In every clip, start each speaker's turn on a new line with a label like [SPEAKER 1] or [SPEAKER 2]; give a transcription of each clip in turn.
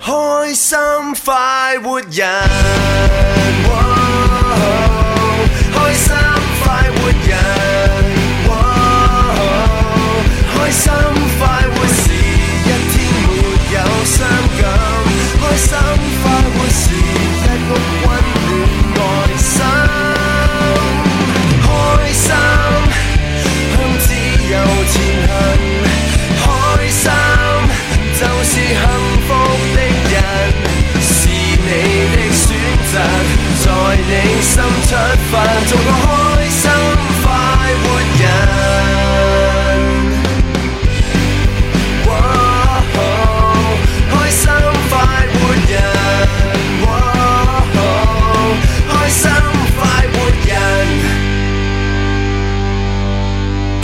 [SPEAKER 1] 开心快活人，哇开心快活人，哇开心快活是一天没有傷感，开心快活是一屋温暖愛心，开心向自由前行。开心就是幸福的人，是你的选择，在你心出發，做個開心快活人。哇哦開心快活人，哇哦開心快活人。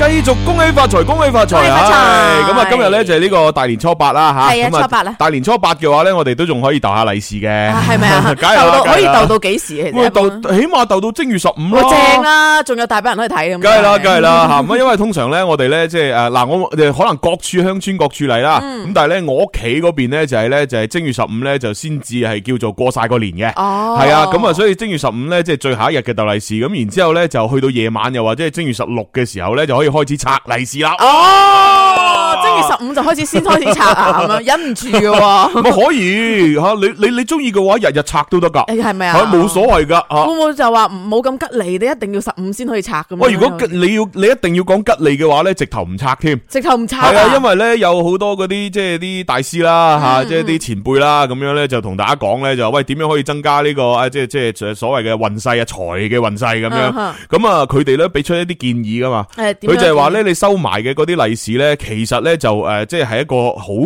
[SPEAKER 2] 继续恭喜发财，恭喜发财
[SPEAKER 3] 恭喜發財
[SPEAKER 2] 唉咁啊，今日咧就系呢个大年初八啦吓。
[SPEAKER 3] 係啊
[SPEAKER 2] 咁
[SPEAKER 3] 初八啦
[SPEAKER 2] 大年初八嘅话咧，我哋都仲可以逗下利是嘅。
[SPEAKER 3] 啊係咪啊？
[SPEAKER 2] 梗係啦
[SPEAKER 3] 鬥到
[SPEAKER 2] 梗係啦
[SPEAKER 3] 可以鬥到幾時？其
[SPEAKER 2] 喂，
[SPEAKER 3] 實
[SPEAKER 2] 逗起码逗到正月十五
[SPEAKER 3] 哇
[SPEAKER 2] 咯。
[SPEAKER 3] 正啊啦，仲有大把人去睇咁。
[SPEAKER 2] 梗係啦，梗係啦吓，咁啊因為通常咧，我哋咧即係啊诶嗱，我哋可能各處鄉村各處例啦，
[SPEAKER 3] 嗯
[SPEAKER 2] 咁但係咧我屋企嗰邊咧就係咧就係正月十五咧就先至係叫做過晒個年嘅，
[SPEAKER 3] 哦
[SPEAKER 2] 係啊，咁啊所以正月十五咧即係最後一日嘅鬥利是，咁然之后咧就去到夜晚又或者係正月十六嘅時候咧就可以開始拆利是啦。
[SPEAKER 3] 哦，正月十五就開始先開始拆啊，咁樣忍唔住 嘅喎，
[SPEAKER 2] 咪啊可以吓，你你你中意嘅話，日日拆都得㗎，
[SPEAKER 3] 誒係咪啊？
[SPEAKER 2] 係冇所。謂㗎吓
[SPEAKER 3] 會。唔會就話唔冇咁吉利？你一定要十五先可以拆咁樣？
[SPEAKER 2] 喂，如果吉你要你一定要講吉利嘅話咧，直頭唔拆添。
[SPEAKER 3] 直頭唔拆
[SPEAKER 2] 系啊，因為咧有好多嗰啲即係啲大師啦
[SPEAKER 3] 嗯
[SPEAKER 2] 吓，即係啲前輩啦咁樣咧，就同大家講咧就話喂點樣可以增加呢個啊即係即系所謂嘅運勢啊財嘅運勢咁樣。
[SPEAKER 3] 嗯哼
[SPEAKER 2] 咁啊佢哋咧俾出一啲建議噶嘛，
[SPEAKER 3] 誒點樣
[SPEAKER 2] 佢就係話咧你收埋嘅嗰啲利是咧，其實咧就诶即係係一個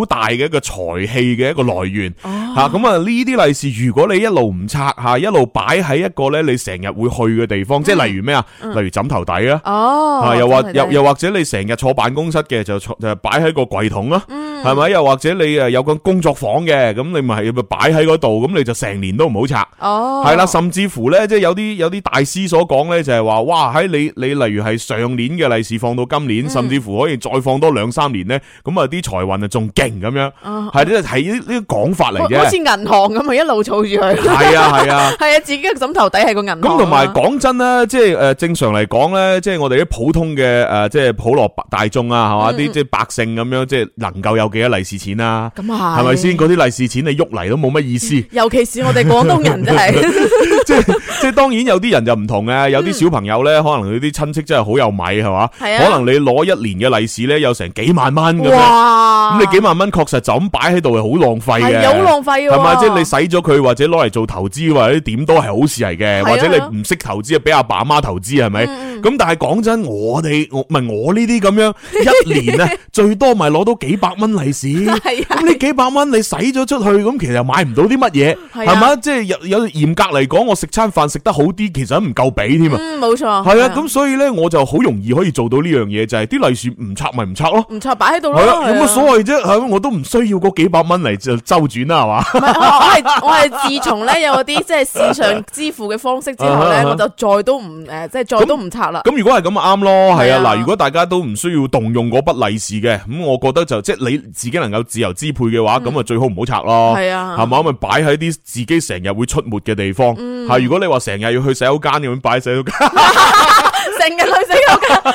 [SPEAKER 2] 好大嘅一個財氣嘅一個來源
[SPEAKER 3] 哦
[SPEAKER 2] 吓。咁啊呢啲利是如果你一路唔拆吓，一路擺喺一個咧你成日會去嘅地方，
[SPEAKER 3] 嗯
[SPEAKER 2] 即係例如咩啊，例如枕頭底啊。
[SPEAKER 3] 哦，
[SPEAKER 2] 啊，又或
[SPEAKER 3] 真係
[SPEAKER 2] 又又或者你成日坐辦公室嘅就坐就擺喺個櫃桶啦，
[SPEAKER 3] 嗯
[SPEAKER 2] 係咪？又或者你呃诶有個工作房嘅，咁你咪咪擺喺嗰度，咁你就成年都唔好拆。
[SPEAKER 3] 哦，
[SPEAKER 2] 係啦，甚至乎咧，即係有啲有啲大師所講咧，就係話哇，喺你你例如係上年嘅利是放到今
[SPEAKER 3] 嗯
[SPEAKER 2] 年，甚至乎可以再放多兩三年咧，咁啊啲財運啊仲勁咁樣，係呢係呢呢個講法嚟
[SPEAKER 3] 好哦好似
[SPEAKER 2] 啫。
[SPEAKER 3] 銀行咁啊，一路儲住佢。
[SPEAKER 2] 係啊係啊。
[SPEAKER 3] 係啊，自己嘅枕頭底係個銀行啊。
[SPEAKER 2] 咁同埋講真啦，即係誒正常嚟講咧，即係我哋啲普通嘅誒、呃即係普羅大眾啊，
[SPEAKER 3] 嗯
[SPEAKER 2] 係嘛啲即係百姓咁樣，即係能夠有幾多利是錢啊？
[SPEAKER 3] 咁係
[SPEAKER 2] 係咪先？？嗰啲利是錢你喐嚟都冇乜意 思。
[SPEAKER 3] 尤其是我哋廣東人真係
[SPEAKER 2] 即係即係當然有啲人就唔同
[SPEAKER 3] 嗯
[SPEAKER 2] 嘅，有啲小朋友咧，可能佢啲親戚真係好有米係嘛，
[SPEAKER 3] 係啊
[SPEAKER 2] 可能你攞一年嘅利是咧，有成幾萬蚊 咁樣。
[SPEAKER 3] 哇！
[SPEAKER 2] 咁你幾萬蚊確實就咁擺喺度係好浪費嘅，
[SPEAKER 3] 係好浪費喎
[SPEAKER 2] 係咪？即係你使咗佢或者攞嚟做投資或者點都係好事嚟嘅，
[SPEAKER 3] 啊嗯
[SPEAKER 2] 或者你唔識投資啊，俾阿爸阿媽投資係咪？咁但係講真，我哋我唔係我呢啲咁 樣一年咧最多咪攞到幾百蚊利是，
[SPEAKER 3] 係啊
[SPEAKER 2] 咁呢幾百蚊你使咗出去，咁其實買唔到啲乜嘢，
[SPEAKER 3] 係啊
[SPEAKER 2] 係咪？即係有有嚴格嚟講，我食餐飯食得好啲，其實都唔夠俾添啊。
[SPEAKER 3] 嗯冇錯。
[SPEAKER 2] 係啊，咁所以咧我就好容易可以做到呢樣嘢，就係啲利是唔拆咪唔拆咯。
[SPEAKER 3] 唔錯，擺喺度咯。
[SPEAKER 2] 系啦，有
[SPEAKER 3] 係啊
[SPEAKER 2] 乜所謂啫？係咪我都唔需要嗰幾百蚊嚟就周轉啦，係嘛？
[SPEAKER 3] 唔係我係我係自從咧有嗰啲即係線上支付嘅方式之後
[SPEAKER 2] 啊哈啊
[SPEAKER 3] 咧，
[SPEAKER 2] 哈
[SPEAKER 3] 我就再都唔誒，即係再都唔拆啦。
[SPEAKER 2] 咁如果係咁啊啱咯，係啊
[SPEAKER 3] 係啊
[SPEAKER 2] 嗱，如果大家都唔需要動用嗰筆利是嘅，咁我覺得就即係你自己能夠自由支配嘅話，咁啊最好唔好拆咯，
[SPEAKER 3] 係啊
[SPEAKER 2] 係嘛，咪擺喺啲自己成日會出沒嘅地方。係如果你話成日要去洗手間咁樣擺喺洗手間，
[SPEAKER 3] 成日去洗手間，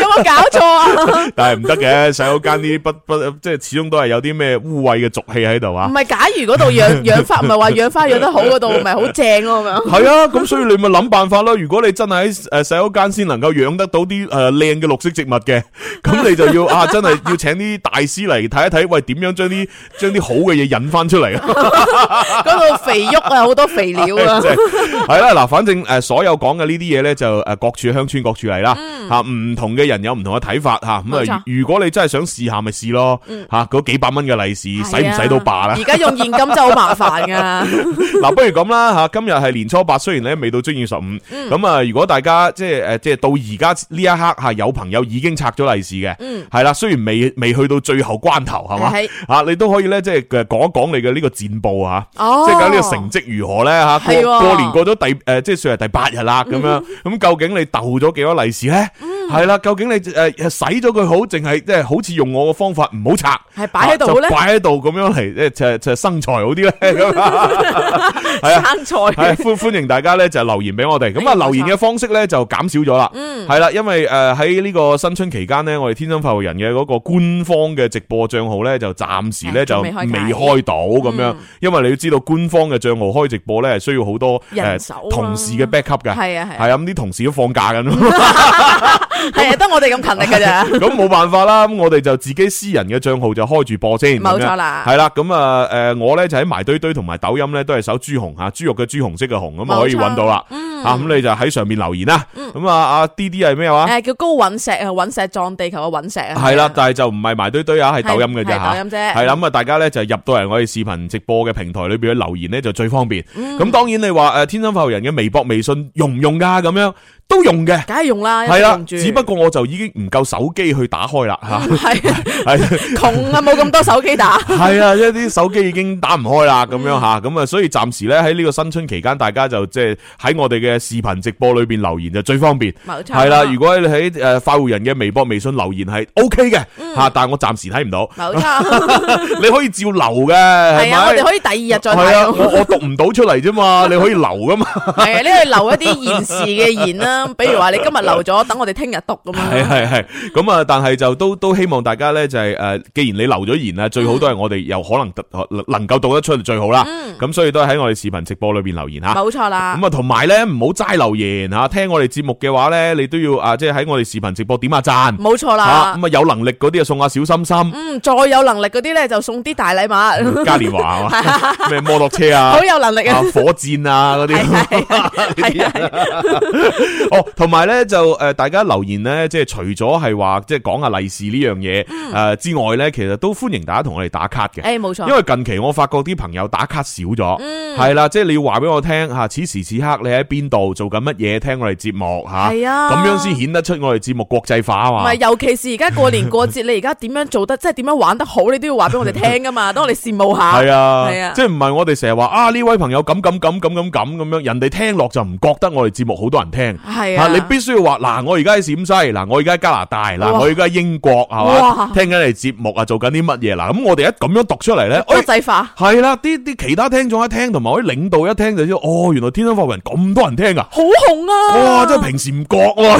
[SPEAKER 3] 有冇搞錯啊？
[SPEAKER 2] 但係唔得嘅，洗手間呢啲不不即係始終都係有啲咩污穢嘅俗氣喺度啊
[SPEAKER 3] 唔。係，假如嗰度 養養花，唔係話養花養得好嗰度，咪好正咯咁樣。
[SPEAKER 2] 係啊，咁所以你咪諗辦法咯。如果你真係喺诶洗手間先能夠養得到啲诶靓嘅綠色植物嘅， 咁你就要啊真係要請啲大師嚟睇一睇，喂點樣將啲将啲好嘅嘢引翻出 嚟。
[SPEAKER 3] 啊 嗰度肥沃啊，好多肥料啊。
[SPEAKER 2] 係啦，嗱，反正诶所有講嘅呢啲嘢咧，就诶各處鄉村各處嚟啦，吓唔同嘅人有唔同嘅睇法吓。
[SPEAKER 3] 嗯冇
[SPEAKER 2] 咁啊
[SPEAKER 3] 錯，嗯
[SPEAKER 2] 如如果你真係想試下咪試咯，吓嗰幾百蚊嘅利是使唔使都罷啦
[SPEAKER 3] 係啊。而家用現金真係好麻煩噶。
[SPEAKER 2] 嗱，不如咁啦吓，今日係年初八，雖然咧未到正月十五，咁啊，如果大家即係诶，即系到而家呢一刻吓，有朋友已經拆咗利是嘅，係啦，雖然未未去到最後關頭，係嘛
[SPEAKER 3] 係，
[SPEAKER 2] 啊，你都可以咧，即係講一講你嘅呢個戰報啊，
[SPEAKER 3] 哦
[SPEAKER 2] 即係講呢個成績如何咧吓，
[SPEAKER 3] 係
[SPEAKER 2] 過
[SPEAKER 3] 喎嗯
[SPEAKER 2] 過年過咗第诶，即係算係第八日啦，咁樣，咁究竟你鬥咗幾多利是咧？系啦，究竟你诶洗咗佢好，淨係即係好似用我嘅方法唔好拆，
[SPEAKER 3] 係擺喺度呢
[SPEAKER 2] 啊就擺喺度咁樣嚟，即係就生財好啲 咧。咁啊係啊。
[SPEAKER 3] 生
[SPEAKER 2] 系
[SPEAKER 3] 菜，
[SPEAKER 2] 欢欢迎大家咧就留言俾我哋，咁啊
[SPEAKER 3] 哎係冇錯
[SPEAKER 2] 留言嘅方式咧就減少咗啦，嗯，系啦，因為诶喺呢個新春期間呢，我哋天生發育人嘅嗰個官方嘅直播帳號咧就暫時咧
[SPEAKER 3] 係
[SPEAKER 2] 就
[SPEAKER 3] 哎仲
[SPEAKER 2] 未
[SPEAKER 3] 未嗯開解
[SPEAKER 2] 開到咁樣，因為你要知道官方嘅帳號開直播咧係需要好多
[SPEAKER 3] 人
[SPEAKER 2] 呃
[SPEAKER 3] 手啊
[SPEAKER 2] 同事嘅 backup 嘅，
[SPEAKER 3] 係啊係啊
[SPEAKER 2] 系啊，咁啲同事都放假緊咯。
[SPEAKER 3] 係啊，得我哋咁勤力 㗎咋。
[SPEAKER 2] 咁冇辦法啦，咁我哋就自己私人嘅帳號就開住播先。
[SPEAKER 3] 冇錯啦
[SPEAKER 2] 系啦，咁啊，诶，我咧就喺埋堆堆同埋抖音咧都係搜朱紅吓，豬肉嘅朱紅色嘅紅，咁啊
[SPEAKER 3] 冇錯嗯
[SPEAKER 2] 可以揾到啦。吓咁你就喺上面留言啦。咁啊，阿 D D 係咩話？
[SPEAKER 3] 诶，叫高陨石啊，陨石撞地球嘅陨石啊，
[SPEAKER 2] 係啦，
[SPEAKER 3] 係啊，
[SPEAKER 2] 但係就唔係埋堆堆啊，係抖音嘅啫
[SPEAKER 3] 係
[SPEAKER 2] 吓。
[SPEAKER 3] 抖音啫
[SPEAKER 2] 系啦，咁啊，大家咧就入到嚟我哋視頻直播嘅平台裏边去留言咧就最方便。
[SPEAKER 3] 嗯
[SPEAKER 2] 咁當然你話诶，天生發育人嘅微博、微信用唔用噶？咁樣都用嘅，
[SPEAKER 3] 梗係用啦，
[SPEAKER 2] 係啦
[SPEAKER 3] 一。哎定用住
[SPEAKER 2] 只不過我就已經唔夠手機去打開啦吓。
[SPEAKER 3] 係
[SPEAKER 2] 係
[SPEAKER 3] 窮啊，冇咁多手 機打，
[SPEAKER 2] 系啊，一啲手機已經打唔開啦，咁樣
[SPEAKER 3] 嗯
[SPEAKER 2] 吓，咁啊，所以暫時咧喺呢個新春期間，大家就即係喺我哋嘅視頻直播裏边留言就最方便。
[SPEAKER 3] 冇錯
[SPEAKER 2] 係啦，如果你喺诶快活人嘅微博、微信留言係 O K 嘅
[SPEAKER 3] 嗯
[SPEAKER 2] 吓，但系我暫時睇唔到，
[SPEAKER 3] 冇錯，
[SPEAKER 2] 你可以照留嘅，係咪
[SPEAKER 3] 係啊，我哋可以第二日再
[SPEAKER 2] 係啊，
[SPEAKER 3] 睇。
[SPEAKER 2] 我我读唔到出嚟啫嘛， 你可以留 噶嘛。
[SPEAKER 3] 系啊，呢度留一啲現時嘅 言啦，比如話你今日留咗，等我哋聽日讀咁
[SPEAKER 2] 系
[SPEAKER 3] 樣。
[SPEAKER 2] 系系，咁啊，但系就都都希望大家咧就系、诶、既然你留咗言啊，最好都系我哋又可能得能够讀得出最好啦。
[SPEAKER 3] 嗯
[SPEAKER 2] 咁、所以都係喺我哋視頻直播裏边留言吓。
[SPEAKER 3] 冇錯啦，
[SPEAKER 2] 咁啊，同埋咧唔好齋留言吓，聽我哋節目嘅話咧，你都要啊，即係喺我哋視頻直播點下赞
[SPEAKER 3] 冇錯
[SPEAKER 2] 吓，
[SPEAKER 3] 啦。
[SPEAKER 2] 咁啊有能力嗰啲啊送下小心 心，
[SPEAKER 3] 嗯，再有能力嗰啲咧就送啲大禮物，
[SPEAKER 2] 嘉年華係嘛，咩摩托車啊
[SPEAKER 3] 好。有能力
[SPEAKER 2] 啊
[SPEAKER 3] 啊！！
[SPEAKER 2] 火箭啊，嗰
[SPEAKER 3] 係
[SPEAKER 2] 啲
[SPEAKER 3] 係係係
[SPEAKER 2] 哦，同埋咧就诶，呃大家留言咧，即係除咗係話即係講下利是呢樣嘢
[SPEAKER 3] 嗯
[SPEAKER 2] 诶之外咧，其實都歡迎大家同我哋打卡嘅。
[SPEAKER 3] 诶，冇錯，
[SPEAKER 2] 因為近期我發覺啲朋友打卡少咗，
[SPEAKER 3] 嗯
[SPEAKER 2] 係啦、即係你要話俾我聽吓，此時此刻你喺邊度做緊乜嘢，聽我哋節目吓，
[SPEAKER 3] 係啊
[SPEAKER 2] 咁樣先顯得出我哋節目國際化啊
[SPEAKER 3] 唔
[SPEAKER 2] 嘛
[SPEAKER 3] 係，。尤其是而家過年過節，你而家點樣做得，即係點樣玩得好，你都要話俾我哋 聽噶嘛，等我哋羨慕下。
[SPEAKER 2] 係啊，
[SPEAKER 3] 係啊
[SPEAKER 2] 即係唔係我哋成日話啊呢位朋友咁咁咁咁咁咁咁樣，人哋聽落就唔覺得我哋節目好多人聽。
[SPEAKER 3] 係
[SPEAKER 2] 啊
[SPEAKER 3] 啊，
[SPEAKER 2] 你必須要話嗱，我而家喺陝西，嗱，我而家喺加拿大，嗱，
[SPEAKER 3] 哇
[SPEAKER 2] 我而家喺英國係嘛
[SPEAKER 3] 哇，
[SPEAKER 2] 聽緊你節目啊，做緊啲乜嘢嗱？咁我哋一咁樣讀出嚟 咧，
[SPEAKER 3] 國
[SPEAKER 2] 哎
[SPEAKER 3] 際化。
[SPEAKER 2] 系啦，啲啲其他聽眾一聽，同埋我啲領導一聽就知道，哦，原來天生發人咁多人聽啊！
[SPEAKER 3] 好紅啊！
[SPEAKER 2] 哇，真係平時唔覺喎。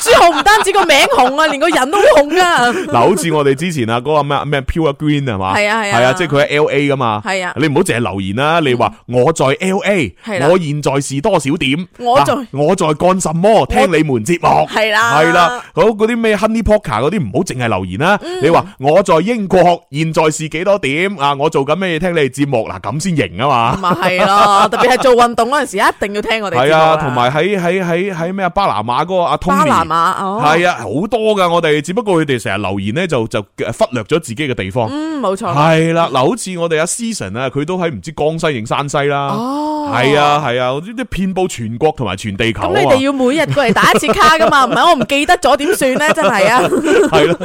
[SPEAKER 3] 朱紅唔單止個名紅啊，連個人都好紅啊！
[SPEAKER 2] 嗱，好似我哋之前啊，嗰個咩咩 Pure Green 係嘛？
[SPEAKER 3] 係啊係啊
[SPEAKER 2] 係啊，即係佢喺 L A 噶嘛。
[SPEAKER 3] 係啊嗯
[SPEAKER 2] 你唔好淨係留言啦，你話我在 L A，
[SPEAKER 3] 係啦
[SPEAKER 2] 我現在是多少點？
[SPEAKER 3] 我在
[SPEAKER 2] 啊我在幹什麼？聽你們節目。
[SPEAKER 3] 係啦
[SPEAKER 2] 係啦，好嗰啲咩 Honey Poker 嗰啲唔好淨係留言啦。
[SPEAKER 3] 嗯
[SPEAKER 2] 你話我在英國，現在是幾多點啊？我做緊咩嘢？聽你哋節目嗱，咁先型啊嘛。
[SPEAKER 3] 咪係咯，特別係做運動嗰陣時，一定要聽我哋。
[SPEAKER 2] 系啊，同。埋喺喺喺喺咩啊巴拿馬嗰個阿 Tony，
[SPEAKER 3] 巴拿馬哦，
[SPEAKER 2] 係啊好多噶，我哋只不過佢哋成日留言咧就就呃忽略咗自己嘅地方，
[SPEAKER 3] 嗯，冇錯，
[SPEAKER 2] 係啦嗱，好似我哋阿 Season 啊，佢都喺唔知江西定山西啦，
[SPEAKER 3] 哦
[SPEAKER 2] 係啊係啊，啲啲遍佈全國同埋全地球啊
[SPEAKER 3] 咁你哋要每日過嚟打一次卡噶嘛？唔係我唔記得咗點算咧？真 係啊，
[SPEAKER 2] 係啦，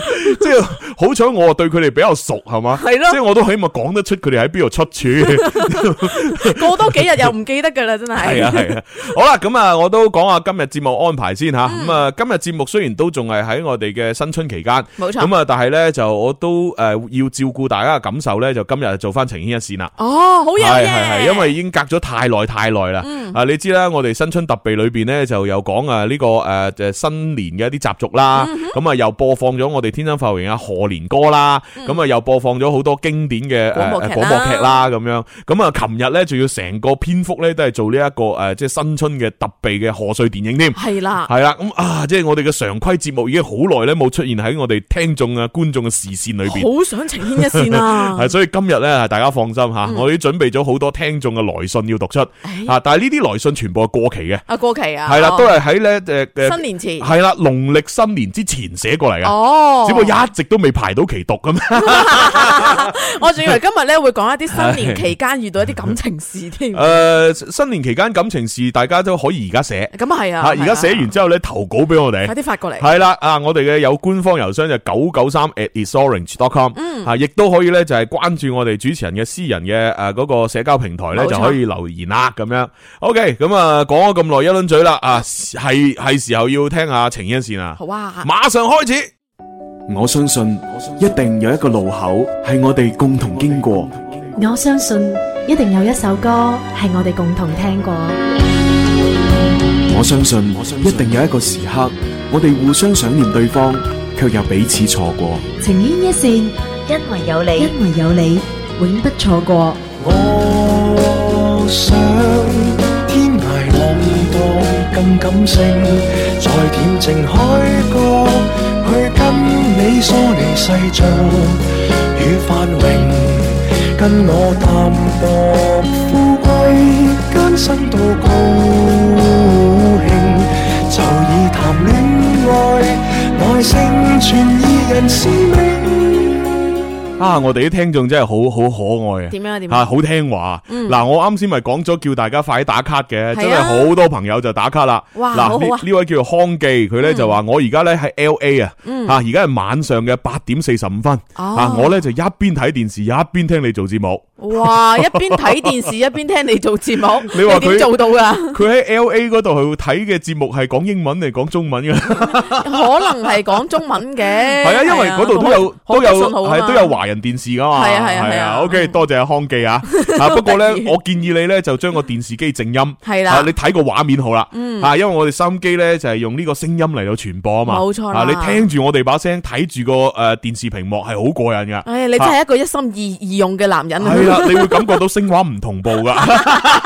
[SPEAKER 2] 即 係好彩我對佢哋比較熟係嘛，
[SPEAKER 3] 係咯
[SPEAKER 2] 即係我都起碼講得出佢哋喺邊度出 處。
[SPEAKER 3] 過多幾日又唔記得噶啦，真係。
[SPEAKER 2] 系啊系啊，好啦，咁啊，我都講下今日節目安排先吓。
[SPEAKER 3] 嗯
[SPEAKER 2] 咁啊，今日節目雖然都仲係喺我哋嘅新春期間，
[SPEAKER 3] 冇錯
[SPEAKER 2] 咁啊，但係咧就我都诶要照顧大家嘅感受咧，就今日做翻情牽一線啦。
[SPEAKER 3] 哦，好嘢，好
[SPEAKER 2] 係
[SPEAKER 3] 嘢嗯
[SPEAKER 2] 係係，因為已經隔咗太耐太耐啦。啊，你知啦，我哋新春特備裏边咧就有講啊呢個诶诶新年嘅一啲習俗啦，
[SPEAKER 3] 嗯
[SPEAKER 2] 咁啊又播放咗我哋天生發育人嘅賀年歌啦，咁啊又播放咗好多經典嘅
[SPEAKER 3] 嗯廣
[SPEAKER 2] 誒
[SPEAKER 3] 播
[SPEAKER 2] 誒廣
[SPEAKER 3] 劇啦
[SPEAKER 2] 播劇啦咁樣。咁啊，琴日咧仲要成個篇幅咧都係做呢一個诶即係新春嘅特備嘅賀歲電影添。
[SPEAKER 3] 係啦，
[SPEAKER 2] 係啦，咁啊，即係我哋嘅常規節目已經好耐咧冇出現喺我哋聽眾啊、觀眾嘅視線裏边。
[SPEAKER 3] 好想情牽一線 啊嗯
[SPEAKER 2] 系，！所以今日咧，大家放心吓，我哋準備咗好多聽眾嘅來信要讀出
[SPEAKER 3] 哎
[SPEAKER 2] 啊，但係呢啲來信全部係過期嘅，
[SPEAKER 3] 啊，過期啊，
[SPEAKER 2] 係啦，
[SPEAKER 3] 哦
[SPEAKER 2] 都係喺咧诶诶，
[SPEAKER 3] 新年前
[SPEAKER 2] 系啦，農曆新年之前寫過嚟嘅，
[SPEAKER 3] 哦，
[SPEAKER 2] 只不過一直都未排到期讀咁。
[SPEAKER 3] 我仲以為今日咧會講一啲新年期間遇到一啲感情 事添，咁啊
[SPEAKER 2] 诶，新年期間感情事，大家都可以而家寫
[SPEAKER 3] 係
[SPEAKER 2] 吓，
[SPEAKER 3] 啊，
[SPEAKER 2] 啊而
[SPEAKER 3] 係
[SPEAKER 2] 家
[SPEAKER 3] 啊
[SPEAKER 2] 寫完之後咧投稿俾我哋
[SPEAKER 3] 快。啲發過嚟，
[SPEAKER 2] 係啦，啊，我哋嘅有官方郵箱就九九三 at isorange.com，啊，亦都可以咧就係關注我哋主持人嘅私人嘅诶嗰個社交平台咧，
[SPEAKER 3] 冇錯
[SPEAKER 2] 就可以留言言啦，咁样。OK，咁啊，讲咗咁耐一輪嘴啦，啊，係系時候要聽下情欣先啦，
[SPEAKER 3] 好啊，
[SPEAKER 2] 馬上開始。
[SPEAKER 4] 我相信一定有一个路口系我哋共同经过，
[SPEAKER 5] 我相信一定有一首歌系我哋共同听过，
[SPEAKER 4] 我相信一定有一个时刻，我哋互相想念对方，却又彼此错过。
[SPEAKER 5] 情牵一线，因为有你，因为有你，永不错过。
[SPEAKER 1] 我想天涯浪蕩更感性，在恬靜海角去跟你梳理世俗與繁榮，跟我淡薄富貴艱辛到高興，就以談戀愛來成全二人使命。
[SPEAKER 2] 啊！我哋啲聽眾真係好好可愛啊！
[SPEAKER 3] 點樣啊點樣嗯
[SPEAKER 2] 啊？好聽話。嗱，我啱先咪講咗叫大家快啲打卡嘅，真係好多朋友就打卡啦。
[SPEAKER 3] 啊哇好好
[SPEAKER 2] 嗱，
[SPEAKER 3] 啊嗯
[SPEAKER 2] 呢呢位叫做康記，佢咧就話：我而家咧喺 L A 啊，吓而家係晚上嘅八點四十五分。
[SPEAKER 3] 哦
[SPEAKER 2] 啊，我咧就一邊睇電視一邊聽你做節目。
[SPEAKER 3] 哇！一邊睇電視一邊聽你做節目，
[SPEAKER 2] 你話
[SPEAKER 3] 你
[SPEAKER 2] 佢
[SPEAKER 3] 點做到噶？
[SPEAKER 2] 佢喺 L A 嗰度佢睇嘅節目係講英文定講中文嘅？
[SPEAKER 3] 可能係講中文嘅，
[SPEAKER 2] 系
[SPEAKER 3] 係
[SPEAKER 2] 啊，因為嗰度都有
[SPEAKER 3] 好
[SPEAKER 2] 都
[SPEAKER 3] 多信號
[SPEAKER 2] 有
[SPEAKER 3] 啊嘛
[SPEAKER 2] 系都有華人電視噶嘛，
[SPEAKER 3] 係啊係啊係啊嗯
[SPEAKER 2] OK，多謝阿康記 啊。啊，不過咧
[SPEAKER 3] 好得，意
[SPEAKER 2] 我建議你咧就將個電視機靜音，
[SPEAKER 3] 係啦嗯
[SPEAKER 2] 啊你睇個畫面好啦，啊，因為我哋收音機咧就係用呢個聲音嚟到傳播啊嘛，
[SPEAKER 3] 冇錯啦
[SPEAKER 2] 啊你聽住我哋把聲，睇住個诶电视屏幕係好過癮噶。
[SPEAKER 3] 哎呀，你真係一個一心二意用嘅男人啊！
[SPEAKER 2] 係啦，你會感覺到聲畫唔同步噶，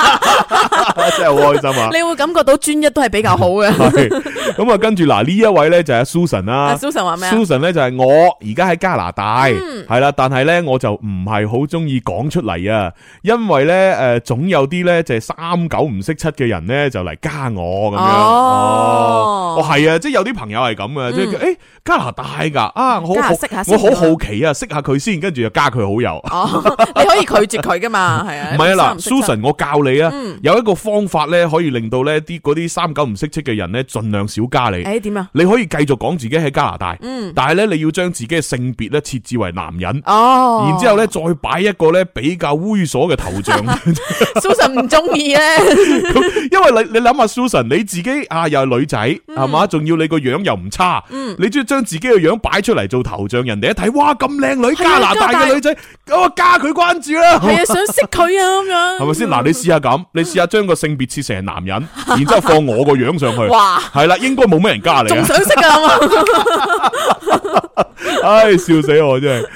[SPEAKER 2] 真係好開心啊！
[SPEAKER 3] 你會感覺到專一都係比較好嘅。
[SPEAKER 2] 係咁啊，跟住嗱呢一位咧就係 Susan
[SPEAKER 3] 阿
[SPEAKER 2] 啦。
[SPEAKER 3] Susan 話咩啊？
[SPEAKER 2] Susan 咧就係我而家喺加拿大，係啦、但係咧我就唔係好中意講出嚟啊，因為咧诶、呃、总有啲咧就係三九唔識七嘅人咧就嚟加我咁樣。
[SPEAKER 3] 哦
[SPEAKER 2] 哦，係啊，即係有啲朋友係咁嘅，即係诶加拿大㗎啊，我好
[SPEAKER 3] 加拿
[SPEAKER 2] 好
[SPEAKER 3] 大識下
[SPEAKER 2] 我
[SPEAKER 3] 先
[SPEAKER 2] 好好奇啊，識下佢先，跟住就加佢好友。
[SPEAKER 3] 哦，你可以拒絕佢噶嘛？係啊，
[SPEAKER 2] 唔係啊，嗱
[SPEAKER 3] 你三唔識七
[SPEAKER 2] ，Susan，我教你啊，有一個方法咧，可以令到咧啲嗰啲三九唔識七嘅人咧，盡量少加你。
[SPEAKER 3] 誒點啊？
[SPEAKER 2] 你可以繼續講自己喺加拿大，
[SPEAKER 3] 嗯
[SPEAKER 2] 但係咧你要將自己嘅性別咧設置為男人，
[SPEAKER 3] 哦，
[SPEAKER 2] 然之後咧再擺一個咧比較猥瑣嘅頭像，
[SPEAKER 3] ，Susan 唔中意咧，啊
[SPEAKER 2] 咁因為你你諗下 Susan 你自己啊又係女仔
[SPEAKER 3] 嗯
[SPEAKER 2] 係嘛，仲要你個樣又唔差，你中意將自己嘅樣擺出嚟做頭像，人哋一睇哇咁靚女
[SPEAKER 3] 係啊
[SPEAKER 2] 加拿大
[SPEAKER 3] 加拿大
[SPEAKER 2] 嘅女仔，我加佢關注啦。
[SPEAKER 3] 係啊，想識佢啊咁樣，
[SPEAKER 2] 係咪先？嗱，你試下咁，你試下將個性別設成係男 人，然之後放我個樣上去，
[SPEAKER 3] 哇
[SPEAKER 2] 係啦，應該冇咩人加你
[SPEAKER 3] 仲
[SPEAKER 2] 啊！
[SPEAKER 3] 想識㗎 啦嘛？
[SPEAKER 2] 唉，笑死我真係。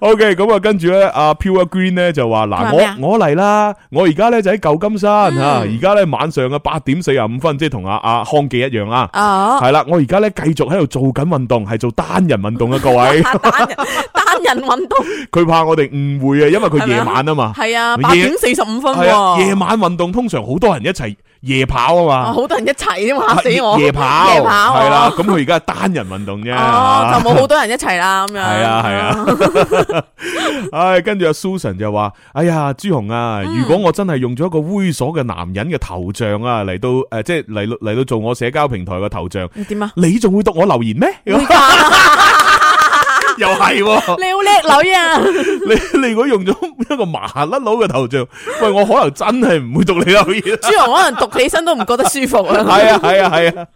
[SPEAKER 2] OK，咁啊，跟住咧，阿 Pure Green 咧就話：
[SPEAKER 3] 佢話
[SPEAKER 2] 嗱，
[SPEAKER 3] 咩啊
[SPEAKER 2] 我我嚟啦，我而家咧就喺舊金山吓，啊而家咧晚上嘅八點四十五分，即係同阿阿康記一樣啦。
[SPEAKER 3] 哦，。
[SPEAKER 2] 係啦，我而家咧繼續喺度做緊運動，係做單人運動啊，各位
[SPEAKER 3] 單人單人運動
[SPEAKER 2] 佢怕我哋誤會啊，因為佢
[SPEAKER 3] 係咪啊
[SPEAKER 2] 夜晚啊嘛。
[SPEAKER 3] 係啊，
[SPEAKER 2] 夜
[SPEAKER 3] 八點四十五分
[SPEAKER 2] 係啊，夜
[SPEAKER 3] 喎。
[SPEAKER 2] 晚運動通常好多人一齊夜跑啊
[SPEAKER 3] 啊
[SPEAKER 2] 嘛。
[SPEAKER 3] 好多人一齊啫嘛，嚇死我！
[SPEAKER 2] 啊夜跑，
[SPEAKER 3] 夜跑
[SPEAKER 2] 系啦，咁佢而家係單人運動啫，
[SPEAKER 3] 哦，就冇好多人一齊啦，咁樣。
[SPEAKER 2] 係啊係啊。 唉，跟住阿 Susan 就話：，哎呀，朱紅啊，如果我真係用咗一個猥瑣嘅男人嘅頭像啊，嚟到诶，即係嚟到嚟到做我社交平台嘅頭像，
[SPEAKER 3] 點 啊？
[SPEAKER 2] 你仲會讀我留言 咩？
[SPEAKER 3] 會㗎
[SPEAKER 2] 又係喎，
[SPEAKER 3] 你好叻女啊！
[SPEAKER 2] 你你如果用咗一個麻甩佬嘅頭像，喂，我可能真係唔會讀你留言。啊
[SPEAKER 3] 朱紅可能讀起身都唔覺得舒服啊。
[SPEAKER 2] 系啊系啊系啊，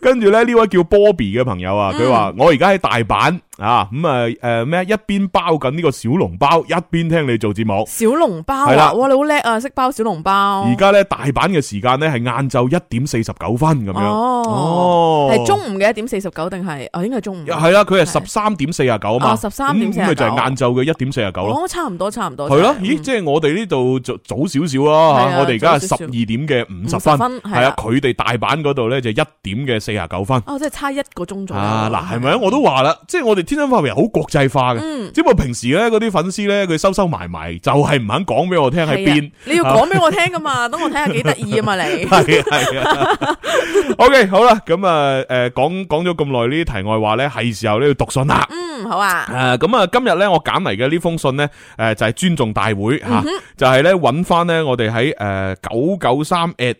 [SPEAKER 2] 跟住咧呢位叫 Bobby 嘅朋友啊，佢話我而家喺大阪啊，咁啊诶咩，一邊包緊呢個小籠包，一邊聽你做節目。
[SPEAKER 3] 小籠包
[SPEAKER 2] 係啦
[SPEAKER 3] 啊，哇！你好叻啊，識包小籠包。
[SPEAKER 2] 而家咧大阪嘅時間咧係晏晝一點四十九分咁樣。
[SPEAKER 3] 哦，係中午嘅一點四十九定係？哦，應該係中午。
[SPEAKER 2] 係啦，佢係十三點四啊九啊嘛，
[SPEAKER 3] 哦13點
[SPEAKER 2] 咁咁咪就係
[SPEAKER 3] 49
[SPEAKER 2] 晏晝嘅一點四啊九咯。
[SPEAKER 3] 哦，差唔多，差唔
[SPEAKER 2] 係
[SPEAKER 3] 多。
[SPEAKER 2] 咯，
[SPEAKER 3] 差唔多
[SPEAKER 2] 咦，即係我哋呢度早早少少啦
[SPEAKER 3] 係
[SPEAKER 2] 吓，
[SPEAKER 3] 啊
[SPEAKER 2] 我哋而家係十
[SPEAKER 3] 早少
[SPEAKER 2] 二
[SPEAKER 3] 少
[SPEAKER 2] 點嘅五十
[SPEAKER 3] 50
[SPEAKER 2] 分，
[SPEAKER 3] 係
[SPEAKER 2] 係啊
[SPEAKER 3] 啊，
[SPEAKER 2] 佢哋大阪嗰度咧就一點嘅四啊九分。
[SPEAKER 3] 哦，即係差一個鐘左右。
[SPEAKER 2] 啊嗱，係咪啊？我都話啦，即係我哋天生發明好國際化嘅，
[SPEAKER 3] 嗯
[SPEAKER 2] 只不過平時咧嗰啲粉絲咧佢收收埋埋，就係唔肯講俾我聽喺
[SPEAKER 3] 係
[SPEAKER 2] 邊
[SPEAKER 3] 啊。你要講俾我 聽噶嘛？等我睇下幾得意啊嘛！你
[SPEAKER 2] 系系啊，OK，好啦，咁啊，诶，讲讲咗咁耐呢啲題外話咧，係時候咧要讀信啦。
[SPEAKER 3] 嗯唔好啊？
[SPEAKER 2] 诶，咁啊，今日咧我揀嚟嘅呢封信呢，诶就係尊重大會
[SPEAKER 3] 嗯
[SPEAKER 2] 吓，就係咧揾翻呢我哋喺诶九九三 at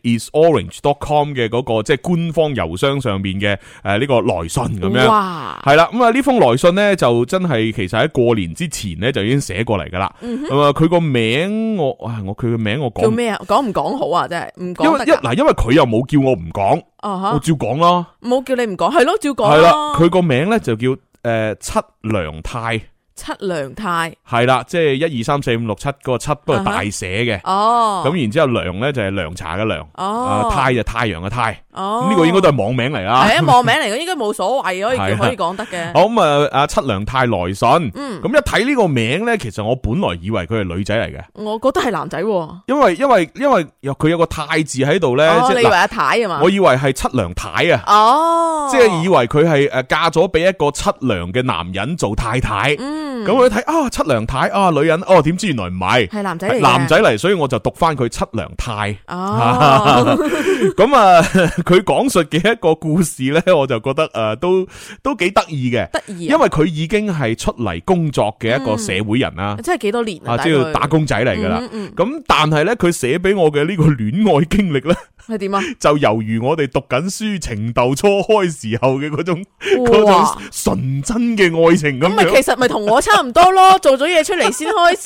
[SPEAKER 2] isorange.com 嘅嗰個即係官方郵箱上面嘅诶呢個來信咁樣。
[SPEAKER 3] 哇！
[SPEAKER 2] 係啦，咁啊呢封來信呢，就真係其實喺過年之前呢，就已經寫過嚟噶啦。咁啊佢個名我啊我佢個名我
[SPEAKER 3] 嗯叫
[SPEAKER 2] 講，
[SPEAKER 3] 咩啊？講唔講好啊？真係唔
[SPEAKER 2] 因
[SPEAKER 3] 講
[SPEAKER 2] 為
[SPEAKER 3] 得
[SPEAKER 2] 一
[SPEAKER 3] 㗎。
[SPEAKER 2] 嗱因為佢又冇叫我唔講，
[SPEAKER 3] 哦
[SPEAKER 2] 我
[SPEAKER 3] 哈，
[SPEAKER 2] 照講啦。
[SPEAKER 3] 冇叫你唔講，係咯，照講
[SPEAKER 2] 係啦，
[SPEAKER 3] 咯。
[SPEAKER 2] 佢個名呢，就叫诶七良泰。
[SPEAKER 3] 七良太
[SPEAKER 2] 系啦，即系一二三四五六七嗰个七，不过大写嘅。
[SPEAKER 3] 啊哦，
[SPEAKER 2] 咁然之后涼咧就系涼茶嘅涼，啊
[SPEAKER 3] 哦
[SPEAKER 2] 太就太陽嘅太。
[SPEAKER 3] 哦
[SPEAKER 2] 咁呢個應 該都係網名嚟啦。
[SPEAKER 3] 系啊網名嚟嘅，應該冇所謂，可以
[SPEAKER 2] 係啊
[SPEAKER 3] 叫可以講得 嘅。
[SPEAKER 2] 好咁啊，阿七良太來信。
[SPEAKER 3] 嗯
[SPEAKER 2] 咁一睇呢個名咧，其實我本來以為佢係女仔嚟嘅，
[SPEAKER 3] 我覺得係男仔喎。
[SPEAKER 2] 因為因為因為有佢有個太字喺度咧，
[SPEAKER 3] 哦，
[SPEAKER 2] 即
[SPEAKER 3] 你
[SPEAKER 2] 係
[SPEAKER 3] 以為
[SPEAKER 2] 嗱
[SPEAKER 3] 阿太啊嘛
[SPEAKER 2] 我？以為係七良太啊。
[SPEAKER 3] 哦，
[SPEAKER 2] 即係以為佢係诶嫁咗俾一個七娘嘅男人做太太，
[SPEAKER 3] 嗯
[SPEAKER 2] 咁我一睇啊七娘太啊女人，哦點知原來唔係，
[SPEAKER 3] 係男仔嚟嘅
[SPEAKER 2] 男仔嚟，所以我就讀翻佢七娘 太。
[SPEAKER 3] 哦，
[SPEAKER 2] 咁啊， 佢講述嘅一個故事呢，我就覺得诶、呃都都几得意嘅，
[SPEAKER 3] 得意
[SPEAKER 2] 因
[SPEAKER 3] 啊！嗯
[SPEAKER 2] 為佢已經係出嚟工作嘅一個社會人啦，
[SPEAKER 3] 真係幾多年啊？
[SPEAKER 2] 啊，即係打工仔嚟噶啦。
[SPEAKER 3] 嗯嗯
[SPEAKER 2] 咁但係呢，佢寫俾我嘅呢個戀愛經歷呢，
[SPEAKER 3] 係點啊？
[SPEAKER 2] 就猶如我哋讀緊書情竇初開時候嘅嗰種 嗰
[SPEAKER 3] 哇
[SPEAKER 2] 種！純真嘅愛情咁
[SPEAKER 3] 咁咪
[SPEAKER 2] 樣。
[SPEAKER 3] 其實咪同我差唔多咯， 做咗嘢出嚟先開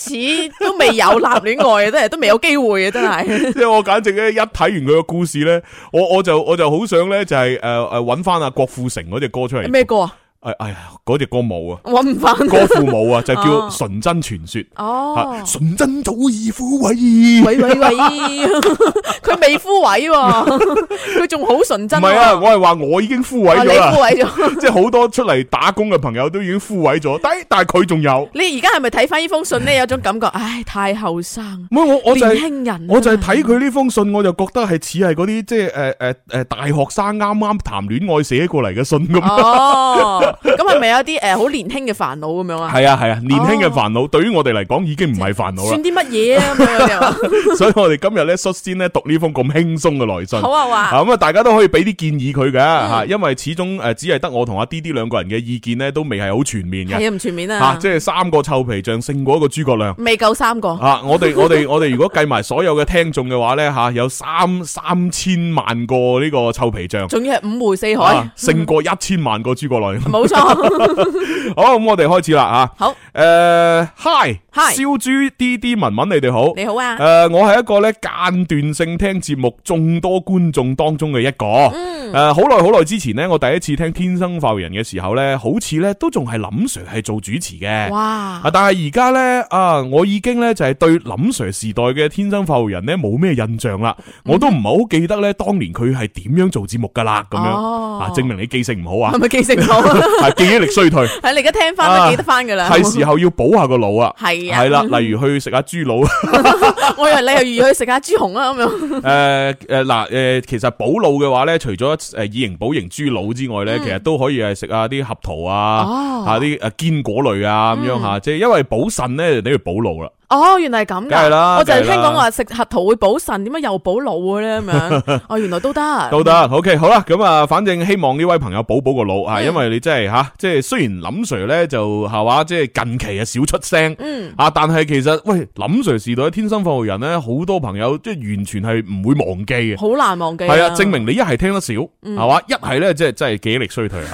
[SPEAKER 3] 始，都未有男戀愛啊，真係都未有機會啊，真 係。
[SPEAKER 2] 即係我簡直咧一睇完佢個故事咧，我我就我就好想咧就係呃诶诶揾翻阿郭富城嗰只歌出嚟。
[SPEAKER 3] 咩歌啊？
[SPEAKER 2] 诶哎呀，嗰只歌冇啊，
[SPEAKER 3] 揾唔翻。
[SPEAKER 2] 歌父冇啊，就叫
[SPEAKER 3] 哦
[SPEAKER 2] 《純真傳說》。
[SPEAKER 3] 哦
[SPEAKER 2] 啊，純真早已枯萎。
[SPEAKER 3] 喂喂 喂，佢未枯萎喎，佢仲好純
[SPEAKER 2] 唔
[SPEAKER 3] 真。哦
[SPEAKER 2] 係啊，，我係話我已經枯萎
[SPEAKER 3] 你
[SPEAKER 2] 咗
[SPEAKER 3] 枯
[SPEAKER 2] 啦，
[SPEAKER 3] 萎 咗。
[SPEAKER 2] 即係好多出嚟打工嘅朋友都已經枯萎咗，但但係佢仲有。
[SPEAKER 3] 你而家係咪睇翻呢封信咧？有種感覺，唉，太後生，
[SPEAKER 2] 唔係我我就係
[SPEAKER 3] 年輕人啊。
[SPEAKER 2] 我就係睇佢呢封信，我就覺得係似係嗰啲即係诶诶诶大學生啱啱談戀愛寫過嚟嘅信咁。
[SPEAKER 3] 哦，咁係咪有啲诶好年輕嘅煩惱咁樣啊？
[SPEAKER 2] 系啊系啊，年輕嘅煩惱對於我哋嚟講已經唔係煩惱啦，
[SPEAKER 3] 算啲乜嘢啊？咁樣有啲人話
[SPEAKER 2] 所以我哋今日咧率先咧讀呢封咁輕鬆嘅來信。
[SPEAKER 3] 好啊，嗯話。
[SPEAKER 2] 啊咁啊，大家都可以俾啲建議佢嘅吓，因為始終诶只係得我同阿 D D 兩個人嘅意見咧，都未係好全面嘅
[SPEAKER 3] 系啊，唔全面
[SPEAKER 2] 吓，
[SPEAKER 3] 啊，
[SPEAKER 2] 即係三個臭皮匠勝過一個諸葛亮。
[SPEAKER 3] 未夠三個，
[SPEAKER 2] 啊！我哋我哋我哋如果計埋所有嘅聽眾嘅話咧吓，有三三千萬個呢個臭皮匠，
[SPEAKER 3] 仲要係五湖四海
[SPEAKER 2] 啊，勝過一千萬個諸葛亮。
[SPEAKER 3] 冇錯。
[SPEAKER 2] 好，咁我哋開始啦啊！
[SPEAKER 3] 好，
[SPEAKER 2] 诶，hi
[SPEAKER 3] Hi
[SPEAKER 2] 烧猪 D D 文文，你哋好。
[SPEAKER 3] 你好啊
[SPEAKER 2] 诶、，我係一個咧間斷性聽節目眾多觀眾當中嘅一個。
[SPEAKER 3] 嗯
[SPEAKER 2] 诶、好耐好耐之前呢，我第一次聽《天生浮人》嘅時候呢，好似呢都仲係林 Sir 係做主持嘅。
[SPEAKER 3] 哇
[SPEAKER 2] 啊！，但係而家呢，啊，我已經呢就係對林 Sir 時代嘅《天生浮人》呢冇咩印象啦，
[SPEAKER 3] 嗯
[SPEAKER 2] 我都唔係好記得呢當年佢係點樣做節目噶啦，咁樣、
[SPEAKER 3] 哦
[SPEAKER 2] 啊，證明你記性唔好啊
[SPEAKER 3] 係咪記 性好？
[SPEAKER 2] 啊，記憶力衰退，
[SPEAKER 3] 係你而家聽翻
[SPEAKER 2] 啊
[SPEAKER 3] 都記得翻噶 啦，
[SPEAKER 2] 係時候要補下個腦啊，
[SPEAKER 3] 係啊
[SPEAKER 2] 係啦，例如去食下豬腦。
[SPEAKER 3] 我以為你又預去食下豬紅啊咁樣，
[SPEAKER 2] 诶诶嗱诶，其實補腦嘅話咧，除咗诶以形補形豬腦之外咧，其實都可以係食下啲合桃啊
[SPEAKER 3] 嗯哦，嗯
[SPEAKER 2] 吓啲诶坚果類啊咁樣吓，即係因為補腎咧，你要補腦啦。
[SPEAKER 3] 哦，原來係咁
[SPEAKER 2] 梗係啦
[SPEAKER 3] 㗎，我就係
[SPEAKER 2] 梗係啦
[SPEAKER 3] 聽講話食核桃會補腎，點解又補腦嘅咧 咁樣？哦，原來都得，
[SPEAKER 2] 都得，OK，好啦，咁啊，反正希望呢位朋友補補個腦啊，
[SPEAKER 3] 嗯
[SPEAKER 2] 因為你真係吓，即係雖然林 Sir 咧就係話，即係近期啊少出聲。
[SPEAKER 3] 嗯，
[SPEAKER 2] 啊！但係其實喂，林 Sir 時代嘅天生放學人咧，好多朋友即係完全係唔會忘記嘅。
[SPEAKER 3] 好難忘記，
[SPEAKER 2] 係啊，證明你一係聽得少，係嘛？一係咧，即係真係記憶力衰退啊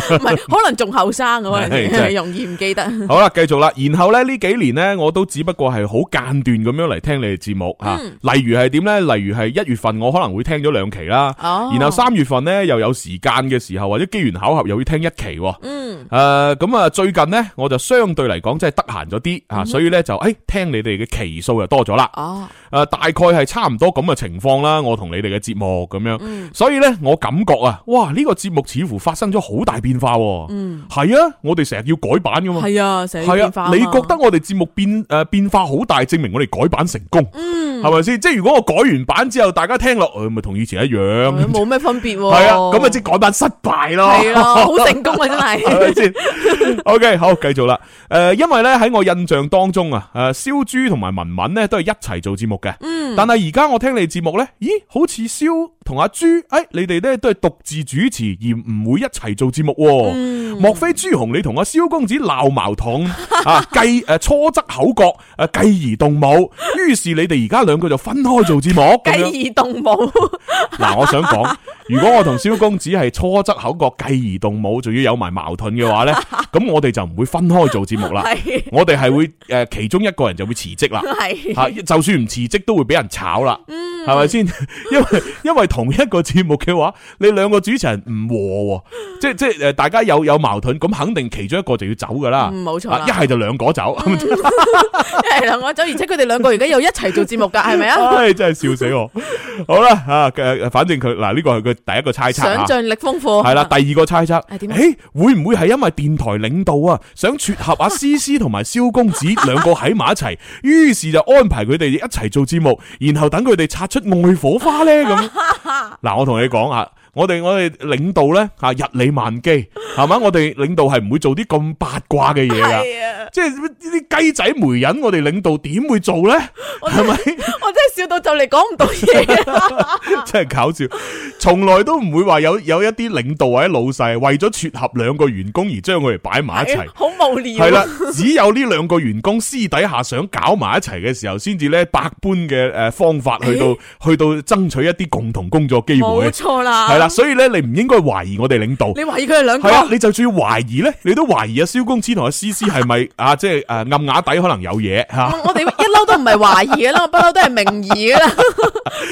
[SPEAKER 2] 吓。
[SPEAKER 3] 唔係可能仲後生 嘅，可
[SPEAKER 2] 係真係
[SPEAKER 3] 能容易 唔記得，
[SPEAKER 2] 好啦，繼續啦。然後咧呢幾年呢，我都只不過係好間斷咁樣嚟聽你哋節目吓、
[SPEAKER 3] 嗯
[SPEAKER 2] 例如係點呢？例如係一月份我可能會聽咗兩期啦，
[SPEAKER 3] 哦
[SPEAKER 2] 然後三月份呢，又有時間嘅時候或者機緣巧合又會聽一期喎。
[SPEAKER 3] 嗯，
[SPEAKER 2] 诶、咁啊，最近呢，我就相對嚟講真係得閒咗啲啊，所以呢，就诶、哎聽你哋嘅期數就多咗啦。
[SPEAKER 3] 嗯哦，
[SPEAKER 2] 诶、大概係差唔多咁嘅情況啦，我同你哋嘅節目咁樣，
[SPEAKER 3] 嗯
[SPEAKER 2] 所以呢，我感覺啊，哇，呢、個節目似乎發生咗好大變化、喎。
[SPEAKER 3] 嗯，
[SPEAKER 2] 係啊，我哋成日要改版噶嘛。
[SPEAKER 3] 係啊，成日
[SPEAKER 2] 系
[SPEAKER 3] 變化
[SPEAKER 2] 啊，你
[SPEAKER 3] 嘛
[SPEAKER 2] 覺得我哋節目變诶、呃、变變化好大，證明我哋改版成功，
[SPEAKER 3] 嗯
[SPEAKER 2] 係咪先？即係如果我改完版之後，大家聽落，誒咪同以前一樣，
[SPEAKER 3] 冇咩分別喎。
[SPEAKER 2] 係啊，咁咪即係改版失敗咯，
[SPEAKER 3] 係 咯，好成功啊，
[SPEAKER 2] 係
[SPEAKER 3] 真
[SPEAKER 2] 咪
[SPEAKER 3] 係。
[SPEAKER 2] 先？OK，好，繼續啦。诶、因為咧喺我印象當中啊，诶、燒豬同埋文文咧都係一齊做節目嘅。嗯。但係而家我聽你節目咧，咦，好似燒同阿豬，诶、你哋咧都係獨自主持，而唔會一齊做節目、喎。莫非朱紅你同阿蕭公子鬧矛盾啊？繼诶初則口角，诶、繼而動武，於是你哋而家兩個就分開做節目咁樣。
[SPEAKER 3] 繼而動 武，
[SPEAKER 2] 嗱，我想講，如果我同蕭公子係初則口角，繼而動武，仲要有埋矛盾嘅 話呢，咁我哋就唔會分開做節目啦。
[SPEAKER 3] 係
[SPEAKER 2] 我哋係會诶、呃其中一個人就會辭職啦。
[SPEAKER 3] 係嗯
[SPEAKER 2] 吓，就算唔辭職都會俾人炒啦，係咪先？ 因為因为同一個節目嘅話，你兩個主持人唔和喎，即即诶，大家有有矛盾，咁肯定其中一個就要走噶啦。
[SPEAKER 3] 嗯冇錯
[SPEAKER 2] 啊
[SPEAKER 3] 啦嗯
[SPEAKER 2] 一係就兩個走，
[SPEAKER 3] 一 係兩個走，而且佢哋兩個而家又一齊做節目 㗎，係咪啊？
[SPEAKER 2] 唉，真係笑死我。好啦，啊，呃反正佢嗱呢個係佢第一個猜測啊
[SPEAKER 3] 想像力豐富
[SPEAKER 2] 系啦，第二個猜測，
[SPEAKER 3] 哦係
[SPEAKER 2] 诶
[SPEAKER 3] 點啊，
[SPEAKER 2] 會唔會係因為電台領導啊，想撮合 阿思思同埋蕭公子 兩個喺埋一齊，於是就安排佢哋一齊做節目，然後等佢哋擦出愛火花呢？ 咁。嗱，我同你講啊，我哋我哋領導呢，吓日理萬機，係嘛？我哋領導係唔會做啲咁八卦嘅嘢噶，
[SPEAKER 3] 係啊！
[SPEAKER 2] 即係呢啲雞仔媒人，我哋領導點會做呢？係咪？
[SPEAKER 3] 我真係笑到就嚟講唔到嘢啊！
[SPEAKER 2] 真係搞笑，從來都唔會話有有一啲領導或者老細為咗撮合兩個員工而將佢哋擺 埋一齊。
[SPEAKER 3] 好無聊。啊
[SPEAKER 2] 係啦，只有呢兩個員工私底下想搞埋一齊嘅時候，先至咧百般嘅诶方法去到去到爭取一啲共同工作機
[SPEAKER 3] 哎冇
[SPEAKER 2] 會。
[SPEAKER 3] 錯啦。
[SPEAKER 2] 係啦，，所以咧你唔應該懷疑我哋領導。
[SPEAKER 3] 你懷疑佢哋兩個
[SPEAKER 2] 係啊，你就算要懷疑咧，你都懷疑阿啊蕭公子同阿思思係咪啊，即係诶暗啞底可能有嘢吓。
[SPEAKER 3] 我我哋一嬲都唔係懷 疑嘅啦，我不嬲都係明疑嘅啦，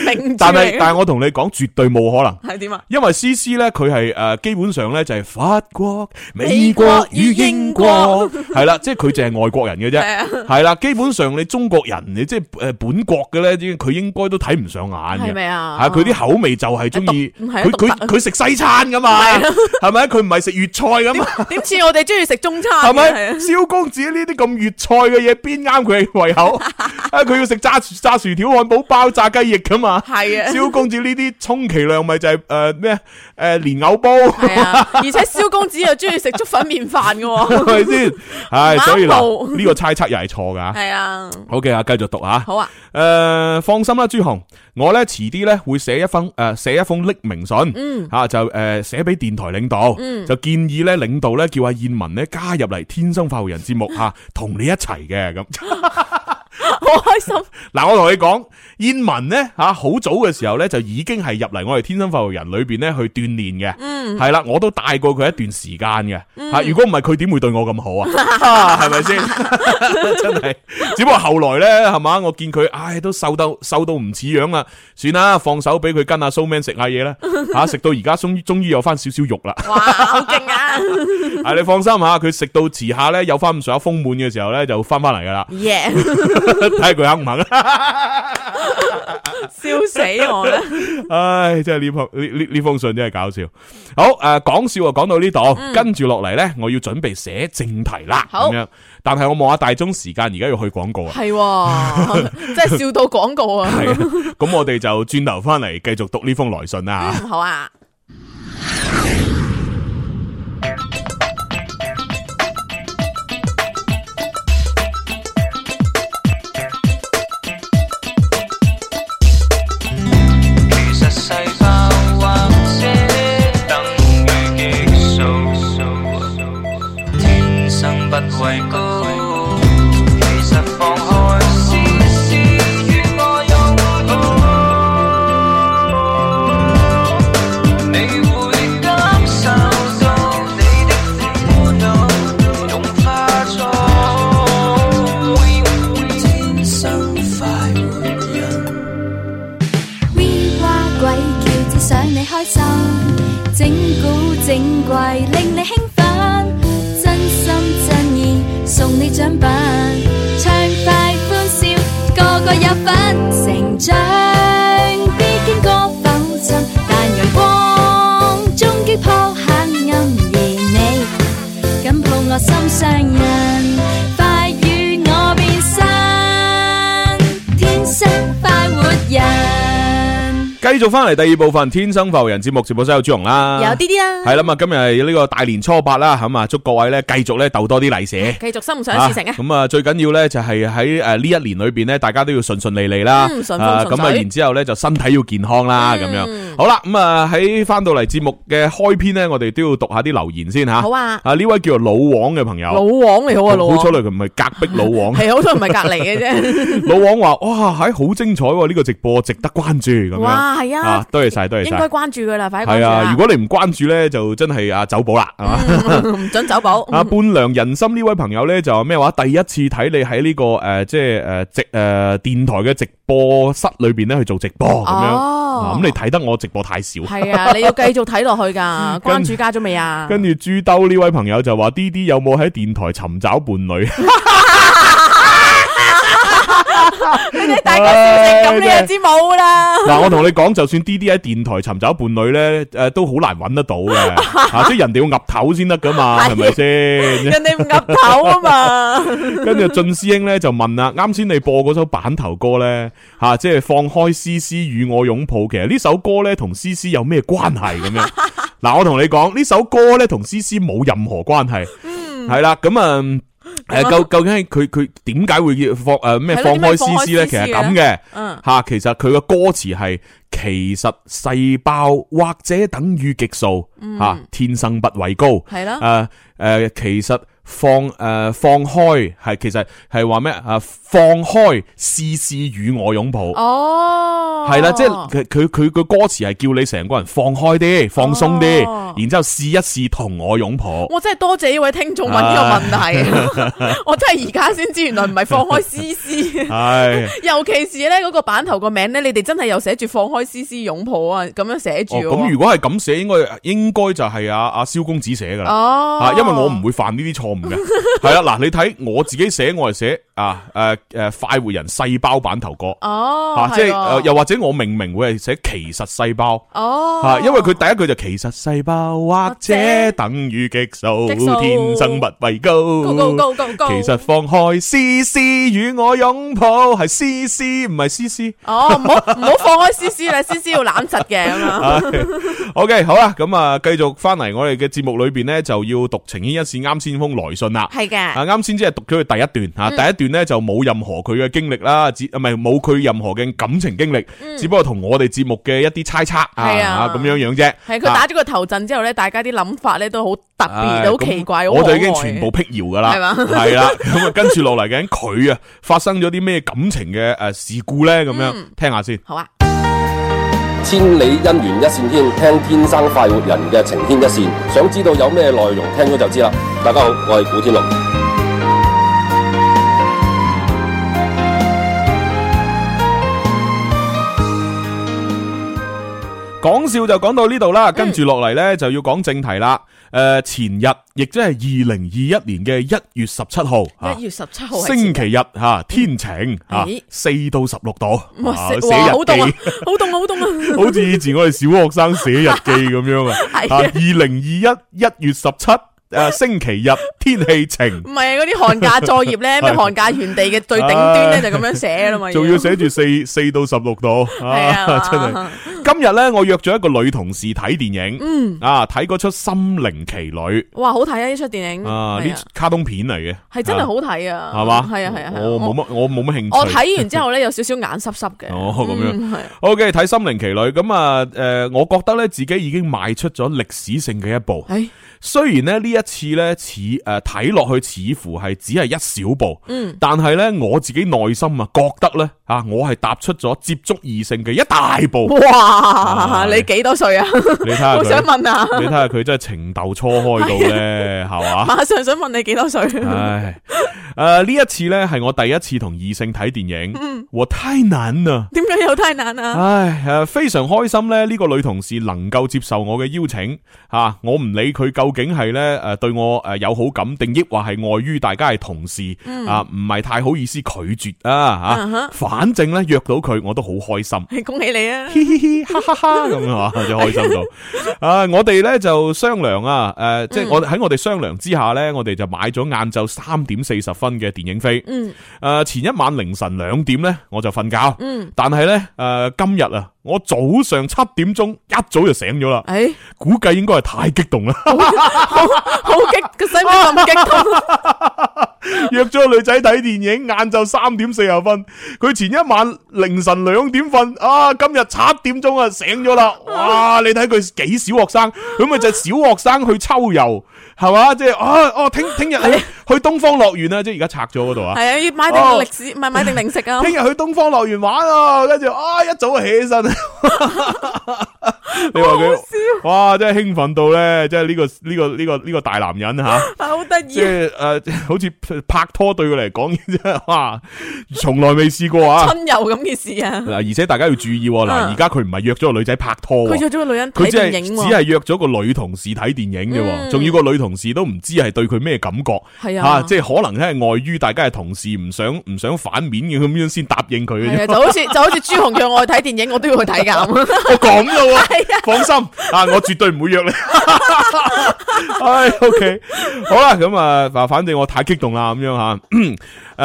[SPEAKER 3] 明字
[SPEAKER 2] 但係
[SPEAKER 3] 嚟嘅
[SPEAKER 2] 但系我同你講，絕對冇可能。
[SPEAKER 3] 係點啊？
[SPEAKER 2] 因为思思咧，佢系诶基本上咧就系法国、美国与英国，系啦，即系佢就系啊外国人嘅
[SPEAKER 3] 係
[SPEAKER 2] 啫，系啦，基本上你中国人，你即系诶本国嘅咧，佢应该都睇唔上眼
[SPEAKER 3] 係
[SPEAKER 2] 嘅。
[SPEAKER 3] 咪啊？
[SPEAKER 2] 系佢啲口味就系中意
[SPEAKER 3] 獨係啊
[SPEAKER 2] 佢
[SPEAKER 3] 獨
[SPEAKER 2] 佢
[SPEAKER 3] 特
[SPEAKER 2] 佢食西餐噶嘛，系啊咪？佢唔系食粤菜噶嘛，
[SPEAKER 3] 點似我哋中意食 中餐嘅
[SPEAKER 2] 系
[SPEAKER 3] 係啊
[SPEAKER 2] 咪？萧公子呢啲咁粤菜嘅嘢，边啱佢胃 口？啊，佢要食炸薯炸薯条、汉堡包、炸鸡翼噶嘛？
[SPEAKER 3] 係啊。
[SPEAKER 2] 萧公子呢啲充其量咪就系诶咩诶莲藕煲
[SPEAKER 3] 系 啊，而且蕭公子又中意食粥粉麵飯嘅喎，
[SPEAKER 2] 系咪先？唉，
[SPEAKER 3] 馬
[SPEAKER 2] 所以
[SPEAKER 3] 步
[SPEAKER 2] 嗱呢個猜測又係錯噶。
[SPEAKER 3] 係啊，
[SPEAKER 2] OK 啊，繼續讀啊。
[SPEAKER 3] 好啊，
[SPEAKER 2] 诶、放心啦，朱紅，我咧遲啲咧會寫一封诶写、寫一封匿名信，
[SPEAKER 3] 嗯
[SPEAKER 2] 吓、就诶写俾電台領導，
[SPEAKER 3] 嗯
[SPEAKER 2] 就建議咧領導咧叫阿燕文咧加入嚟《天生發號人》節目吓，同你一齊嘅咁。
[SPEAKER 3] 好開心，
[SPEAKER 2] 嗱，我同你講，燕文咧吓好早嘅時候咧就已經係入嚟我哋《天生發號人》裏边咧去鍛炼嘅。
[SPEAKER 3] 嗯，
[SPEAKER 2] 係啦，我都帶過佢一段時間嘅，吓、如果唔係佢點會對我咁好啊？係咪先？ 真係，只不過後來咧，係嘛，我見佢，唉，都瘦到瘦到唔似樣啦，啊算啦，放手俾佢跟阿 So Man 食下嘢啦，吓、食到而家終於終於有翻少少肉啦，
[SPEAKER 3] 哇，好勁啊
[SPEAKER 2] 啊，你放心吓，佢食到遲下咧有翻咁上下豐滿嘅時候咧，就翻翻嚟噶啦，
[SPEAKER 3] 耶！
[SPEAKER 2] 睇下佢肯唔肯啊
[SPEAKER 3] 笑死我啦，
[SPEAKER 2] 唉，真系呢封呢呢呢封信真系搞笑。好诶，讲、講笑啊，讲到呢度，跟住落嚟呢，我要準備寫正題啦。
[SPEAKER 3] 嗯好
[SPEAKER 2] 咁樣，但係我望下大鐘時間，而家要去廣告啊。
[SPEAKER 3] 係喎，真係笑到廣告啊，
[SPEAKER 2] 係 啊，咁我哋就轉頭翻嚟繼續讀呢封來信啦。
[SPEAKER 3] 嗯好啊，
[SPEAKER 6] 其實細胞或者等於激素，天生不畏高。其實放開試試，與我擁抱，你會感受到你的苦惱融化咗。天生快活人。
[SPEAKER 7] We 瓜鬼叫，只想你開心，整古整怪令你興奮，真心真意送你獎品，暢快歡笑，個個有份成長。必經過浮沉，但陽光終擊破黑暗，而你。緊抱我心上人，快與我變身。
[SPEAKER 2] 继续翻嚟第二部分《天生浮人》节目直播室有朱容啦，
[SPEAKER 3] 有啲啲啊啦，
[SPEAKER 2] 系啦嘛，今日系呢个大年初八啦，咁啊，祝各位咧继续咧斗多啲利是。
[SPEAKER 3] 继续心想事成啊！
[SPEAKER 2] 咁啊，最緊要咧就係喺诶呢一年裏边咧，大家都要順順利利啦。
[SPEAKER 3] 嗯順風
[SPEAKER 2] 啊
[SPEAKER 3] 順水
[SPEAKER 2] 咁啊，然之后咧就身體要健康啦，咁樣。好啦，咁啊喺翻到嚟節目嘅開篇咧，我哋都要讀下啲留言先吓。
[SPEAKER 3] 好啊
[SPEAKER 2] 啊呢位叫做老王嘅朋
[SPEAKER 3] 老
[SPEAKER 2] 友，
[SPEAKER 3] 王你好啊，老
[SPEAKER 2] 好
[SPEAKER 3] 王
[SPEAKER 2] 彩嚟佢唔係隔壁老 王。
[SPEAKER 3] 系好多唔系隔篱嘅啫，
[SPEAKER 2] 老王話：哇，喺好精彩喎！呢個直播值得關注咁樣。
[SPEAKER 3] 哇，系啊
[SPEAKER 2] 啊，，多謝晒，多謝
[SPEAKER 3] 应该
[SPEAKER 2] 晒。
[SPEAKER 3] 关注噶啦，快啲
[SPEAKER 2] 係啊，
[SPEAKER 3] 关
[SPEAKER 2] 如
[SPEAKER 3] 注
[SPEAKER 2] 果你唔關注咧，就真係啊走寶啦，係嘛？
[SPEAKER 3] 啦， 唔准走宝。
[SPEAKER 2] 啊，伴娘人心呢位朋友咧就話咩話？第一次睇你喺呢、個个呃即係诶直诶电台嘅直播室裏边咧去做直播咁樣。啊
[SPEAKER 3] 哦
[SPEAKER 2] 咁、，你睇得我直播太少。
[SPEAKER 3] 系啊，你要继续睇落 去噶，关注加咗未啊？
[SPEAKER 2] 跟住豬兜呢位朋友就話：D D 有冇喺電台尋找伴侶？
[SPEAKER 3] 你 大家笑
[SPEAKER 2] 唉
[SPEAKER 3] 成咁，你就知冇啦。
[SPEAKER 2] 嗱，我同你講，就算 D D 喺電台尋找伴侶咧，诶、都好難揾得到 嘅，啊吓、即係人哋要岌頭先得噶嘛，係咪先？
[SPEAKER 3] 人哋唔岌头啊 嘛，
[SPEAKER 2] 跟住俊師兄咧就問啦，啱先你播嗰首版頭歌咧，吓、即係放開詩詩與我擁抱，其實呢首歌咧同詩詩有咩關係咁 樣？嗱，我同你講，呢首歌咧同詩詩冇任何關係，係啦，咁啊。嗯诶，究究竟係佢佢點解會要放诶咩
[SPEAKER 3] 係
[SPEAKER 2] 放
[SPEAKER 3] 咯
[SPEAKER 2] 開
[SPEAKER 3] 點解放
[SPEAKER 2] 詩詩
[SPEAKER 3] 開
[SPEAKER 2] 咧？
[SPEAKER 3] 詩詩
[SPEAKER 2] 其實咁嘅
[SPEAKER 3] 嗯，
[SPEAKER 2] 吓，其實佢嘅歌詞係其實細胞或者等於極數
[SPEAKER 3] 嗯
[SPEAKER 2] 吓，天生不為高。
[SPEAKER 3] 係啦
[SPEAKER 2] 诶诶，啊其實放诶放開係其實係話咩啊？放開試試與我擁抱。
[SPEAKER 3] 哦，
[SPEAKER 2] 係啦，即係佢佢佢個歌詞係叫你成個人放開啲、放鬆
[SPEAKER 3] 哦
[SPEAKER 2] 啲，然之后试一試同我擁抱。
[SPEAKER 3] 我真系多谢呢位听众问呢
[SPEAKER 2] 啊
[SPEAKER 3] 个 问题， 我真系而家先知，原来唔系放开思思。
[SPEAKER 2] 唉。
[SPEAKER 3] 尤其是咧嗰個版頭個名咧，你哋真係有寫住放開絲絲擁抱啊，咁樣寫住
[SPEAKER 2] 哦，
[SPEAKER 3] 喎。
[SPEAKER 2] 咁如果係咁寫，應該應該就係阿阿萧公子寫噶啦，
[SPEAKER 3] 哦
[SPEAKER 2] 啊，因為我唔會犯呢啲錯 誤嘅，係啊啦，嗱，你睇我自己寫，我係寫啊诶诶快活人細胞版頭歌，
[SPEAKER 3] 哦
[SPEAKER 2] 啊，，即
[SPEAKER 3] 係
[SPEAKER 2] 係
[SPEAKER 3] 喎
[SPEAKER 2] 呃又或者我明明會係寫其實細胞。
[SPEAKER 3] 哦，
[SPEAKER 2] 吓，因為佢第一句就其實細胞或者等於激素，
[SPEAKER 3] 激素
[SPEAKER 2] 天生物為高。
[SPEAKER 3] 高高高高
[SPEAKER 2] 其實放開絲絲與我擁抱，係絲絲唔係絲絲。
[SPEAKER 3] 哦，唔好唔好放開絲絲啦，絲絲要攬實 嘅咁樣。
[SPEAKER 2] 啊 O、k 好啦，咁啊，继续翻嚟我哋嘅节目里边咧，就要读情牵一线啱先封来信啦。
[SPEAKER 3] 係
[SPEAKER 2] 啊，
[SPEAKER 3] 嘅，
[SPEAKER 2] 啱先即系读咗佢第一段吓，第一段咧就冇任何佢嘅經歷啦，只唔係冇佢任何嘅感情經歷，只不過同我哋節目嘅一啲猜測啊
[SPEAKER 3] 係啊
[SPEAKER 2] 咁樣樣啫。
[SPEAKER 3] 係佢
[SPEAKER 2] 啊
[SPEAKER 3] 打咗個頭陣之後咧，大家啲諗法咧都好特
[SPEAKER 2] 唉
[SPEAKER 3] 別，好奇怪，
[SPEAKER 2] 咁
[SPEAKER 3] 好
[SPEAKER 2] 我
[SPEAKER 3] 可
[SPEAKER 2] 就已經
[SPEAKER 3] 愛
[SPEAKER 2] 全部辟謠噶啦，
[SPEAKER 3] 係嘛
[SPEAKER 2] 係啦，咁啊跟住落嚟嘅佢啊發生咗啲咩感情嘅诶事故咧？咁樣聽下先。
[SPEAKER 3] 好啊，
[SPEAKER 8] 千里姻緣一線牽，聽天生快活人嘅情牽一線。想知道有咩內容，聽咗就知啦。大家好，我係古天樂。
[SPEAKER 2] 講笑就講到呢度
[SPEAKER 3] 嗯
[SPEAKER 2] 啦，跟住落嚟呢，就要講正題啦。诶、前日亦即係二零二一年嘅一月十七號，啊
[SPEAKER 3] 一月十七號係嗯
[SPEAKER 2] 星期日吓，天晴吓
[SPEAKER 3] 咦，
[SPEAKER 2] 四到十六度，
[SPEAKER 3] 哇
[SPEAKER 2] 啊
[SPEAKER 3] 食
[SPEAKER 2] 寫
[SPEAKER 3] 哇好
[SPEAKER 2] 日
[SPEAKER 3] 凍啊
[SPEAKER 2] 記，，
[SPEAKER 3] 好凍啊，好凍啊！
[SPEAKER 2] 好似以前我哋小學生寫日記咁樣 啊。
[SPEAKER 3] 係
[SPEAKER 2] 啊，
[SPEAKER 3] 啊
[SPEAKER 2] 二零二一一月十七 诶星期日天氣晴
[SPEAKER 3] 唔，係啊，嗰啲寒假作業咧，咩
[SPEAKER 2] 係
[SPEAKER 3] 寒假原地嘅最頂端咧就咁樣寫啦嘛，
[SPEAKER 2] 仲要寫住四四到十六度，
[SPEAKER 3] 啊係
[SPEAKER 2] 啊，真係。
[SPEAKER 3] 啊，
[SPEAKER 2] 今日呢，我約咗一個女同事睇電影，嗯，啊，睇嗰出《心靈奇旅》。
[SPEAKER 3] 哇，好睇啊！呢出電影
[SPEAKER 2] 啊！呢
[SPEAKER 3] 係啊
[SPEAKER 2] 卡通片嚟嘅，
[SPEAKER 3] 系真係好睇啊，
[SPEAKER 2] 系嘛？
[SPEAKER 3] 係啊係啊係啊，
[SPEAKER 2] 我冇乜，我冇乜興趣。
[SPEAKER 3] 我睇完之後咧有少少眼濕濕嘅，
[SPEAKER 2] 哦咁樣
[SPEAKER 3] 嗯係
[SPEAKER 2] O K，睇《心靈奇旅》咁啊，诶，我覺得咧自己已經邁出咗歷史性嘅一步。
[SPEAKER 3] 唉
[SPEAKER 2] 雖然咧呢一次咧似诶睇落去似乎係只係一小步，嗯，但係咧我自己內心啊覺得咧啊，我係踏出咗接觸異性嘅一大步。
[SPEAKER 3] 哇！
[SPEAKER 2] 唉
[SPEAKER 3] 你幾多歲啊？
[SPEAKER 2] 你睇下
[SPEAKER 3] 好想
[SPEAKER 2] 佢，
[SPEAKER 3] 問啊！
[SPEAKER 2] 你睇下佢真係情竇初開到 咧，係嘛？
[SPEAKER 3] 馬上想問你幾多歲？
[SPEAKER 2] 唉，诶呢一次咧係我第一次同異性睇電影，我太難啦。
[SPEAKER 3] 點解有太難啊？
[SPEAKER 2] 唉，诶，非常開心咧！呢、個女同事能夠接受我嘅邀請吓、啊我唔理佢究竟係咧诶对我诶有好感，定抑或係礙於大家係同事、啊，唔係太好意思拒絕啊吓。
[SPEAKER 3] 嗯哼
[SPEAKER 2] 反正咧約到佢，我都好開心。
[SPEAKER 3] 恭喜你啊！
[SPEAKER 2] 嘻嘻嘻，哈哈哈咁啊，就開心 到。啊，我哋咧就商量啊，诶、即
[SPEAKER 3] 嗯
[SPEAKER 2] 係我喺我哋商量之下咧，我哋就買咗晏晝三點四十分嘅電影飛。
[SPEAKER 3] 嗯，
[SPEAKER 2] 诶、前一晚凌晨兩點咧，我就瞓覺。
[SPEAKER 3] 嗯，
[SPEAKER 2] 但係咧，诶、今日啊，我早上七點鐘一早就醒咗啦，
[SPEAKER 3] 诶，
[SPEAKER 2] 估計應該係太激動啦，
[SPEAKER 3] 哎好激，啊佢使唔使咁激动？
[SPEAKER 2] 約咗個女仔睇電影，晏晝三點四十分，佢前一晚凌晨兩點瞓，啊，今日七點鐘啊醒咗啦，哇！你睇佢幾小學生，咁咪就係小學生去秋遊，係嘛？即係啊，哦，聽聽日去去東方樂園啊，即係而家拆咗嗰度啊
[SPEAKER 3] 系。啊，要买
[SPEAKER 2] 哦
[SPEAKER 3] 定历史，唔系买定零食啊
[SPEAKER 2] 聽！日去東方樂園玩啊，跟住啊一早就起 起身，你話佢哇真係興奮到咧，即係呢個呢個呢個呢個大男人吓，
[SPEAKER 3] 啊，好得
[SPEAKER 2] 即
[SPEAKER 3] 意啊，
[SPEAKER 2] 係诶 好似拍拖對佢嚟講 真係哇，從來未試過 啊！
[SPEAKER 3] 春游咁嘅事啊！
[SPEAKER 2] 嗱，而且大家要注意喎嗱，
[SPEAKER 3] 嗯
[SPEAKER 2] 而家佢唔係約咗個女仔拍拖
[SPEAKER 3] 佢
[SPEAKER 2] 喎。
[SPEAKER 3] 約咗個女人
[SPEAKER 2] 佢
[SPEAKER 3] 睇
[SPEAKER 2] 只係
[SPEAKER 3] 電
[SPEAKER 2] 只
[SPEAKER 3] 影喎，
[SPEAKER 2] 係約咗個女同事睇電影啫喎，
[SPEAKER 3] 嗯
[SPEAKER 2] 仲要個女同事都唔知係對佢咩感覺，
[SPEAKER 3] 係
[SPEAKER 2] 吓
[SPEAKER 3] 啊，
[SPEAKER 2] 即係可能咧係礙於大家係同事，唔想唔想反面嘅咁樣先答應佢嘅啫
[SPEAKER 3] 係啊，就好似就好似朱紅約我去睇電影，我都要去睇 㗎咁。
[SPEAKER 2] 我咁咯喎，放心啊，我絕對唔會約你。 唉，OK，好啦，咁啊，嗱，反正我太激動啦，咁樣 吓，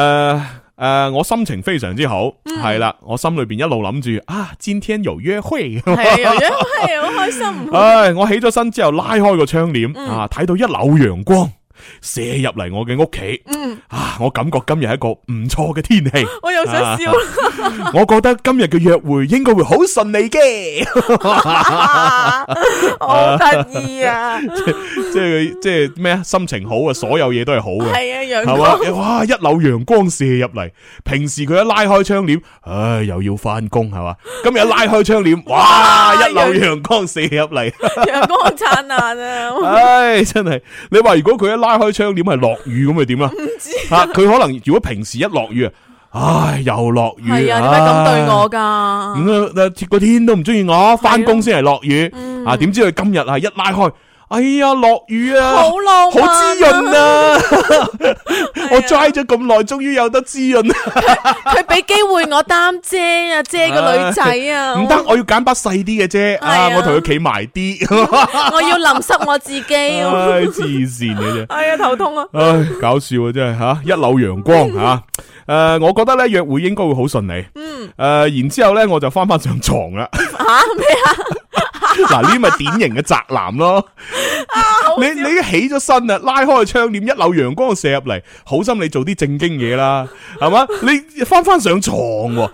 [SPEAKER 2] 诶。诶、我心情非常之好，係啦、我心裏边一路諗住啊，今天有約會，
[SPEAKER 3] 係啊，楊楊係好開心。
[SPEAKER 2] 唉，我起咗身之後拉開個窗簾、啊，睇到一縷陽光射入嚟我嘅屋企，啊，我感覺今日係一個唔錯嘅天氣，
[SPEAKER 3] 我又想笑 啦，
[SPEAKER 2] 我覺得今日嘅約會應該會好順利嘅。
[SPEAKER 3] 好得意啊！
[SPEAKER 2] 即系即系咩啊？心情好啊，所有嘢都系好嘅，
[SPEAKER 3] 係啊，楊哥
[SPEAKER 2] 系嘛？哇！一縷陽光射入嚟，平時佢一拉開窗簾，唉，又要翻工係嘛？今日一拉開窗 簾，哇！一縷陽光射入嚟，
[SPEAKER 3] 陽光燦爛啊！
[SPEAKER 2] 唉，真係你話如果佢一拉開窗簾係落雨咁，咪點啊？吓，佢可能如果平時一落雨啊，唉，又落雨，
[SPEAKER 3] 係啊，點解咁對我
[SPEAKER 2] 唉？
[SPEAKER 3] 㗎？
[SPEAKER 2] 咁啊，個天都唔中意我，翻工先係落雨啊！點知佢今日啊一拉開，哎呀，落雨啊！
[SPEAKER 3] 好浪
[SPEAKER 2] 好
[SPEAKER 3] 漫，
[SPEAKER 2] 滋潤！啊！我 dry 咗咁耐，終於有得滋潤啦！
[SPEAKER 3] 佢俾機會我擔遮啊，遮 個女仔啊！
[SPEAKER 2] 唔得，我要揀把細啲嘅啫，啊，
[SPEAKER 3] 係啊
[SPEAKER 2] 我同佢企埋啲，
[SPEAKER 3] 我要淋濕我自己。 係
[SPEAKER 2] 唉，黐線嘅啫。
[SPEAKER 3] 啊，頭痛啊！
[SPEAKER 2] 唉，搞笑啊，真係吓，一縷陽光吓。诶、呃我覺得咧約會應該會好順利。嗯。诶、然之后咧我就翻翻上床啦。吓咩啊？ 嗱，呢啲咪典型嘅宅男咯。你你已經起咗身啦，拉開個窗簾，一縷陽光射入嚟，好心你做啲正經嘢啦，係嘛？你翻翻上床喎，呢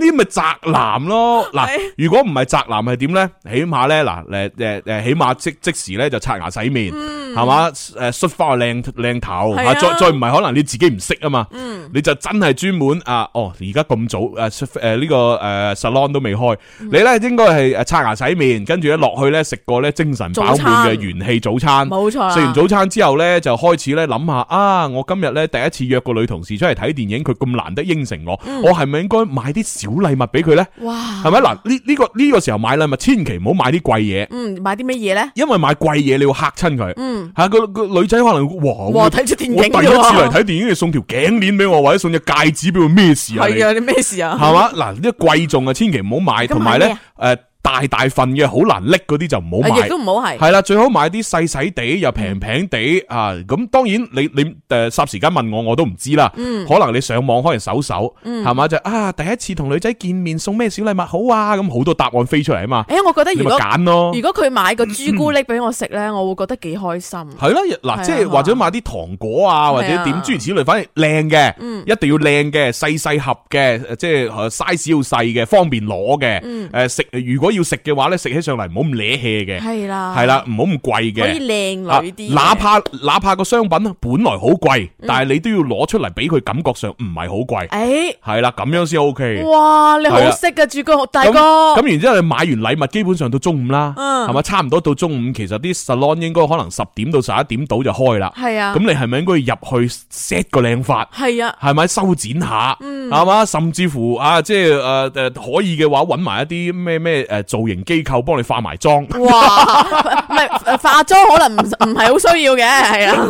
[SPEAKER 2] 咪呢咪宅男咯。嗱
[SPEAKER 3] 係，
[SPEAKER 2] 如果唔係宅男係點咧？起碼咧嗱，诶诶诶，誒起碼即即時咧就刷牙洗面，係嘛？诶，梳翻個靚靚頭，
[SPEAKER 3] 係
[SPEAKER 2] 啊
[SPEAKER 3] 啊嗯
[SPEAKER 2] 再再唔係可能你自己唔識啊嘛，你就真係專門啊哦，而家咁早诶诶呢個诶 salon 都未開，
[SPEAKER 3] 嗯
[SPEAKER 2] 你咧應該係诶呃刷牙洗面，跟住咧落去咧食個咧精神飽
[SPEAKER 3] 早
[SPEAKER 2] 滿嘅
[SPEAKER 3] 餐
[SPEAKER 2] 元氣早餐。
[SPEAKER 3] 冇錯啦。
[SPEAKER 2] 食完早餐之後呢，就開始呢諗下啊，我今日呢第一次約個女同事出嚟睇電影，佢咁難得應承我，我係咪應該買啲小禮物俾佢呢？
[SPEAKER 3] 嗯哇！
[SPEAKER 2] 係咪嗱？呢呢個呢個時候買禮物，千祈唔好買啲貴嘢，
[SPEAKER 3] 嗯，買啲乜嘢咧？
[SPEAKER 2] 因為買貴嘢你要嚇親佢。
[SPEAKER 3] 嗯，
[SPEAKER 2] 吓個個女仔可能哇，
[SPEAKER 3] 哇！
[SPEAKER 2] 我
[SPEAKER 3] 睇住電影
[SPEAKER 2] 我第一次
[SPEAKER 3] 㗎喎
[SPEAKER 2] 嚟睇電影，你送條頸鏈俾我，或者送隻戒指俾我，咩事啊？你
[SPEAKER 3] 係啊，你咩事啊？
[SPEAKER 2] 係嘛？嗱，呢啲貴重啊，千祈唔好買，
[SPEAKER 3] 咁
[SPEAKER 2] 同埋
[SPEAKER 3] 買
[SPEAKER 2] 呢
[SPEAKER 3] 咩啊，
[SPEAKER 2] 诶大大份嘅好難拎嗰啲就唔好
[SPEAKER 3] 啊
[SPEAKER 2] 買
[SPEAKER 3] 亦。都唔好係。
[SPEAKER 2] 系啦，最好買啲細細地又平平地
[SPEAKER 3] 嗯
[SPEAKER 2] 啊！咁當然你你诶霎時間問我我都唔知啦，
[SPEAKER 3] 嗯
[SPEAKER 2] 可能你上網可能搜搜，係嘛就啊第一次同女仔見面送咩小禮物好啊！咁好多答案飛出嚟啊嘛，
[SPEAKER 3] 诶，哎我覺得
[SPEAKER 2] 你
[SPEAKER 3] 如
[SPEAKER 2] 咪
[SPEAKER 3] 果
[SPEAKER 2] 揀咯嗯
[SPEAKER 3] 如，果佢買個朱古力俾我食咧，我會覺得幾開心。
[SPEAKER 2] 係啦
[SPEAKER 3] 係
[SPEAKER 2] 嗱，
[SPEAKER 3] 啊
[SPEAKER 2] 即係或者買啲糖果啊，或者
[SPEAKER 3] 係啊嗯
[SPEAKER 2] 點諸如此類，反正靚嘅，一定要靚嘅，細細盒嘅，即係呃 size 要細嘅，方便攞
[SPEAKER 3] 嗯
[SPEAKER 2] 嘅，诶食如果要食嘅話咧，食起上嚟唔好咁嗲氣嘅，
[SPEAKER 3] 係啦，
[SPEAKER 2] 係啦，唔好咁貴
[SPEAKER 3] 可
[SPEAKER 2] 嘅
[SPEAKER 3] 以。靚
[SPEAKER 2] 啊
[SPEAKER 3] 女啲嘅。嗯
[SPEAKER 2] 哪怕哪怕个商品本來好貴，但係你都要攞出嚟俾佢感覺上唔係好貴，
[SPEAKER 3] 诶，
[SPEAKER 2] 係啦，咁樣先 OK。
[SPEAKER 3] 哎哇！你
[SPEAKER 2] 係
[SPEAKER 3] 好
[SPEAKER 2] 啊
[SPEAKER 3] 識噶，朱哥大
[SPEAKER 2] 咁
[SPEAKER 3] 哥。
[SPEAKER 2] 咁然之後你買完禮物，基本上到中午啦，
[SPEAKER 3] 嗯
[SPEAKER 2] 係咪？差唔多到中午，其實啲 salon 應該可能十點到十一點到就開啦。
[SPEAKER 3] 係啊
[SPEAKER 2] 咁你係咪應該入去 set 個靚髮？
[SPEAKER 3] 係嗯啊，
[SPEAKER 2] 係咪修呃剪下？係嘛？甚至乎啊，即係诶诶，呃可以嘅話，揾埋一啲咩咩诶造型機構幫你化埋妝，
[SPEAKER 3] 哦
[SPEAKER 2] 唔
[SPEAKER 3] 哇，唔系化妝可能唔唔系好需要嘅，係啊，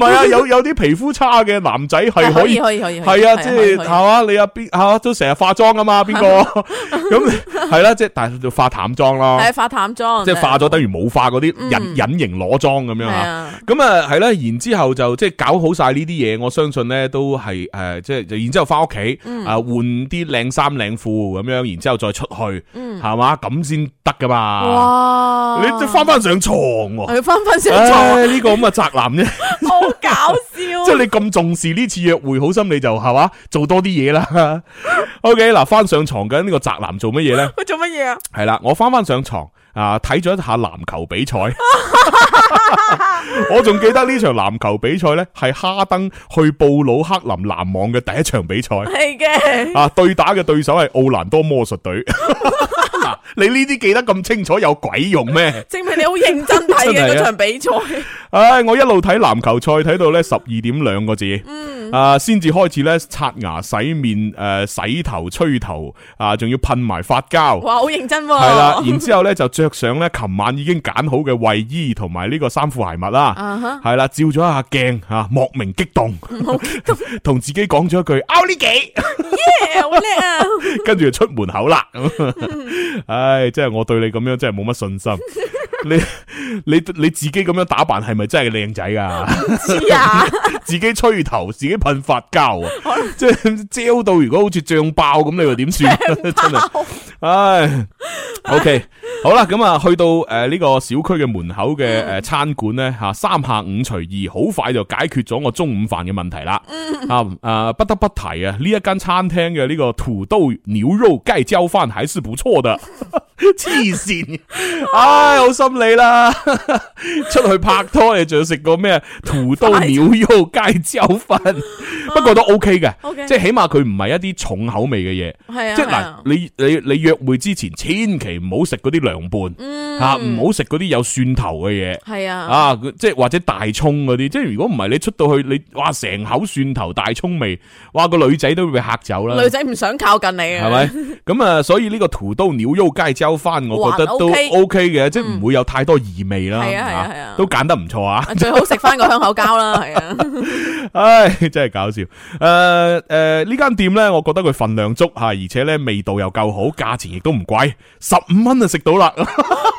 [SPEAKER 2] 係啊，有有啲皮膚差嘅男仔係可
[SPEAKER 3] 可
[SPEAKER 2] 以
[SPEAKER 3] 以。可以可以，
[SPEAKER 2] 系啊，即係
[SPEAKER 3] 係
[SPEAKER 2] 係嘛，你阿邊吓都成日化妝啊嘛，邊個 咁係啦，即係但係就化淡妝啦，
[SPEAKER 3] 系化淡妝，啊
[SPEAKER 2] 即係化咗等於冇化嗰啲隱
[SPEAKER 3] 嗯
[SPEAKER 2] 隱形裸妝咁樣
[SPEAKER 3] 係
[SPEAKER 2] 吓。
[SPEAKER 3] 啊，
[SPEAKER 2] 咁啊，系啦，然之后就即系搞好晒呢啲嘢，我相信咧都系诶，即系然之后翻屋企
[SPEAKER 3] 嗯
[SPEAKER 2] 啊，换啲靓衫靓裤咁样，然之后再出去，
[SPEAKER 3] 嗯
[SPEAKER 2] 系嘛，咁先得噶嘛。
[SPEAKER 3] 哇，哎
[SPEAKER 2] 你即係翻翻上床喎，哎
[SPEAKER 3] 係翻翻上床，
[SPEAKER 2] 唉，呢个咁嘅宅男 啫，
[SPEAKER 3] 好搞笑，啊
[SPEAKER 2] 即系你咁重视呢次约会，好心你就系嘛，做多啲嘢啦。OK，嗱，翻上床緊呢个宅男做乜嘢咧？
[SPEAKER 3] 佢做乜嘢啊？
[SPEAKER 2] 系啦，我翻翻上床啊，睇咗一下篮球比赛。我仲記得呢場籃球比賽呢，係哈登去布魯克林籃網嘅第一場比賽
[SPEAKER 3] 係嘅，
[SPEAKER 2] 啊，對打嘅對手係奧蘭多魔術隊。 嗱，你呢啲記得咁清楚有鬼用咩？
[SPEAKER 3] 證明你好認真睇
[SPEAKER 2] 真係啊
[SPEAKER 3] 嘅嗰場比賽。
[SPEAKER 2] 唉，我一路睇籃球賽睇到呢十二點兩個字，啊，先至開始呢刷牙、洗面、诶、洗頭、吹頭啊，仲要噴埋發膠。
[SPEAKER 3] 哇，好 認真喎！
[SPEAKER 2] 系啦，然之后咧就着上咧，琴晚已經揀好嘅衛衣同埋呢個衫褲鞋襪啦，
[SPEAKER 3] 啊哈，
[SPEAKER 2] 係啦，照咗一下鏡吓， 莫名激動，同自己講咗一句 out 呢 幾，
[SPEAKER 3] 耶好叻啊！
[SPEAKER 2] 跟住就出門口 啦。咁唉，真係我對你咁樣真係冇乜信 心。你你你自己咁樣打扮係咪真係靚仔噶？
[SPEAKER 3] 知啊，
[SPEAKER 2] 自己吹頭，自己噴發膠啊，即係焦到如果好似脹爆咁，你又點 算？啊真係。唉，OK，好啦，咁啊，去到诶呢個小區嘅門口嘅诶餐館咧吓，三下五除二，好快就解決咗我中午飯嘅問題啦。啊啊，不得不提啊，呢一間餐廳嘅呢個土豆牛肉盖浇飯還是不錯的。 黐線，唉，好心你啦， 出去拍拖你仲要食個咩土豆牛肉盖浇飯？不過都 OK 嘅
[SPEAKER 3] OK
[SPEAKER 2] 即係起碼佢唔係一啲重口味嘅嘢。
[SPEAKER 3] 係啊，
[SPEAKER 2] 即系
[SPEAKER 3] 係
[SPEAKER 2] 嗱
[SPEAKER 3] 啊，，
[SPEAKER 2] 你你你约会之前，千祈唔好食嗰啲涼拌吓，唔好食嗰啲有蒜頭嘅嘢。
[SPEAKER 3] 嗯係啊，
[SPEAKER 2] 啊，佢即系或者大葱嗰啲，即系如果唔係你出到去，你哇成口蒜頭大葱味，哇個女仔都會被嚇走啦，
[SPEAKER 3] 女仔唔想靠近你啊，
[SPEAKER 2] 係咪？咁啊，所以呢個屠刀鳥肉街椒翻，我覺得
[SPEAKER 3] 還
[SPEAKER 2] 都
[SPEAKER 3] OK 嗯
[SPEAKER 2] OK 嘅，即系唔會有太多異味啦，
[SPEAKER 3] 係啊係啊
[SPEAKER 2] 嚇
[SPEAKER 3] 係啊
[SPEAKER 2] 都揀得唔錯啊！
[SPEAKER 3] 最好食翻個香口膠啦，係 啊，
[SPEAKER 2] 唉，真係搞笑。诶、诶，呢、間店呢，我覺得佢份量足吓，而且呢味道又夠好，價錢亦都唔貴，十五蚊就食到啦。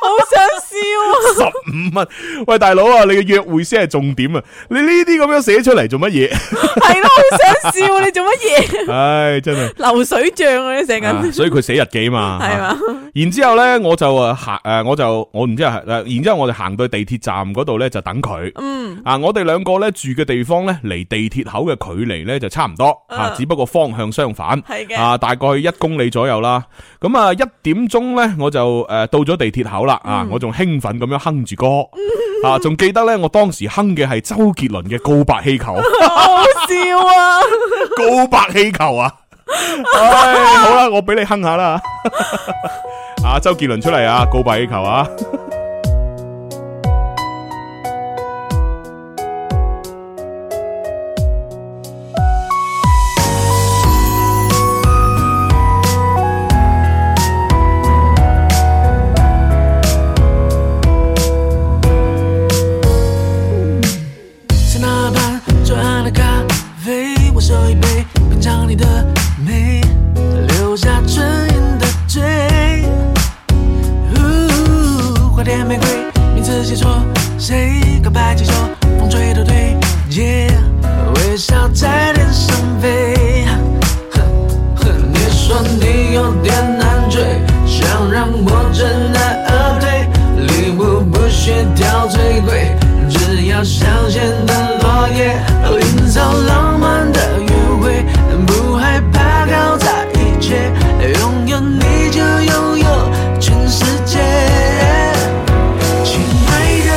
[SPEAKER 3] 好想笑啊
[SPEAKER 2] 十五蚊，喂大佬啊，你嘅約會先係重點啊！你呢啲咁樣寫出嚟做乜嘢？
[SPEAKER 3] 啊，係咯，好想笑，啊你做乜嘢？
[SPEAKER 2] 唉，真係。
[SPEAKER 3] 流水帳啊，你成
[SPEAKER 2] 啊
[SPEAKER 3] 緊
[SPEAKER 2] 所以佢寫日記嘛，
[SPEAKER 3] 係啊嘛？
[SPEAKER 2] 然之后咧，我就啊行诶，我就我唔知係诶，然之后我就行到地鐵站嗰度咧，就等佢。嗯，啊，我哋兩個咧住嘅地方咧，離地鐵口嘅距離咧就差唔多啊，只不過方向相反。
[SPEAKER 3] 係嘅
[SPEAKER 2] 啊，大概一公里左右啦。咁啊，一點鐘咧，我就诶到咗地鐵口啦。啊，我仲興奮咁樣哼住歌。啊，仲記得咧，我當時哼嘅係周杰倫嘅《告白氣球》。
[SPEAKER 3] 好笑啊！
[SPEAKER 2] 告白氣球啊！唉，好啦，我俾你哼下 啦。啊，周杰倫出嚟啊，告白氣球啊！
[SPEAKER 9] 塞纳吧，左岸的咖啡，我手一杯，品尝你的美，留下唇印的嘴。呜，花店玫瑰，名字写错谁？告白气球，风吹都对，耶，微笑在天上飞。哼哼，你说你有点难追，想让我知难而退。礼物不需挑最贵，只要香榭的落叶，营造浪漫的约会，不害怕搞砸一切，拥有你就拥有全世界。亲爱的，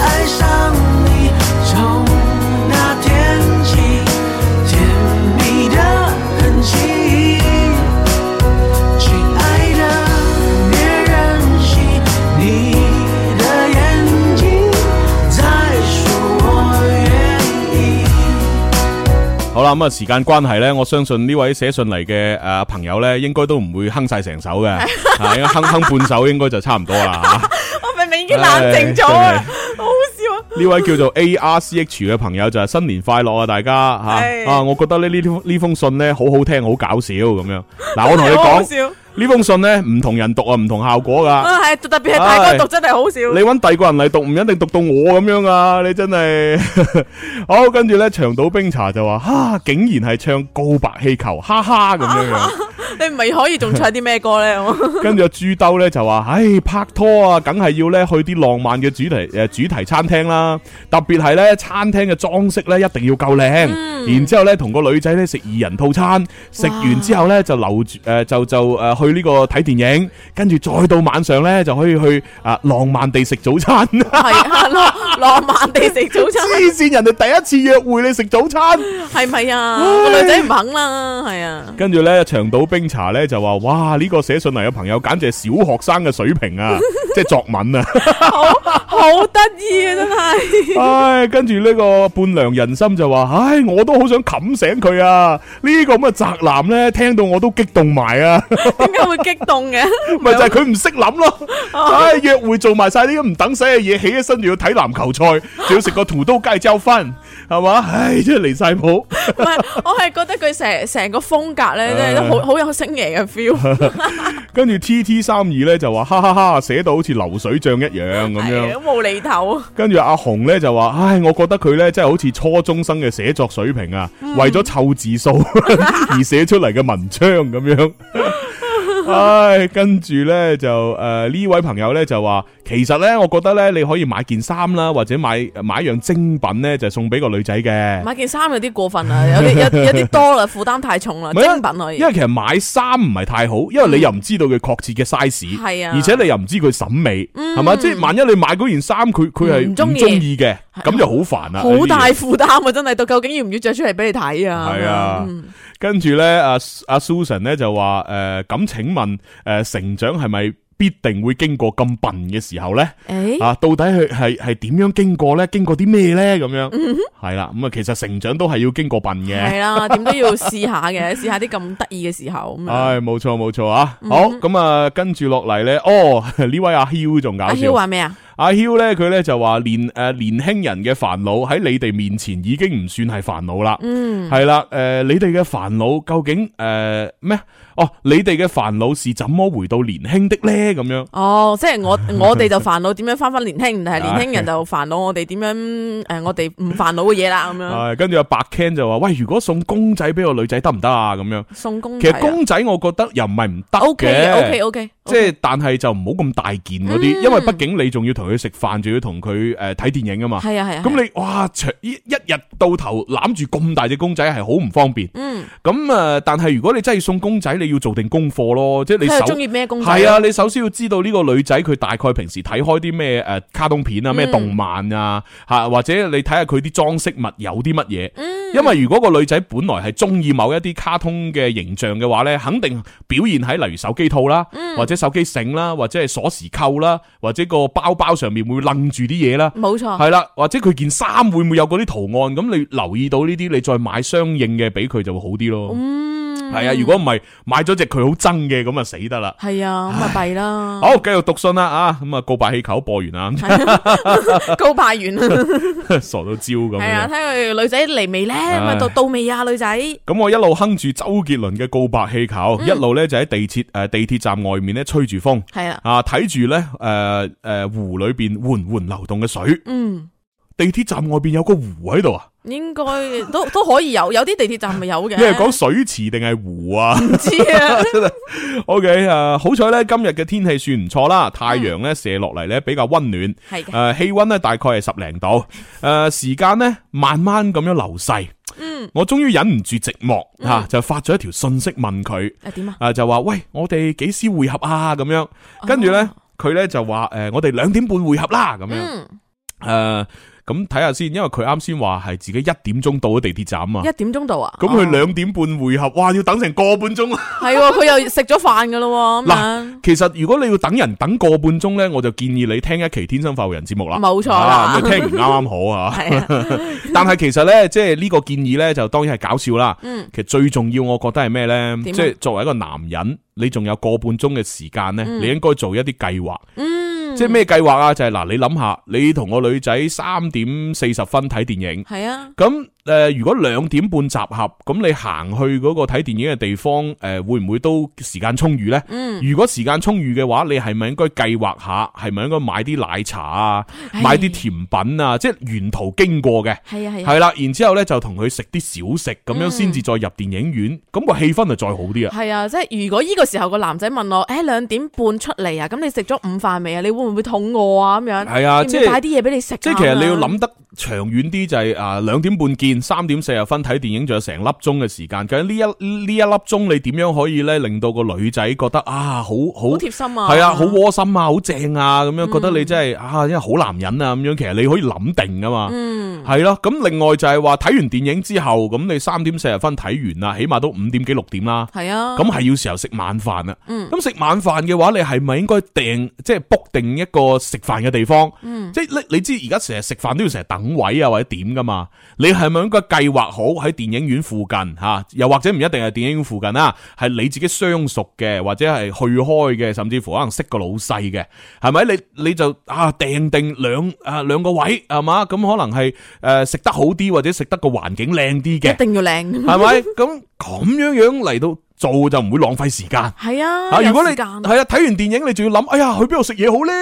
[SPEAKER 9] 爱上你，从那天起，甜蜜的很轻。亲爱的，别任性，你的眼睛在说我愿意。
[SPEAKER 2] 好啦，啦，咁啊時間關係咧，我相信呢位寫信嚟嘅诶朋友咧，應該都唔會哼晒成 首嘅，啊，應該哼哼半首應該就差唔多啦啊吓。
[SPEAKER 3] 我明明已經冷靜咗啊
[SPEAKER 2] 唉，
[SPEAKER 3] 好好笑啊！
[SPEAKER 2] 呢位叫做 A R C H 嘅朋友就係新年快樂啊，大家
[SPEAKER 3] 係
[SPEAKER 2] 吓啊！我覺得呢呢封呢封信咧好好聽，好搞笑咁樣。嗱，我同你
[SPEAKER 3] 好好
[SPEAKER 2] 講，
[SPEAKER 3] 笑
[SPEAKER 2] 呢封信咧唔同人讀啊，唔同效果噶。
[SPEAKER 3] 啊，系特別係大哥讀真係好笑。
[SPEAKER 2] 你揾第二個人嚟讀，唔一定讀到我咁樣啊！你真係 好，跟住咧長島冰茶就話：哈，竟然係唱告白氣球，哈哈咁樣樣。
[SPEAKER 3] 你唔係可以仲唱啲咩歌咧？ 我
[SPEAKER 2] 跟住阿豬兜咧就話：，唉，拍拖啊，梗係要咧去啲浪漫嘅主題诶、主題餐廳啦，特別係咧餐廳嘅裝飾咧一定要夠靚，然之后咧同個女仔咧食二人套餐，食完之後咧就留住诶、就就诶、呃去呢個睇電影，跟住再到晚上咧就可以去啊浪漫地食早餐。
[SPEAKER 3] 係啊，浪浪漫地食早餐，
[SPEAKER 2] 黐線，人哋第一次約會你食早餐。
[SPEAKER 3] 係咪啊？個女仔唔肯啦，係啊。
[SPEAKER 2] 跟住咧，長島冰茶咧就話：，哇！呢、個寫信嚟嘅朋友，簡直係小學生嘅水平 啊，即係作文啊！
[SPEAKER 3] 好得意啊，真係！
[SPEAKER 2] 唉，跟住呢個伴娘人心就話：，唉，我都好想冚醒佢啊！呢、個咁嘅宅男咧，聽到我都激動埋 啊！
[SPEAKER 3] 點解會激動嘅？
[SPEAKER 2] 咪就係佢唔識諗咯，唉，約會做埋晒呢啲唔等使嘅嘢，起起身仲要睇籃球賽，仲要食個屠刀街椒飯，係嘛？唉，真係離晒譜。
[SPEAKER 3] 唔係，我係覺得佢成成個風格咧，真係都好好有星爺嘅 feel。
[SPEAKER 2] 跟住 T T 三二咧就話：，哈哈哈，寫到好似流水帳一樣咁樣。
[SPEAKER 3] 係啊好無厘頭啊！
[SPEAKER 2] 跟住阿紅咧就話：，唉，我覺得佢咧真係好似初中生嘅寫作水平啊，
[SPEAKER 3] 嗯
[SPEAKER 2] 為咗湊字數 而寫出嚟嘅文章咁樣。唉，跟住咧就诶呢、位朋友咧就話，其實咧我覺得咧你可以買件衫啦，或者買買樣精品咧就送俾個女仔嘅。
[SPEAKER 3] 買件衫有啲過分啦，有啲 有有啲多啦，負擔太重啦，
[SPEAKER 2] 唔係因為啊
[SPEAKER 3] 啊精品可以嗯
[SPEAKER 2] 因。為其實買衫唔係太好，因為你又唔知道佢確切嘅 size，
[SPEAKER 3] 係啊
[SPEAKER 2] 而且你又唔知佢審美，係嘛？即係萬一你買嗰件衫，佢佢係
[SPEAKER 3] 唔
[SPEAKER 2] 唔
[SPEAKER 3] 嗯中意啊
[SPEAKER 2] 中意嘅，咁就好煩啦。啊
[SPEAKER 3] 好大
[SPEAKER 2] 呢啲嘢
[SPEAKER 3] 負擔啊！真係，到究竟要唔要着出嚟俾你睇啊？
[SPEAKER 2] 係啊
[SPEAKER 3] 嗯
[SPEAKER 2] 跟住咧，阿阿 Susan 咧就話：诶、咁請問诶、誒成長係咪必定會經過咁笨嘅時候咧？
[SPEAKER 3] 誒
[SPEAKER 2] 啊，到底佢係系点样经过咧？經過啲咩咧？咁樣係啦，咁啊，其實成長都係要經過笨嘅。
[SPEAKER 3] 嗯係 啊啦，點都要試下嘅，試下啲咁得意嘅時候咁啊。嗯
[SPEAKER 2] 唉，冇錯冇錯啊！好咁啊，跟住落嚟咧，哦， 呢位阿 Hugh 仲搞
[SPEAKER 3] 阿
[SPEAKER 2] 笑
[SPEAKER 3] 曉，話咩啊？
[SPEAKER 2] 阿 Hugh 咧佢咧就話年诶年轻人嘅煩惱喺你哋面前已經唔算係煩惱啦。
[SPEAKER 3] 嗯，
[SPEAKER 2] 系啦，诶、你哋嘅煩惱究竟诶咩、哦，你哋嘅煩惱是怎麼回到年輕的呢？咁樣
[SPEAKER 3] 哦，即係 我我哋就煩惱點樣翻翻年輕，但係年輕人就煩惱我哋點樣诶，我哋唔煩惱嘅嘢啦，咁 樣
[SPEAKER 2] 啊，跟住阿白 Ken 就話：喂，如果送公仔俾個女仔得唔得啊？咁樣
[SPEAKER 3] 送公
[SPEAKER 2] 其
[SPEAKER 3] 仔
[SPEAKER 2] 實
[SPEAKER 3] 啊。
[SPEAKER 2] 公仔我覺得又唔係唔得
[SPEAKER 3] O K
[SPEAKER 2] 嘅
[SPEAKER 3] O K O K，
[SPEAKER 2] 即係但係就唔好咁大件嗰啲，
[SPEAKER 3] 嗯
[SPEAKER 2] 因為畢竟你仲要同佢食飯，仲要同佢诶睇電影啊嘛。
[SPEAKER 3] 係啊係啊。
[SPEAKER 2] 咁你哇，長一一日到頭攬住咁大隻公仔係好唔方便。
[SPEAKER 3] 嗯，
[SPEAKER 2] 咁啊，但係如果你真係送公仔，你要做定功課咯，即係你
[SPEAKER 3] 睇佢
[SPEAKER 2] 手
[SPEAKER 3] 中。意咩公仔？
[SPEAKER 2] 系啊，，你首先要知道呢個女仔佢大概平時睇開啲咩诶卡通片啊、咩
[SPEAKER 3] 嗯
[SPEAKER 2] 動漫啊，吓、或者你睇下佢啲裝飾物有啲乜嘢。
[SPEAKER 3] 嗯
[SPEAKER 2] 因為如果個女仔本來係中意某一啲卡通嘅形象嘅話呢，肯定表現喺例如手機套啦，
[SPEAKER 3] 嗯
[SPEAKER 2] 或者手機繩啦，或者係鎖匙扣啦，或者個包包上面會楞住啲嘢啦。
[SPEAKER 3] 冇錯。
[SPEAKER 2] 係啦，或者佢件衫會唔會有嗰啲圖案？咁你留意到呢啲，你再買相應嘅俾佢就會好啲咯。
[SPEAKER 3] 嗯，
[SPEAKER 2] 係啊，如果唔係買咗只佢好憎嘅，咁啊死得啦。
[SPEAKER 3] 係啊，咁咪弊啦。
[SPEAKER 2] 好，繼續讀信啦啊！咁啊，告白氣球播完啦，
[SPEAKER 3] 啊告白完啦。
[SPEAKER 2] 傻到焦咁
[SPEAKER 3] 系啊，
[SPEAKER 2] 樣。
[SPEAKER 3] 睇佢女仔嚟未咧，咁啊
[SPEAKER 2] 唉
[SPEAKER 3] 到到未啊，女仔
[SPEAKER 2] 咁我一路哼住周杰倫嘅告白氣球，
[SPEAKER 3] 嗯
[SPEAKER 2] 一路咧就喺地鐵诶地鐵站外面咧吹住風
[SPEAKER 3] 系啦，
[SPEAKER 2] 啊，睇住咧诶诶湖裏边緩緩流動嘅水。
[SPEAKER 3] 嗯，
[SPEAKER 2] 地鐵站外邊有個湖喺度啊！
[SPEAKER 3] 應該都都可以有，有啲地鐵站咪有嘅。
[SPEAKER 2] 你係講水池定係湖 啊？
[SPEAKER 3] 唔知啊？
[SPEAKER 2] O K，诶，好彩咧，今日嘅天氣算唔錯啦，太陽咧射落嚟咧比較温暖，
[SPEAKER 3] 係嘅，
[SPEAKER 2] 诶，呃氣温咧大概係十零度，诶，時間咧慢慢咁樣流逝，
[SPEAKER 3] 嗯，
[SPEAKER 2] 我終於忍唔住寂寞吓，就發咗一條信息問佢，
[SPEAKER 3] 诶点啊？
[SPEAKER 2] 啊，就話喂，我哋幾時會合啊？咁樣，跟住咧
[SPEAKER 3] 哦，
[SPEAKER 2] 呃啊佢咧就話诶，誒我哋兩點半會合啦，咁樣，
[SPEAKER 3] 嗯，
[SPEAKER 2] 诶，咁睇下先，因為佢啱先話係自己一點鐘到咗地鐵站啊嘛。
[SPEAKER 3] 一點鐘到啊？
[SPEAKER 2] 咁佢兩點半會合，哇！要等成個半鐘。
[SPEAKER 3] 係喎，佢又食咗飯噶咯喎，咁樣
[SPEAKER 2] 嗱，其實如果你要等人等個半鐘咧，我就建議你聽一期《天生發育人》節目啦。
[SPEAKER 3] 冇錯啦
[SPEAKER 2] 啊咁你聽完啱啱好啊。
[SPEAKER 3] 係啊，
[SPEAKER 2] 但係其實咧，即係呢個建議咧，就當然係搞笑啦。
[SPEAKER 3] 嗯
[SPEAKER 2] 其實最重要，我覺得係咩咧？
[SPEAKER 3] 點
[SPEAKER 2] 即
[SPEAKER 3] 啊
[SPEAKER 2] 係作為一個男人，你仲有個半鐘嘅時間咧，
[SPEAKER 3] 嗯
[SPEAKER 2] 你應該做一啲計劃。
[SPEAKER 3] 嗯，
[SPEAKER 2] 即係咩計劃啊？就係嗱，你諗下，你同個女仔三點四十分睇電影。
[SPEAKER 3] 係啊，
[SPEAKER 2] 咁诶、呃如果兩點半集合，咁你行去嗰個睇電影嘅地方，诶、會唔會都時間充裕呢？
[SPEAKER 3] 嗯，
[SPEAKER 2] 如果時間充裕嘅話，你係咪應該計劃下？係咪應該買啲奶茶啊，買啲甜品啊？即係沿途經過嘅，
[SPEAKER 3] 係啊係啊
[SPEAKER 2] 係啦，然之后咧就同佢食啲小食，咁樣
[SPEAKER 3] 嗯
[SPEAKER 2] 先至再入電影院，咁、個氣氛就再好啲啊！
[SPEAKER 3] 係啊，即係如果呢個時候個男仔問我，誒兩點半出嚟啊，咁你食咗午飯未啊？你會唔會肚餓啊？咁樣
[SPEAKER 2] 係啊，
[SPEAKER 3] 要唔
[SPEAKER 2] 即
[SPEAKER 3] 要
[SPEAKER 2] 係
[SPEAKER 3] 帶啲嘢俾你食啊？
[SPEAKER 2] 即係其實你要
[SPEAKER 3] 咁樣
[SPEAKER 2] 諗得長遠啲，就係啊兩點半見，三點四十分睇電影，仲有成粒鐘嘅時間。究竟呢一呢一粒鐘你點樣可以咧令到個女仔覺得啊好好
[SPEAKER 3] 好貼心啊，嗯
[SPEAKER 2] 係啊好窩心啊好正啊咁樣，覺得你真係啊因為好男人啊咁樣。其實你可以諗定噶嘛。
[SPEAKER 3] 嗯，
[SPEAKER 2] 係咯，咁另外就係話睇完電影之後，咁你三點四十分睇完啦，起碼都五點幾六點啦。
[SPEAKER 3] 係啊，
[SPEAKER 2] 咁係要時候食晚飯啦。
[SPEAKER 3] 嗯
[SPEAKER 2] 咁食晚飯嘅話，你係咪應該訂即係 book 定一個食飯嘅地方？
[SPEAKER 3] 嗯
[SPEAKER 2] 即係你你知而家成日食飯都要成日等位啊或者點噶嘛？你係咪應該計劃好喺電影院附近吓、啊又或者唔一定係電影院附近啦，係你自己相熟嘅，或者係去開嘅，甚至乎可能識個老細嘅，係咪？你你就啊訂定兩啊兩個位係嘛？咁可能係诶食得好啲，或者食得個環境靚啲嘅
[SPEAKER 3] 一，定要靚，
[SPEAKER 2] 係咪？咁咁樣樣嚟到做就唔會浪費時間。
[SPEAKER 3] 係啊，嗯
[SPEAKER 2] 啊！如果你
[SPEAKER 3] 有時
[SPEAKER 2] 系
[SPEAKER 3] 間
[SPEAKER 2] 啊，睇完電影你仲要諗，哎呀，去邊度食嘢好咧？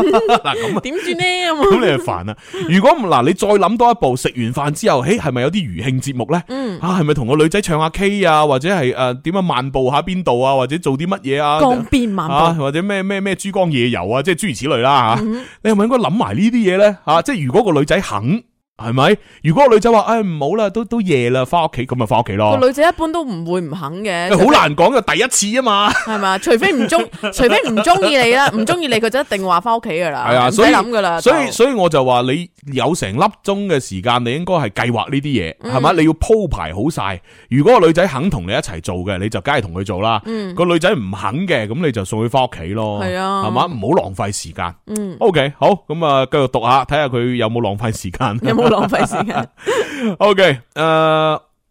[SPEAKER 2] 嗱咁啊，
[SPEAKER 3] 點算呢？咁
[SPEAKER 2] 咁
[SPEAKER 3] 啊
[SPEAKER 2] 你就煩啦。如果唔嗱，你再諗多一步，食完飯之後，诶，係咪有啲餘興節目咧？
[SPEAKER 3] 嗯，
[SPEAKER 2] 啊，係咪同個女仔唱下 K 啊，或者係诶點樣漫步下邊度啊，或者做啲乜嘢啊？
[SPEAKER 3] 江邊漫
[SPEAKER 2] 啊，
[SPEAKER 3] 步，
[SPEAKER 2] 或者咩咩咩珠江夜遊啊，即係諸如此類啦
[SPEAKER 3] 嗯
[SPEAKER 2] 吓。你係咪應該諗埋呢啲嘢咧？吓，即係如果個女仔肯，係咪？如果個女仔話，唉，唔好啦，都都夜啦，翻屋企咁咪翻屋企咯。
[SPEAKER 3] 個女仔一般都唔會唔肯嘅，
[SPEAKER 2] 好難講嘅，第一次啊嘛。
[SPEAKER 3] 系嘛？除非唔中，除非唔中意你啦，唔中意你佢就一定話翻屋企噶 啦，
[SPEAKER 2] 係啊
[SPEAKER 3] 唔使
[SPEAKER 2] 所以
[SPEAKER 3] 諗噶啦。
[SPEAKER 2] 所以
[SPEAKER 3] 就
[SPEAKER 2] 所以我就話你有成粒鐘嘅時間，你應該係計劃呢啲嘢，
[SPEAKER 3] 嗯
[SPEAKER 2] 係咪？你要鋪排好晒。如果個女仔肯同你一齊做嘅，你就梗係同佢做啦。
[SPEAKER 3] 嗯
[SPEAKER 2] 個女仔唔肯嘅，咁你就送佢翻屋企咯。
[SPEAKER 3] 係啊
[SPEAKER 2] 係嘛？唔好浪費時間。
[SPEAKER 3] 嗯，
[SPEAKER 2] OK，好，咁啊，繼續讀下，睇下佢有冇浪費時間。
[SPEAKER 3] 有冇浪費時間？
[SPEAKER 2] OK，诶、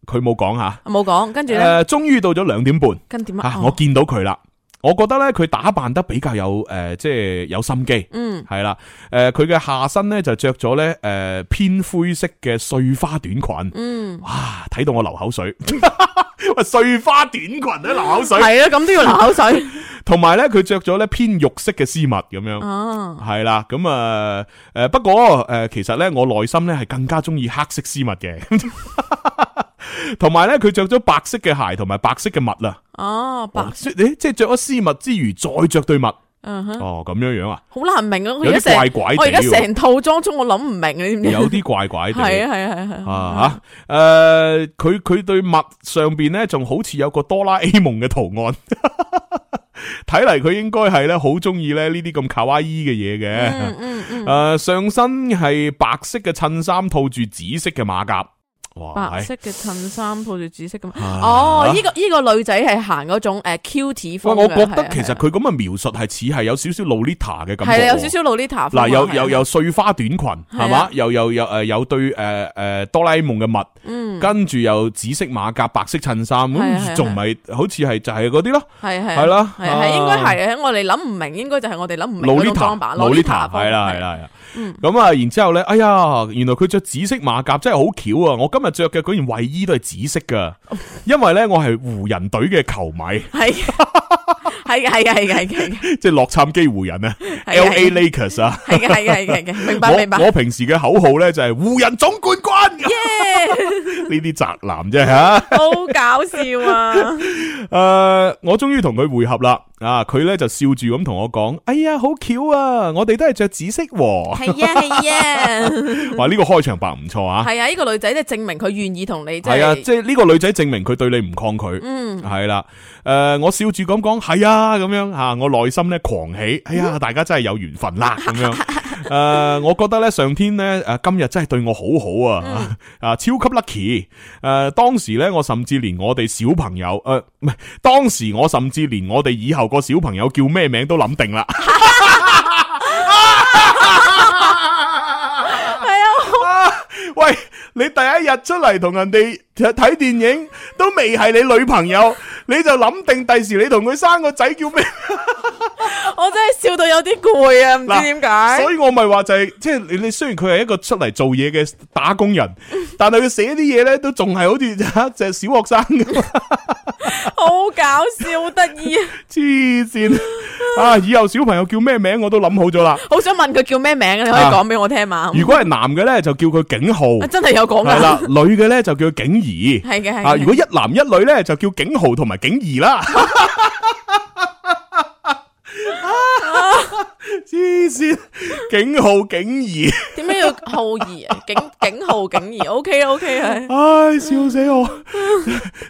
[SPEAKER 2] 佢冇講吓。
[SPEAKER 3] 冇講，跟住
[SPEAKER 2] 诶、
[SPEAKER 3] 咧，
[SPEAKER 2] 終於到咗兩點半。
[SPEAKER 3] 跟點啊
[SPEAKER 2] 啊！？我
[SPEAKER 3] 哦
[SPEAKER 2] 見到佢啦，我覺得咧佢打扮得比較有诶、呃即係有心機。
[SPEAKER 3] 嗯，
[SPEAKER 2] 係啦，诶佢嘅下身咧就着咗咧诶偏灰色嘅碎花短裙，
[SPEAKER 3] 嗯，
[SPEAKER 2] 哇！睇到我流口水， 喂碎花短裙都流口水，
[SPEAKER 3] 係啊，咁都要流 口水
[SPEAKER 2] 同埋咧佢着咗咧偏肉色嘅絲襪咁樣。
[SPEAKER 3] 啊！
[SPEAKER 2] 係啦，咁啊，诶、不過诶、呃其實咧，我內心咧係更加中意黑色絲襪嘅， 同埋咧，佢着咗白色嘅鞋同埋白色嘅襪啦。
[SPEAKER 3] 哦，白，
[SPEAKER 2] 诶，即係着咗絲襪之餘，再着對襪。
[SPEAKER 3] 嗯哼，
[SPEAKER 2] 哦，咁樣樣啊，
[SPEAKER 3] 好難明啊！我
[SPEAKER 2] 有
[SPEAKER 3] 而家
[SPEAKER 2] 啲怪怪
[SPEAKER 3] 成，我而
[SPEAKER 2] 地
[SPEAKER 3] 家
[SPEAKER 2] 喎，
[SPEAKER 3] 成套裝裝，我諗唔明，你知唔知？
[SPEAKER 2] 有啲怪怪地。
[SPEAKER 3] 係啊，係啊，係啊係啊，
[SPEAKER 2] 啊吓，诶，佢佢對襪上边咧，仲好似有個哆啦 A 夢嘅圖案， 睇嚟佢應該係咧好中意咧呢啲咁卡哇伊嘅嘢嘅。
[SPEAKER 3] 嗯嗯嗯，
[SPEAKER 2] 诶，上身係白色嘅襯衫，套住紫色嘅馬甲，哇，
[SPEAKER 3] 白
[SPEAKER 2] 係
[SPEAKER 3] 色嘅襯衫套住紫色咁。
[SPEAKER 2] 啊
[SPEAKER 3] 哦，呢個呢個女仔係行嗰種诶 cute
[SPEAKER 2] 喂
[SPEAKER 3] 風嘅，
[SPEAKER 2] 我覺
[SPEAKER 3] 係啊
[SPEAKER 2] 得其實佢咁嘅描述係似係有少少 Lolita 嘅感
[SPEAKER 3] 係啊，
[SPEAKER 2] 覺，
[SPEAKER 3] 有少。少 Lolita 風
[SPEAKER 2] 嗱，
[SPEAKER 3] 啊
[SPEAKER 2] 又
[SPEAKER 3] 係啊
[SPEAKER 2] 又又碎花短裙係
[SPEAKER 3] 係
[SPEAKER 2] 嘛
[SPEAKER 3] 啊，
[SPEAKER 2] 又又又诶有對诶诶哆啦 A 夢嘅襪。
[SPEAKER 3] 嗯，
[SPEAKER 2] 跟住又紫色馬甲、白色襯衫，
[SPEAKER 3] 係啊係
[SPEAKER 2] 咁
[SPEAKER 3] 啊
[SPEAKER 2] 仲咪好似係就係嗰啲咯
[SPEAKER 3] 系系
[SPEAKER 2] 係啦
[SPEAKER 3] 系
[SPEAKER 2] 啊
[SPEAKER 3] 系应该系嘅。我哋谂唔明，应该就系我哋谂唔明嗰種裝扮。
[SPEAKER 2] ，Lolita，Lolita
[SPEAKER 3] 風
[SPEAKER 2] 係啦係，啦係啦
[SPEAKER 3] 嗯。
[SPEAKER 2] 咁啊，然之後咧，哎呀，原來佢着紫色馬甲真係好巧啊！我今日着嘅嗰件衞衣都係紫色 噶，因為咧我係湖人隊嘅球迷，
[SPEAKER 3] 系系嘅，系嘅，系嘅，系嘅，
[SPEAKER 2] 即係洛杉磯湖人啊
[SPEAKER 3] 係啊
[SPEAKER 2] ，L.A. Lakers 啊。
[SPEAKER 3] 系嘅，系嘅，系嘅，係嘅明白明白
[SPEAKER 2] 我。我平時嘅口號咧就係湖人總冠軍，呢
[SPEAKER 3] 耶，
[SPEAKER 2] 啲宅男啫嚇。
[SPEAKER 3] 好搞笑啊！
[SPEAKER 2] 诶、呃我終於同佢會合啦。啊，佢咧就笑住咁同我講：，哎呀，好巧啊！我哋都係着紫色 喎。
[SPEAKER 3] 系啊系啊，
[SPEAKER 2] 哇！呢、個開場白唔錯啊，
[SPEAKER 3] 系啊！呢個女仔即係證明佢願意同你即
[SPEAKER 2] 係啊，
[SPEAKER 3] 係
[SPEAKER 2] 即係呢個女仔證明佢對你唔抗拒，
[SPEAKER 3] 嗯
[SPEAKER 2] 係啦、诶、我笑
[SPEAKER 3] 嗯
[SPEAKER 2] 住咁講，係啊，咁樣吓，我內心咧狂喜，哎呀，大家真係有緣分啦，咁樣诶，我覺得咧上天咧诶今日真係對我好好
[SPEAKER 3] 嗯
[SPEAKER 2] 啊，啊超級 lucky。诶，當時咧我甚至連我哋小朋友诶唔係，當時我甚至連我哋以後個小朋友叫咩名都諗定 啦。 喂，你第一日出嚟同人哋睇睇電影，都未係你女朋友，你就諗定第時你同佢生個仔叫咩？
[SPEAKER 3] 我真係笑到有啲攰啊，唔
[SPEAKER 2] 嗱
[SPEAKER 3] 知點解
[SPEAKER 2] 所。以我咪話就係，即係你你雖然佢係一個出嚟做嘢嘅打工人，但係佢寫啲嘢咧都仲係好似 就係小學生咁，
[SPEAKER 3] 好搞笑，好得意啊！
[SPEAKER 2] 黐線啊！以後小朋友叫咩名我都諗好咗啦。
[SPEAKER 3] 好想問佢叫咩名啊，你可以講俾我聽嘛？
[SPEAKER 2] 如果係男嘅咧，就叫佢景浩。
[SPEAKER 3] 啊真係有講
[SPEAKER 2] 係
[SPEAKER 3] 㗎，
[SPEAKER 2] 啦，女嘅咧就叫佢景怡，
[SPEAKER 3] 係嘅係嘅
[SPEAKER 2] 啊，如果一男一女咧就叫景浩同埋景怡 啦。啊黐線，景浩景怡，
[SPEAKER 3] 點解要浩兒啊？景景浩景兒，OK OK 係。
[SPEAKER 2] 唉，笑死我！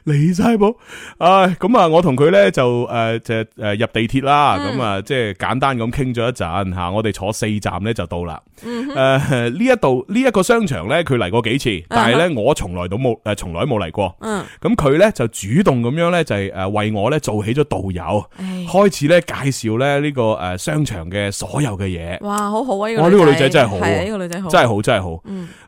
[SPEAKER 2] 離晒譜，唉，咁啊，我同佢咧就诶就诶入地鐵啦，
[SPEAKER 3] 嗯
[SPEAKER 2] 咁啊即係簡單咁傾咗一陣吓，我哋坐四站咧就到啦。
[SPEAKER 3] 嗯
[SPEAKER 2] 诶呢一度呢一個商場咧，佢嚟過幾次，但係咧我從來都冇诶从来都冇嚟過。
[SPEAKER 3] 嗯，
[SPEAKER 2] 咁佢咧就主動咁樣咧就係誒呃為我咧做起咗導遊，
[SPEAKER 3] 唉
[SPEAKER 2] 開始咧介紹咧呢個誒商場嘅所有嘅嘢。
[SPEAKER 3] 哇，好好啊！呢個
[SPEAKER 2] 哇！呢個女仔真係好啊，
[SPEAKER 3] 係啊呢個女仔好，嗯
[SPEAKER 2] 真係好，真係好。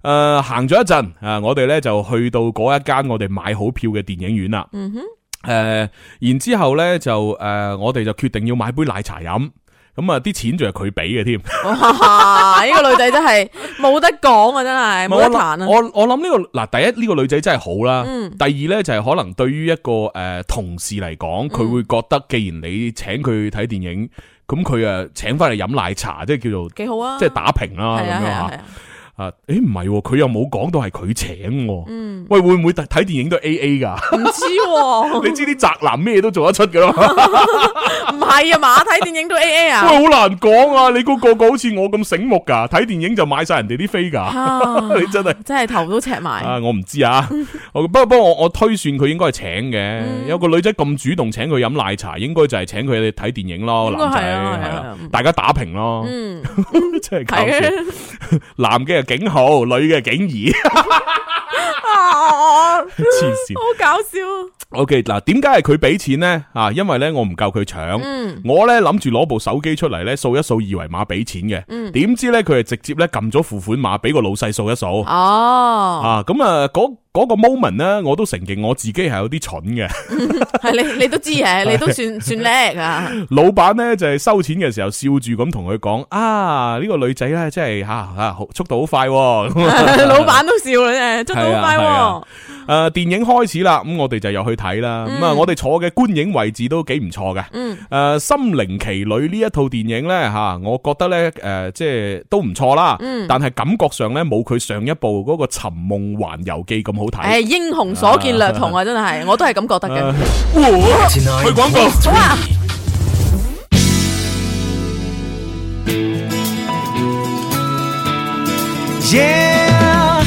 [SPEAKER 2] 誒行咗一陣，誒我哋咧就去到嗰一間我哋買好票嘅電影院啦。嗯哼。誒，然之後咧就誒我哋就決定要買杯奶茶飲。咁啊，啲錢仲係佢俾嘅添。
[SPEAKER 3] 哇！呢個女仔真係冇得講啊，真係冇
[SPEAKER 2] 我
[SPEAKER 3] 得
[SPEAKER 2] 諗
[SPEAKER 3] 彈啊！嗯
[SPEAKER 2] 我我諗呢、個嗱，第一呢、個女仔真係好啦。第二呢，就係、可能對於一個誒、呃同事嚟講，佢
[SPEAKER 3] 嗯
[SPEAKER 2] 會覺得既然你請佢睇電影，咁佢誒請翻嚟飲奶茶，即係叫做
[SPEAKER 3] 幾好啊！
[SPEAKER 2] 即係打平啦咁
[SPEAKER 3] 係啊
[SPEAKER 2] 樣
[SPEAKER 3] 係
[SPEAKER 2] 嚇
[SPEAKER 3] 啊係。啊！
[SPEAKER 2] 啊，誒唔係喎，佢又冇講到係佢請喎。
[SPEAKER 3] 嗯
[SPEAKER 2] 喂，會唔會睇睇電影都 A A 㗎？
[SPEAKER 3] 唔知喎，
[SPEAKER 2] 你知啲宅男咩都做得出 㗎啦，
[SPEAKER 3] 唔係啊嘛？睇電影都 A A
[SPEAKER 2] 喂，
[SPEAKER 3] 啊？
[SPEAKER 2] 好難講啊！你估個個好似我咁醒目㗎？睇電影就買晒人哋啲飛 㗎，
[SPEAKER 3] 啊
[SPEAKER 2] 你真係。
[SPEAKER 3] 真係頭都赤埋，
[SPEAKER 2] 啊，我唔知啊， 我不不過我我推算佢應該係請
[SPEAKER 3] 嗯
[SPEAKER 2] 嘅，有個女仔咁主動請佢飲奶茶，應該就係請佢睇電影咯，
[SPEAKER 3] 應該
[SPEAKER 2] 男
[SPEAKER 3] 係
[SPEAKER 2] 仔
[SPEAKER 3] 啊
[SPEAKER 2] 係
[SPEAKER 3] 係啊
[SPEAKER 2] 啊
[SPEAKER 3] 嗯，
[SPEAKER 2] 大家打平咯，
[SPEAKER 3] 嗯，
[SPEAKER 2] 真係搞
[SPEAKER 3] 係
[SPEAKER 2] 笑。
[SPEAKER 3] 啊
[SPEAKER 2] 男嘅係景浩，女嘅係景 怡，
[SPEAKER 3] 啊，
[SPEAKER 2] 黐線。
[SPEAKER 3] 好搞笑。
[SPEAKER 2] OK，嗱，點解係佢俾錢呢？啊，因為呢，我唔夠佢搶，
[SPEAKER 3] 嗯
[SPEAKER 2] 我呢諗住攞部手機出嚟呢，掃一掃二維碼俾錢
[SPEAKER 3] 嗯
[SPEAKER 2] 嘅，點知呢，佢係直接呢撳咗付款碼俾個老細掃一掃。
[SPEAKER 3] 哦，
[SPEAKER 2] 啊，咁啊，嗰嗰個 moment 呢，我都承認我自己係有啲蠢嘅。
[SPEAKER 3] 係你你都知嘅，你都算算 叻啊！
[SPEAKER 2] 老闆呢，就係收錢嘅時候笑住咁同佢講：啊，呢、個女仔呢，真係吓吓，好速度好快、喎。咁 啊
[SPEAKER 3] 老闆都笑啦，真係捉到
[SPEAKER 2] 係
[SPEAKER 3] 好
[SPEAKER 2] 啊
[SPEAKER 3] 快
[SPEAKER 2] 係
[SPEAKER 3] 喎
[SPEAKER 2] 啊。诶、電影開始啦，咁我哋就又去睇啦。咁啊、我哋坐嘅觀影位置都幾唔錯嘅。
[SPEAKER 3] 嗯
[SPEAKER 2] 诶、心靈奇旅》呢一套電影呢，吓、啊我覺得呢，诶、即係都唔錯啦。
[SPEAKER 3] 嗯
[SPEAKER 2] 但係感覺上呢，冇佢上一部嗰個《尋夢環遊記》咁好睇。
[SPEAKER 3] 诶，英雄所見略同啊，真係，我都係咁覺得嘅。
[SPEAKER 2] 去廣告。
[SPEAKER 3] 好啊，
[SPEAKER 9] Yeah，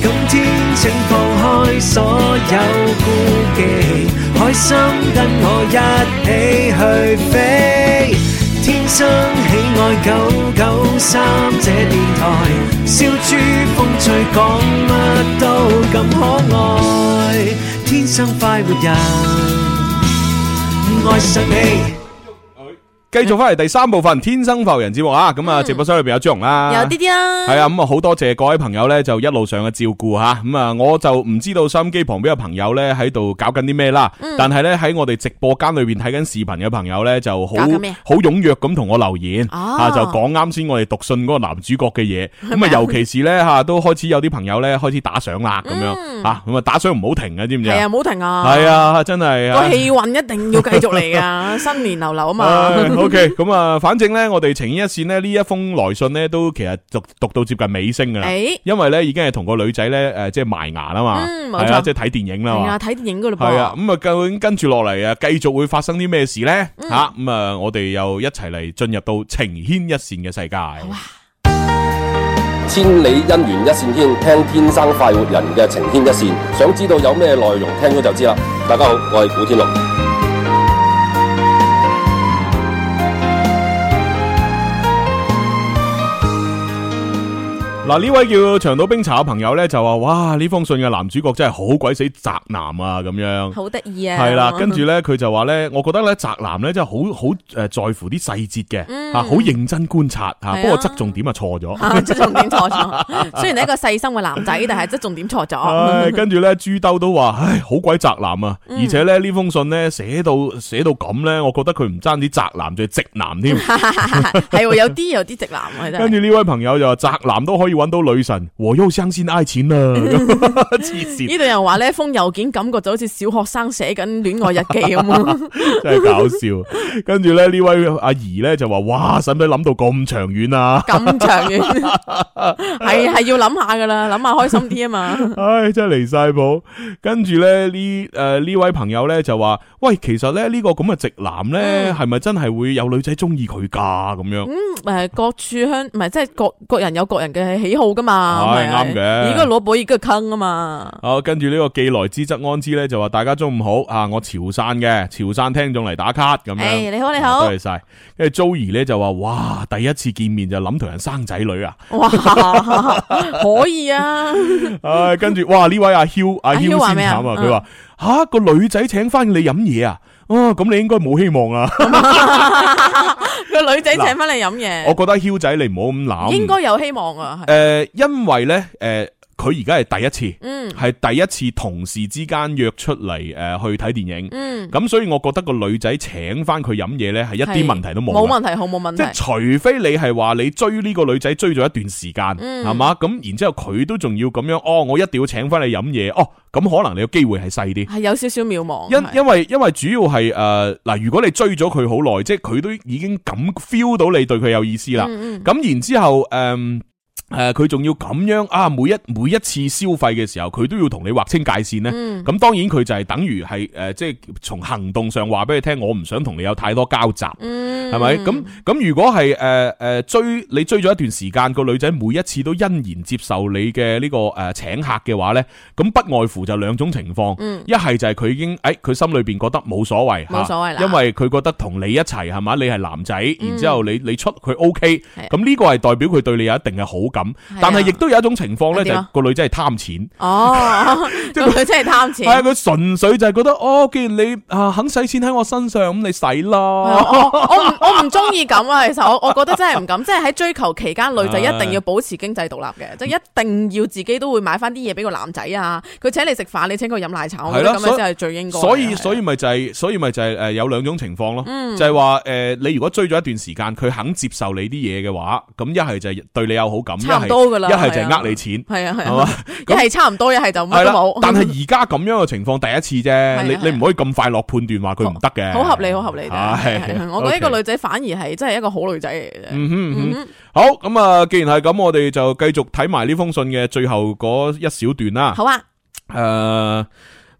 [SPEAKER 9] 今天請放開所有顧忌，開心跟我一起去飛。天生喜愛九九三這電台，笑豬風趣講乜都咁可愛，天生快活人，愛上你。
[SPEAKER 2] 繼續翻嚟第三部分《天生浮人》節目啊！咁啊，直播室裏边有朱紅啦，
[SPEAKER 3] 嗯有啲啲啦。
[SPEAKER 2] 系啊，咁啊好多謝各位朋友咧，就一路上嘅照顧吓，咁啊我就唔知道收音機旁邊嘅朋友咧喺度搞緊啲咩啦，
[SPEAKER 3] 嗯
[SPEAKER 2] 但係咧喺我哋直播間裏边睇緊視頻嘅朋友咧就好
[SPEAKER 3] 搞緊咩
[SPEAKER 2] 好踴躍咁同我留言，
[SPEAKER 3] 哦
[SPEAKER 2] 啊就講啱先我哋讀信嗰個男主角嘅嘢，咁啊尤其是咧吓都開始有啲朋友咧開始打賞啦咁樣啊，咁啊打賞唔好停啊，知唔知
[SPEAKER 3] 嗯係啊，
[SPEAKER 2] 啊？
[SPEAKER 3] 唔好停啊。
[SPEAKER 2] 係。啊，真係啊
[SPEAKER 3] 個。氣運一定要繼續嚟 噶，新年流流啊嘛。
[SPEAKER 2] 唉 OK，咁啊，反正咧，我哋情牽一線呢，呢一封來信咧，都其實讀讀到接近尾聲噶啦。
[SPEAKER 3] 誒
[SPEAKER 2] 因為咧已經係同個女仔咧诶，誒即係埋牙啦嘛，
[SPEAKER 3] 哎嗯冇錯
[SPEAKER 2] 係啊，即係睇電影啦
[SPEAKER 3] 係
[SPEAKER 2] 嘛
[SPEAKER 3] 啊，。睇電影噶嘞
[SPEAKER 2] 係啊，
[SPEAKER 3] 噃。
[SPEAKER 2] 咁啊，究竟跟住落嚟啊，繼續會發生啲咩事咧？
[SPEAKER 3] 嗯
[SPEAKER 2] 吓咁啊，我哋又一齊嚟進入到情牽一線嘅世界。
[SPEAKER 8] 千里姻緣一線牽，聽天生快活人嘅情牽一線。想知道有咩內容，聽咗就知啦。大家好，我係古天樂。
[SPEAKER 2] 嗱呢位叫長島冰茶嘅朋友咧就話：，哇呢封信嘅男主角真係好鬼死宅男啊咁樣。
[SPEAKER 3] 好得意啊！
[SPEAKER 2] 係啦，跟住咧佢就話咧，我覺得咧宅男咧真係好好诶在乎啲細節嘅，
[SPEAKER 3] 嗯
[SPEAKER 2] 吓好認真觀察吓，
[SPEAKER 3] 係啊
[SPEAKER 2] 不過側重點啊錯咗。
[SPEAKER 3] 啊，即係重點錯咗。雖然你一個細心嘅男仔，但係即係重點錯
[SPEAKER 2] 唉，
[SPEAKER 3] 咗。
[SPEAKER 2] 跟住咧，豬兜都話：，唉，好鬼宅男啊！
[SPEAKER 3] 嗯
[SPEAKER 2] 而且咧，呢封信咧寫到寫到咁咧，我覺得佢唔爭啲宅男，仲係直男 添。
[SPEAKER 3] 係喎，有啲有啲直男啊，真
[SPEAKER 2] 跟
[SPEAKER 3] 係。
[SPEAKER 2] 住呢位朋友就話：宅男都可以揾到女神，和優相先挨 錢啦！黐線，
[SPEAKER 3] 呢度有人話呢封郵件感覺就好似小學生寫緊戀愛日記咁啊。
[SPEAKER 2] 真係搞笑。跟住咧，呢位阿姨咧就話：，哇，使唔使諗到咁長遠啊？
[SPEAKER 3] 咁長遠，係係要諗下噶啦，諗下開心啲啊嘛。
[SPEAKER 2] 唉，真係離晒譜。跟住咧，呢诶呢位朋友咧就話：，喂，其實咧呢個咁嘅直男
[SPEAKER 3] 嗯
[SPEAKER 2] 咧，係咪真係會有女仔中意佢㗎？咁樣。
[SPEAKER 3] 诶，呃各處香唔係即係各各人有各人嘅喜好噶嘛，
[SPEAKER 2] 係
[SPEAKER 3] 咪啊
[SPEAKER 2] 啱嘅
[SPEAKER 3] 你嗰個攞寶，而家坑 啊嘛，
[SPEAKER 2] 好，跟住呢個既來之則安之咧，就話大家中午好啊！我潮汕嘅潮汕聽眾嚟打卡咁樣。
[SPEAKER 3] 誒你好你
[SPEAKER 2] 啊
[SPEAKER 3] 好
[SPEAKER 2] 多謝晒。跟住 Joey 咧就話：，哇，第一次見面就諗同人生仔女啊！
[SPEAKER 3] 哇，可 以啊，
[SPEAKER 2] 唉，跟住哇呢位阿 Hugh 阿
[SPEAKER 3] 阿
[SPEAKER 2] Hugh
[SPEAKER 3] Hugh 話
[SPEAKER 2] 先
[SPEAKER 3] 咩
[SPEAKER 2] 慘
[SPEAKER 3] 啊
[SPEAKER 2] 啊！佢話：吓個女仔請翻你飲嘢啊！哦，咁你應該冇希望啊啦。
[SPEAKER 3] 個女仔請翻嚟飲
[SPEAKER 2] 我
[SPEAKER 3] 嘢，
[SPEAKER 2] 覺得 Hugh 仔你唔好咁諗。
[SPEAKER 3] 應該有希望啊，係
[SPEAKER 2] 诶，因為咧诶，佢而家係第一次，
[SPEAKER 3] 嗯
[SPEAKER 2] 係第一次同事之間約出嚟诶去睇電影。
[SPEAKER 3] 嗯，
[SPEAKER 2] 咁所以我覺得個女仔請翻佢飲嘢呢，係一啲
[SPEAKER 3] 係
[SPEAKER 2] 問題都冇
[SPEAKER 3] 冇
[SPEAKER 2] 嘅。
[SPEAKER 3] 問題，好冇問
[SPEAKER 2] 即
[SPEAKER 3] 題
[SPEAKER 2] 係，除非你係話你追呢個女仔追咗一段時間，
[SPEAKER 3] 嗯
[SPEAKER 2] 係嘛、咁然之後佢都仲要咁樣，哦，我一定要請翻你飲嘢，哦，咁可能你個機會係細啲。
[SPEAKER 3] 係有少少渺茫，
[SPEAKER 2] 因
[SPEAKER 3] 係
[SPEAKER 2] 因為因為主要係诶嗱，如果你追咗佢好耐，即係佢都已經感 feel 到你對佢有意思啦。
[SPEAKER 3] 嗯
[SPEAKER 2] 咁然之後诶。誒誒佢仲要咁樣啊！每一每一次消費嘅時候，佢都要同你劃清界線呢。
[SPEAKER 3] 嗯
[SPEAKER 2] 咁當然佢就係等於係誒，呃即係從行動上話俾你聽，我唔想同你有太多交集，係
[SPEAKER 3] 嗯，
[SPEAKER 2] 咪？咁咁如果係誒誒追你追咗一段時間，個女仔每一次都欣然接受你嘅呢個誒請客嘅話呢，咁不外乎就兩種情況，
[SPEAKER 3] 嗯
[SPEAKER 2] 一係就係佢已經誒佢心裏邊覺得冇所謂，
[SPEAKER 3] 冇所謂啦嗯
[SPEAKER 2] 嚇因為佢覺得同你一齊係嘛，你係男仔，然之後你你出佢 OK，
[SPEAKER 3] 係
[SPEAKER 2] 咁呢個係代表佢對你有一定嘅好感，
[SPEAKER 3] 啊
[SPEAKER 2] 但係亦都有一種情況呢，就
[SPEAKER 3] 點
[SPEAKER 2] 係
[SPEAKER 3] 啊
[SPEAKER 2] 個女仔係貪錢。
[SPEAKER 3] 哦， 個女仔係貪
[SPEAKER 2] 系啊，
[SPEAKER 3] 錢。
[SPEAKER 2] 佢純粹就係覺得，哦，既然你啊肯使錢喺我身上，咁你使啦。
[SPEAKER 3] 我哦我唔我唔中意咁啊！其實我我覺得真係唔敢，即係喺追求期間，
[SPEAKER 2] 啊
[SPEAKER 3] 女仔一定要保持經濟獨立嘅，即
[SPEAKER 2] 嗯
[SPEAKER 3] 係一定要自己都會買翻啲嘢俾個男仔啊！佢請你食飯，你請佢飲奶茶，我覺得
[SPEAKER 2] 係啦
[SPEAKER 3] 咁
[SPEAKER 2] 所以
[SPEAKER 3] 樣真係最應該嘅。
[SPEAKER 2] 所以
[SPEAKER 3] 係啊嗯
[SPEAKER 2] 所以咪就係，所以咪就係诶有兩種情況咯，就係話诶你如果追咗一段時間，佢肯接受你啲嘢嘅話，咁一係就係對你有好感，一
[SPEAKER 3] 差唔
[SPEAKER 2] 係
[SPEAKER 3] 多㗎啦
[SPEAKER 2] 一係就係
[SPEAKER 3] 係啊
[SPEAKER 2] 呃你錢，
[SPEAKER 3] 係啊
[SPEAKER 2] 係
[SPEAKER 3] 係
[SPEAKER 2] 嘛
[SPEAKER 3] 啊， 一係差唔多，一係就
[SPEAKER 2] 係
[SPEAKER 3] 乜都
[SPEAKER 2] 啦
[SPEAKER 3] 冇。。
[SPEAKER 2] 但係而家咁樣嘅情況第一次啫，
[SPEAKER 3] 啊
[SPEAKER 2] 你
[SPEAKER 3] 係啊
[SPEAKER 2] 你唔可以咁快落判斷話佢唔得嘅。
[SPEAKER 3] 好合理，好合理嘅。
[SPEAKER 2] 啊係
[SPEAKER 3] 係啊係我覺得呢
[SPEAKER 2] OK
[SPEAKER 3] 個女仔反而係真係一個好女仔嚟嘅啫。
[SPEAKER 2] 嗯哼嗯哼，好咁啊！既然係咁，我哋就繼續睇埋呢封信嘅最後嗰一小段啦。
[SPEAKER 3] 好啊，
[SPEAKER 2] 诶、呃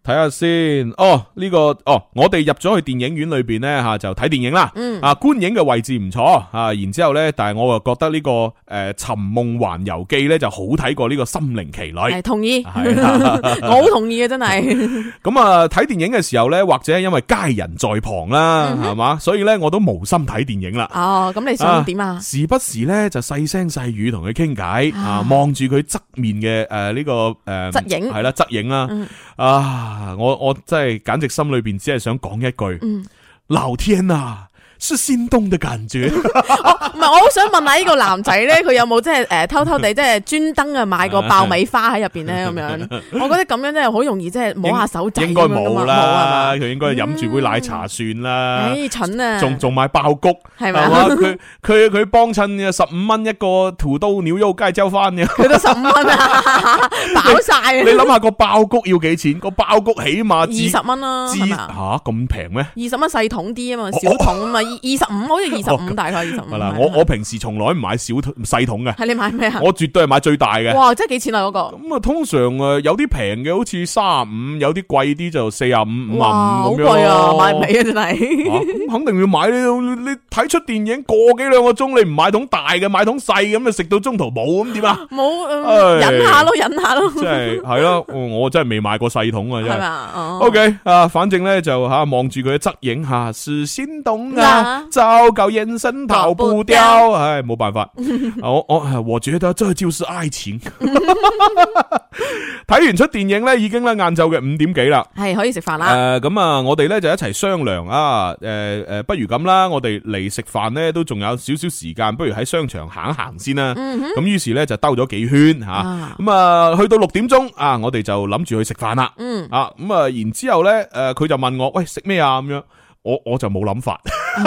[SPEAKER 2] 睇下先。哦，呢、個个哦，我哋入咗去電影院裏边咧吓，就睇電影啦。
[SPEAKER 3] 嗯
[SPEAKER 2] 啊，觀影嘅位置唔錯啊，然之后咧，但係我又覺得呢、個个诶《尋夢環遊記》咧就好睇過呢個《心靈奇旅》。
[SPEAKER 3] 係 同意，
[SPEAKER 2] 係啊
[SPEAKER 3] 我好同意嘅，真係。
[SPEAKER 2] 咁啊，睇電影嘅時候咧，或者因為家人在旁
[SPEAKER 3] 嗯
[SPEAKER 2] 啦，係嘛、所以咧我都無心睇電影啦。
[SPEAKER 3] 哦，咁你想點啊？
[SPEAKER 2] 時不時咧就細聲細語同佢傾偈啊，望住佢側面嘅诶呢個诶
[SPEAKER 3] 側影
[SPEAKER 2] 係啦側影啦
[SPEAKER 3] 嗯，
[SPEAKER 2] 啊我我真係簡直心裏边只係想講一句
[SPEAKER 3] 嗯，
[SPEAKER 2] 老天啊！是心動的感覺，
[SPEAKER 3] 唔係，我好想問下呢個男仔咧，佢有冇即係诶偷偷地即係專登啊買個爆米花喺入边咧咁樣？ 我覺得咁樣真係好容易即係 摸下手仔
[SPEAKER 2] 應
[SPEAKER 3] 咁
[SPEAKER 2] 該
[SPEAKER 3] 樣㗎嘛
[SPEAKER 2] 冇
[SPEAKER 3] 冇啊
[SPEAKER 2] 啦，
[SPEAKER 3] 係嘛？
[SPEAKER 2] 佢應該飲住杯奶茶算啦，
[SPEAKER 3] 唉，蠢 啊！
[SPEAKER 2] 仲仲買爆谷
[SPEAKER 3] 係咪
[SPEAKER 2] 係嘛？佢佢佢幫襯十五蚊一個土豆牛肉街椒飯嘅，
[SPEAKER 3] 佢都十五蚊啊，飽晒啊！
[SPEAKER 2] 你諗下個爆谷要幾錢？個爆谷起碼至
[SPEAKER 3] 二十蚊啦，
[SPEAKER 2] 至
[SPEAKER 3] 係咪
[SPEAKER 2] 吓
[SPEAKER 3] 啊
[SPEAKER 2] 咁平咩？
[SPEAKER 3] 二十蚊細桶啲啊嘛，小桶啊嘛，二二十五好似二十五大概二十五。
[SPEAKER 2] 系啦，我我平時從來唔買小桶細桶嘅，
[SPEAKER 3] 系你買咩啊？
[SPEAKER 2] 我絕對係買最大嘅。
[SPEAKER 3] 哇，真係幾錢啊嗰個？
[SPEAKER 2] 咁啊，通常诶有啲平嘅，好似三十五，有啲貴啲就四十五、五
[SPEAKER 3] 哇，
[SPEAKER 2] 啊
[SPEAKER 3] 好
[SPEAKER 2] 五咁
[SPEAKER 3] 貴啊，
[SPEAKER 2] 样
[SPEAKER 3] 買唔
[SPEAKER 2] 咯
[SPEAKER 3] 起啊真係。
[SPEAKER 2] 啊咁肯定要買呢你睇出電影個幾兩個鐘，你唔買桶大嘅，買桶細咁，你食到中途冇咁點 啊？
[SPEAKER 3] 冇
[SPEAKER 2] 唉
[SPEAKER 3] 嗯忍下咯，忍下咯，
[SPEAKER 2] 即係係啦，我我真係未買過細桶啊，
[SPEAKER 3] 係
[SPEAKER 2] 真
[SPEAKER 3] 咪
[SPEAKER 2] 係。
[SPEAKER 3] 啊？哦
[SPEAKER 2] O K 啊，反正咧就吓望住佢嘅侧影吓，是先懂
[SPEAKER 3] 嗱
[SPEAKER 2] 啊，糟糕，眼神逃不掉，唉，冇办 法，我我我觉得这就是愛情。 睇完出电影咧，已经咧晏昼嘅五点几啦。
[SPEAKER 3] 系可以食飯啦，
[SPEAKER 2] 诶，咁啊、我哋咧就一齊商量啊，诶、诶，不如咁啦，我哋嚟食飯咧都仲有少少時間，不如喺商場行一行先啦。咁於是咧就兜咗幾圈吓，
[SPEAKER 3] 嗯啊
[SPEAKER 2] 咁啊去到六點鐘啊，我哋就諗住去食飯啦。
[SPEAKER 3] 嗯，
[SPEAKER 2] 啊，咁啊，然之后咧，诶、佢就問我，喂，食咩啊？咁樣，我我就冇諗 法，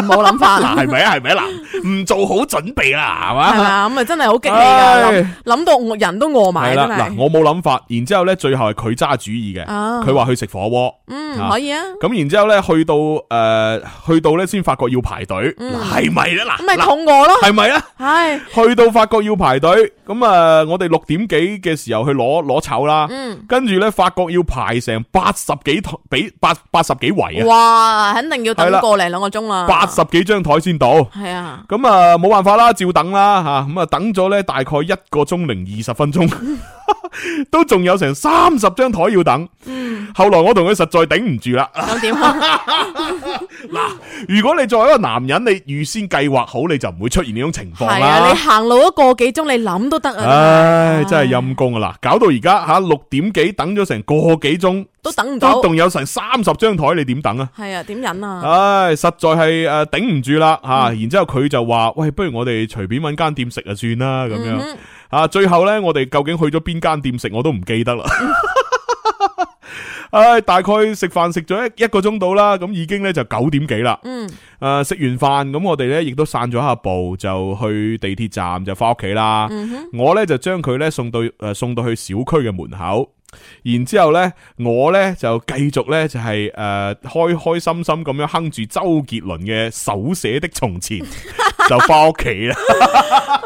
[SPEAKER 3] 冇諗法
[SPEAKER 2] 嗱，
[SPEAKER 3] 啦，
[SPEAKER 2] 係咪啊？係咪啊？嗱，唔做好準備啦，係
[SPEAKER 3] 係咪
[SPEAKER 2] 嘛？
[SPEAKER 3] 啊？咁啊真係好激氣
[SPEAKER 2] 唉
[SPEAKER 3] 㗎，諗諗到我人都餓埋
[SPEAKER 2] 係
[SPEAKER 3] 真
[SPEAKER 2] 啦，嗱，
[SPEAKER 3] 係。
[SPEAKER 2] 我冇諗法，然之后咧，最後係佢揸主意嘅，
[SPEAKER 3] 啊
[SPEAKER 2] 佢話去食火鍋。
[SPEAKER 3] 嗯，
[SPEAKER 2] 啊
[SPEAKER 3] 可以啊，
[SPEAKER 2] 咁然之后咧，去到诶、呃去到咧先發覺要排隊，
[SPEAKER 3] 嗯
[SPEAKER 2] 係咪咧？嗱，
[SPEAKER 3] 咁咪
[SPEAKER 2] 嗱
[SPEAKER 3] 肚餓咯，
[SPEAKER 2] 係咪啊？
[SPEAKER 3] 唉，
[SPEAKER 2] 去到發覺要排隊，咁啊、呃我哋六點幾嘅時候去攞攞籌啦，
[SPEAKER 3] 嗯，
[SPEAKER 2] 跟住咧發覺要排成八十幾台，比八八十幾圍啊，
[SPEAKER 3] 哇，肯定要等
[SPEAKER 2] 係啦
[SPEAKER 3] 個零兩個鐘啦，
[SPEAKER 2] 八十幾張台先到。
[SPEAKER 3] 係啊，
[SPEAKER 2] 咁啊，冇辦法啦，照等啦吓，咁啊等咗咧大概一個鐘零二十分鐘， 都仲有成三十張台要等。後來我同佢實在頂唔住啦，
[SPEAKER 3] 嗯咁點啊？
[SPEAKER 2] 如果你作為一個男人，你預先計劃好，你就唔會出現呢種情況
[SPEAKER 3] 係啊，
[SPEAKER 2] 啦
[SPEAKER 3] 你。行路一個幾鐘，你諗都得啊，
[SPEAKER 2] 唉，真係陰公啊！啦，搞到而家吓六點幾等咗成個幾鐘，
[SPEAKER 3] 都等唔到
[SPEAKER 2] 都，仲有成三十張台，你點等啊？
[SPEAKER 3] 係啊，點忍啊？
[SPEAKER 2] 唉，實在係诶顶唔住啦吓，
[SPEAKER 3] 嗯
[SPEAKER 2] 然之后佢就話：喂，不如我哋隨便揾間店食就算啦咁樣。
[SPEAKER 3] 嗯
[SPEAKER 2] 啊，最後呢，我哋究竟去咗邊間店食，我都唔記 得啦。唉，大概食飯食咗一一個鐘到啦，咁已經呢就九點幾啦。
[SPEAKER 3] 嗯，
[SPEAKER 2] 诶、食完飯咁，我哋呢亦都散咗下步，就去地鐵站就翻屋企啦。
[SPEAKER 3] 嗯
[SPEAKER 2] 我呢就將佢呢送到诶、呃送到去小區嘅門口。然之后咧，我呢就繼續呢，就係诶開開心心咁樣哼住周杰倫嘅《手寫的從 前》，就翻屋企啦。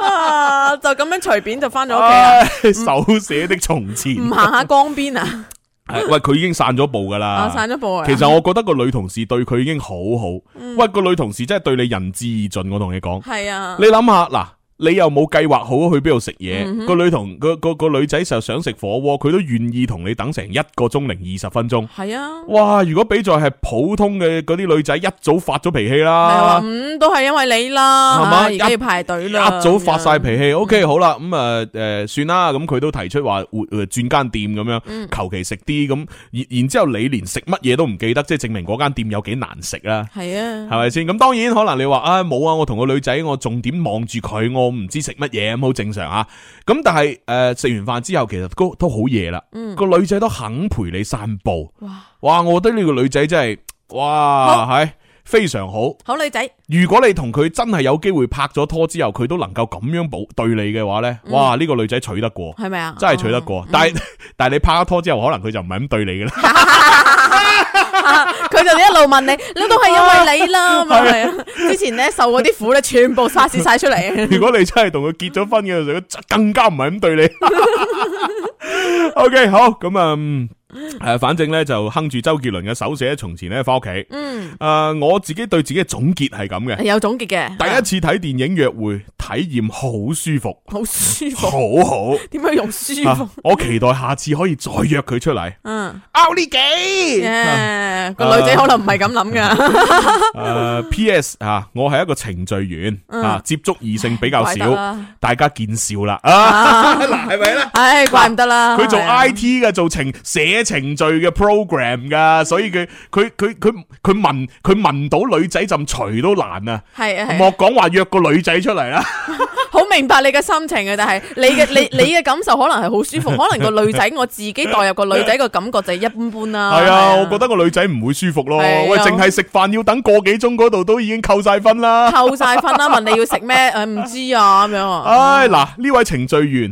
[SPEAKER 3] 啊，就咁樣隨便就翻咗屋企啊，
[SPEAKER 2] 唉手寫的從前
[SPEAKER 3] 唔，行下江邊啊，
[SPEAKER 2] 係喂，佢已經散咗步噶
[SPEAKER 3] 啊，
[SPEAKER 2] 啦。
[SPEAKER 3] 散咗步啊，
[SPEAKER 2] 其實我覺得個女同事對佢已經好好，喂個女同事真係對你仁至義盡，我同你講。
[SPEAKER 3] 係啊
[SPEAKER 2] 你，諗下嗱。你又冇計劃好去邊度食
[SPEAKER 3] 嗯
[SPEAKER 2] 嘢，個女同個個個女仔就想食火鍋，佢都願意同你等成一個鐘零二十分鐘。
[SPEAKER 3] 係啊。
[SPEAKER 2] 哇！如果比在係普通嘅嗰啲女仔，一早發咗脾氣
[SPEAKER 3] 系话
[SPEAKER 2] 啦，
[SPEAKER 3] 嗯都系因為你啦，
[SPEAKER 2] 係嘛
[SPEAKER 3] 唉而家
[SPEAKER 2] 一
[SPEAKER 3] 要排隊
[SPEAKER 2] 一
[SPEAKER 3] 啦，
[SPEAKER 2] 早發晒
[SPEAKER 3] 咁樣
[SPEAKER 2] 脾氣。O K，好啦，咁啊诶算啦，咁佢都提出話換誒轉間店咁樣，求其食啲咁，然然之後你連食乜嘢都唔記得，即係證明嗰間店有幾難食啦。
[SPEAKER 3] 係
[SPEAKER 2] 系
[SPEAKER 3] 啊，
[SPEAKER 2] 咪先？咁當然可能你話啊冇啊，我同個女仔我重點望住佢，我唔知食乜嘢咁好正常啊。咁但係诶食完飯之後，其實都都好夜啦。個女仔都肯陪你散步。
[SPEAKER 3] 嗯哇
[SPEAKER 2] 哇！我覺得呢個女仔真係哇係非常好。
[SPEAKER 3] 好女仔，
[SPEAKER 2] 如果你同佢真係有機會拍咗拖之後，佢都能夠咁樣保對你嘅話呢，哇！呢、個女仔娶得過，
[SPEAKER 3] 嗯係咪啊？
[SPEAKER 2] 真係娶得過。但係但係你拍咗拖之後，可能佢就唔係咁對你嘅啦。
[SPEAKER 3] 佢就一路 問你，你都係因為你啦，咁樣係啊，之前咧受嗰啲苦咧，全部撒泄晒出 嚟，
[SPEAKER 2] 如果你真系同佢結咗婚嘅時候，佢更加唔係咁對 你。OK，好咁啊。嗯诶，反正咧就哼住周杰倫嘅手寫從前咧翻屋企。诶、
[SPEAKER 3] 嗯，哎
[SPEAKER 2] 我自己對自己嘅總結係咁嘅。
[SPEAKER 3] 有總結嘅，
[SPEAKER 2] 第一次睇電影約會，體驗好舒服，
[SPEAKER 3] 好舒
[SPEAKER 2] 好
[SPEAKER 3] 服，
[SPEAKER 2] 好。
[SPEAKER 3] 點樣用舒服
[SPEAKER 2] 啊？我期待下次可以再約佢出嚟。
[SPEAKER 3] 嗯，
[SPEAKER 2] 拗呢幾？ 啊
[SPEAKER 3] 耶個女仔可能唔係咁諗噶，
[SPEAKER 2] 诶，P.S. 啊，我係一個程序員啊，接觸異性比較
[SPEAKER 3] 嗯怪得
[SPEAKER 2] 少，
[SPEAKER 3] 啦，
[SPEAKER 2] 大家見笑啦。啊， 嗱係咪咧？
[SPEAKER 3] 唉，怪唔得啦，
[SPEAKER 2] 佢做
[SPEAKER 3] 係啊
[SPEAKER 2] I T 嘅，做程寫程序嘅 program
[SPEAKER 3] 嗯
[SPEAKER 2] 噶，所以佢佢佢佢佢聞佢聞到女仔陣除都難啊！
[SPEAKER 3] 係啊係
[SPEAKER 2] 莫
[SPEAKER 3] 啊，
[SPEAKER 2] 講話約個女仔出嚟啦，
[SPEAKER 3] 好明白你嘅心情嘅，啊但係你嘅 你你嘅感受可能係好舒服，可能個女仔我自己代入個女仔個感覺就一般般啦，
[SPEAKER 2] 係啊，我覺得個女仔唔會舒服咯。
[SPEAKER 3] 哦係啊
[SPEAKER 2] 喂，淨係食飯要等個幾鐘嗰度都已經扣晒分啦。
[SPEAKER 3] 扣晒分啦，問你要食咩？诶，唔知啊，咁樣啊，
[SPEAKER 2] 唉，嗱呢位程序員，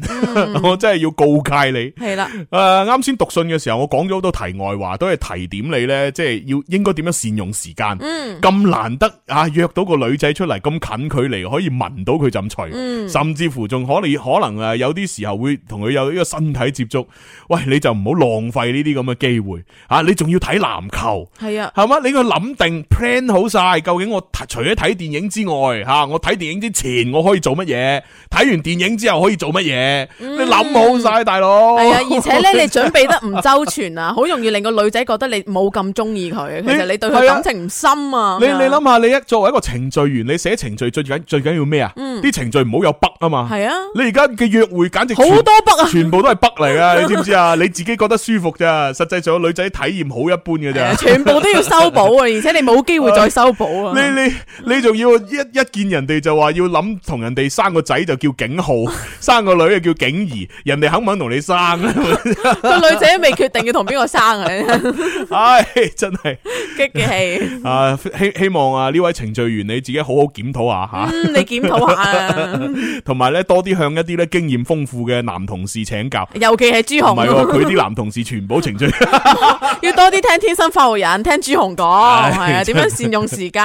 [SPEAKER 3] 嗯
[SPEAKER 2] 我真係要告誡你。
[SPEAKER 3] 係啦，
[SPEAKER 2] 诶，呃啱先讀信嘅時候，我講咗好多題外話，都係提點你呢，即係要應該點樣善用時間。
[SPEAKER 3] 嗯嗯
[SPEAKER 2] 咁難得啊，約到個女仔出嚟咁近距離可以聞到佢陣除，甚至乎仲可你可能诶有啲時候會同佢有呢個身體接觸。喂，你就唔好浪費呢啲咁嘅機會啊！你仲要睇籃球。
[SPEAKER 3] 系啊，
[SPEAKER 2] 系嘛？你個諗定 plan 好晒，究竟我睇除咗睇電影之外，吓、我睇電影之前我可以做乜嘢？睇完電影之後可以做乜嘢？你諗好晒，大佬。
[SPEAKER 3] 嗯系啊，而且咧，你準備得唔周全啊，好容易令個女仔覺得你冇咁中意佢，其實你對佢
[SPEAKER 2] 係啊
[SPEAKER 3] 感情唔深啊。
[SPEAKER 2] 你你谂下，你一作為一個程序員，你寫程序最緊最紧要咩啊？啲程序唔好有北啊嘛。
[SPEAKER 3] 嗯系啊，
[SPEAKER 2] 你而家嘅約會簡直
[SPEAKER 3] 好
[SPEAKER 2] 全
[SPEAKER 3] 多北啊，
[SPEAKER 2] 全部都係北嚟噶， 你知唔知啊？你自己覺得舒服咋，實際上個女仔體驗好一般嘅咋。
[SPEAKER 3] 全部都要修補啊，而且你冇機會再修補啊。
[SPEAKER 2] 你你你仲要一一見人哋就話要諗同人哋生個仔就叫景 浩，生個女就叫景怡，人哋肯唔肯同你生？啊
[SPEAKER 3] 個女仔都未決定要同邊個生啊，
[SPEAKER 2] 唉，真係
[SPEAKER 3] 激嘅氣。
[SPEAKER 2] 啊！希希望啊呢位程序員你自己好好檢討下吓，
[SPEAKER 3] 嗯，你檢討下啊，
[SPEAKER 2] 同埋咧多啲向一啲咧經驗豐富嘅男同事請教。
[SPEAKER 3] 尤其係朱
[SPEAKER 2] 唔係喎，
[SPEAKER 3] 紅，
[SPEAKER 2] 佢啲男同事全部程序，
[SPEAKER 3] 要多啲聽天生發號人，聽朱紅講，
[SPEAKER 2] 唉
[SPEAKER 3] 係啊，
[SPEAKER 2] 真
[SPEAKER 3] 點
[SPEAKER 2] 係
[SPEAKER 3] 樣善用時間。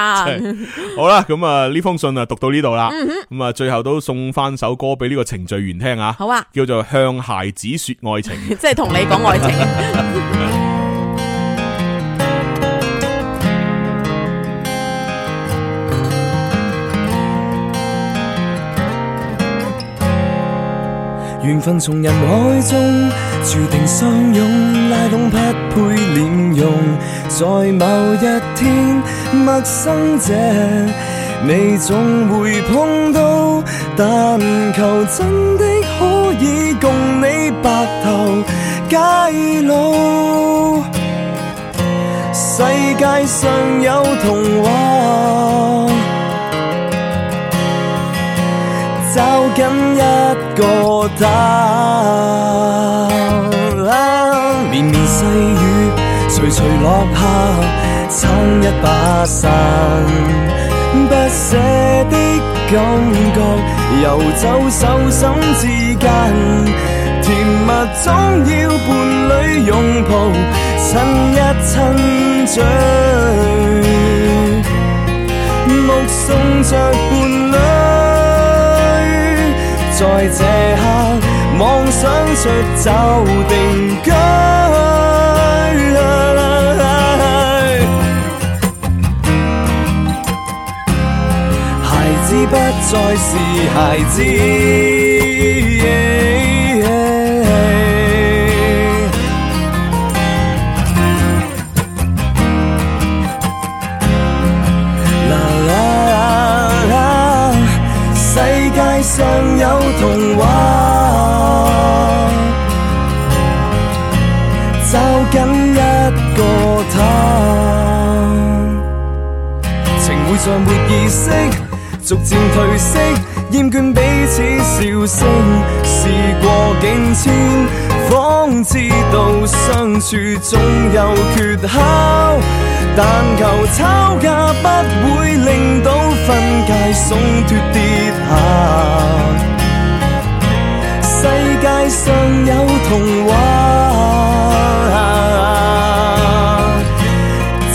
[SPEAKER 2] 好啦，咁啊呢封信啊讀到呢度
[SPEAKER 3] 嗯
[SPEAKER 2] 啦，咁啊最後都送翻首歌俾呢個程序員聽啊，
[SPEAKER 3] 好啊，
[SPEAKER 2] 叫做《向孩子說愛 情》。
[SPEAKER 3] 即係同你講愛情。
[SPEAKER 1] 缘分从人海中注定相拥，拉拢匹配脸容，在某一天，陌生者你总会碰到，但求真的可以共你白头偕老。世界上有童话。找緊一個他。年年細雨隨隨落下，撐一把傘，不捨的感覺游走手心之間，甜蜜總要伴侶擁抱，親一親嘴。目送着伴侶，在這刻妄想出走定居。孩子不再是孩子。啦啦啦，世界上有童話，找緊一個他。情會在沒意識，逐漸褪色，厭倦彼此笑聲。事過境遷，方知道相處總有缺口。但求吵架不會令到分界鬆脱跌下。世界上有童話。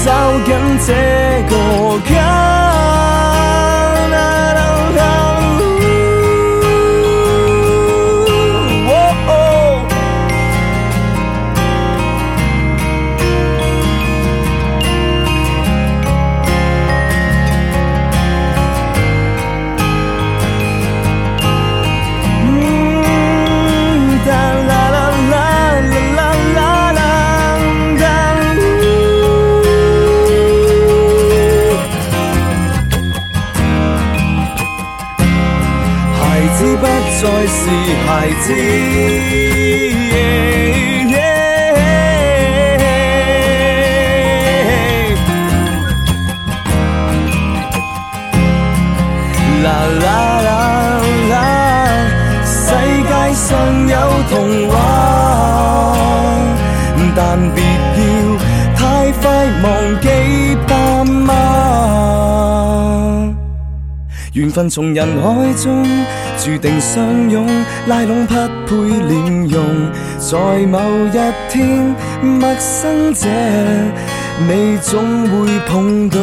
[SPEAKER 1] 找緊這個家。孩子不再是孩子。啦啦啦啦，世界上有童話，但別要太快忘記爸媽。緣分從人海中注定相擁，拉攏匹配臉容，在某一天，陌生者你總會碰到。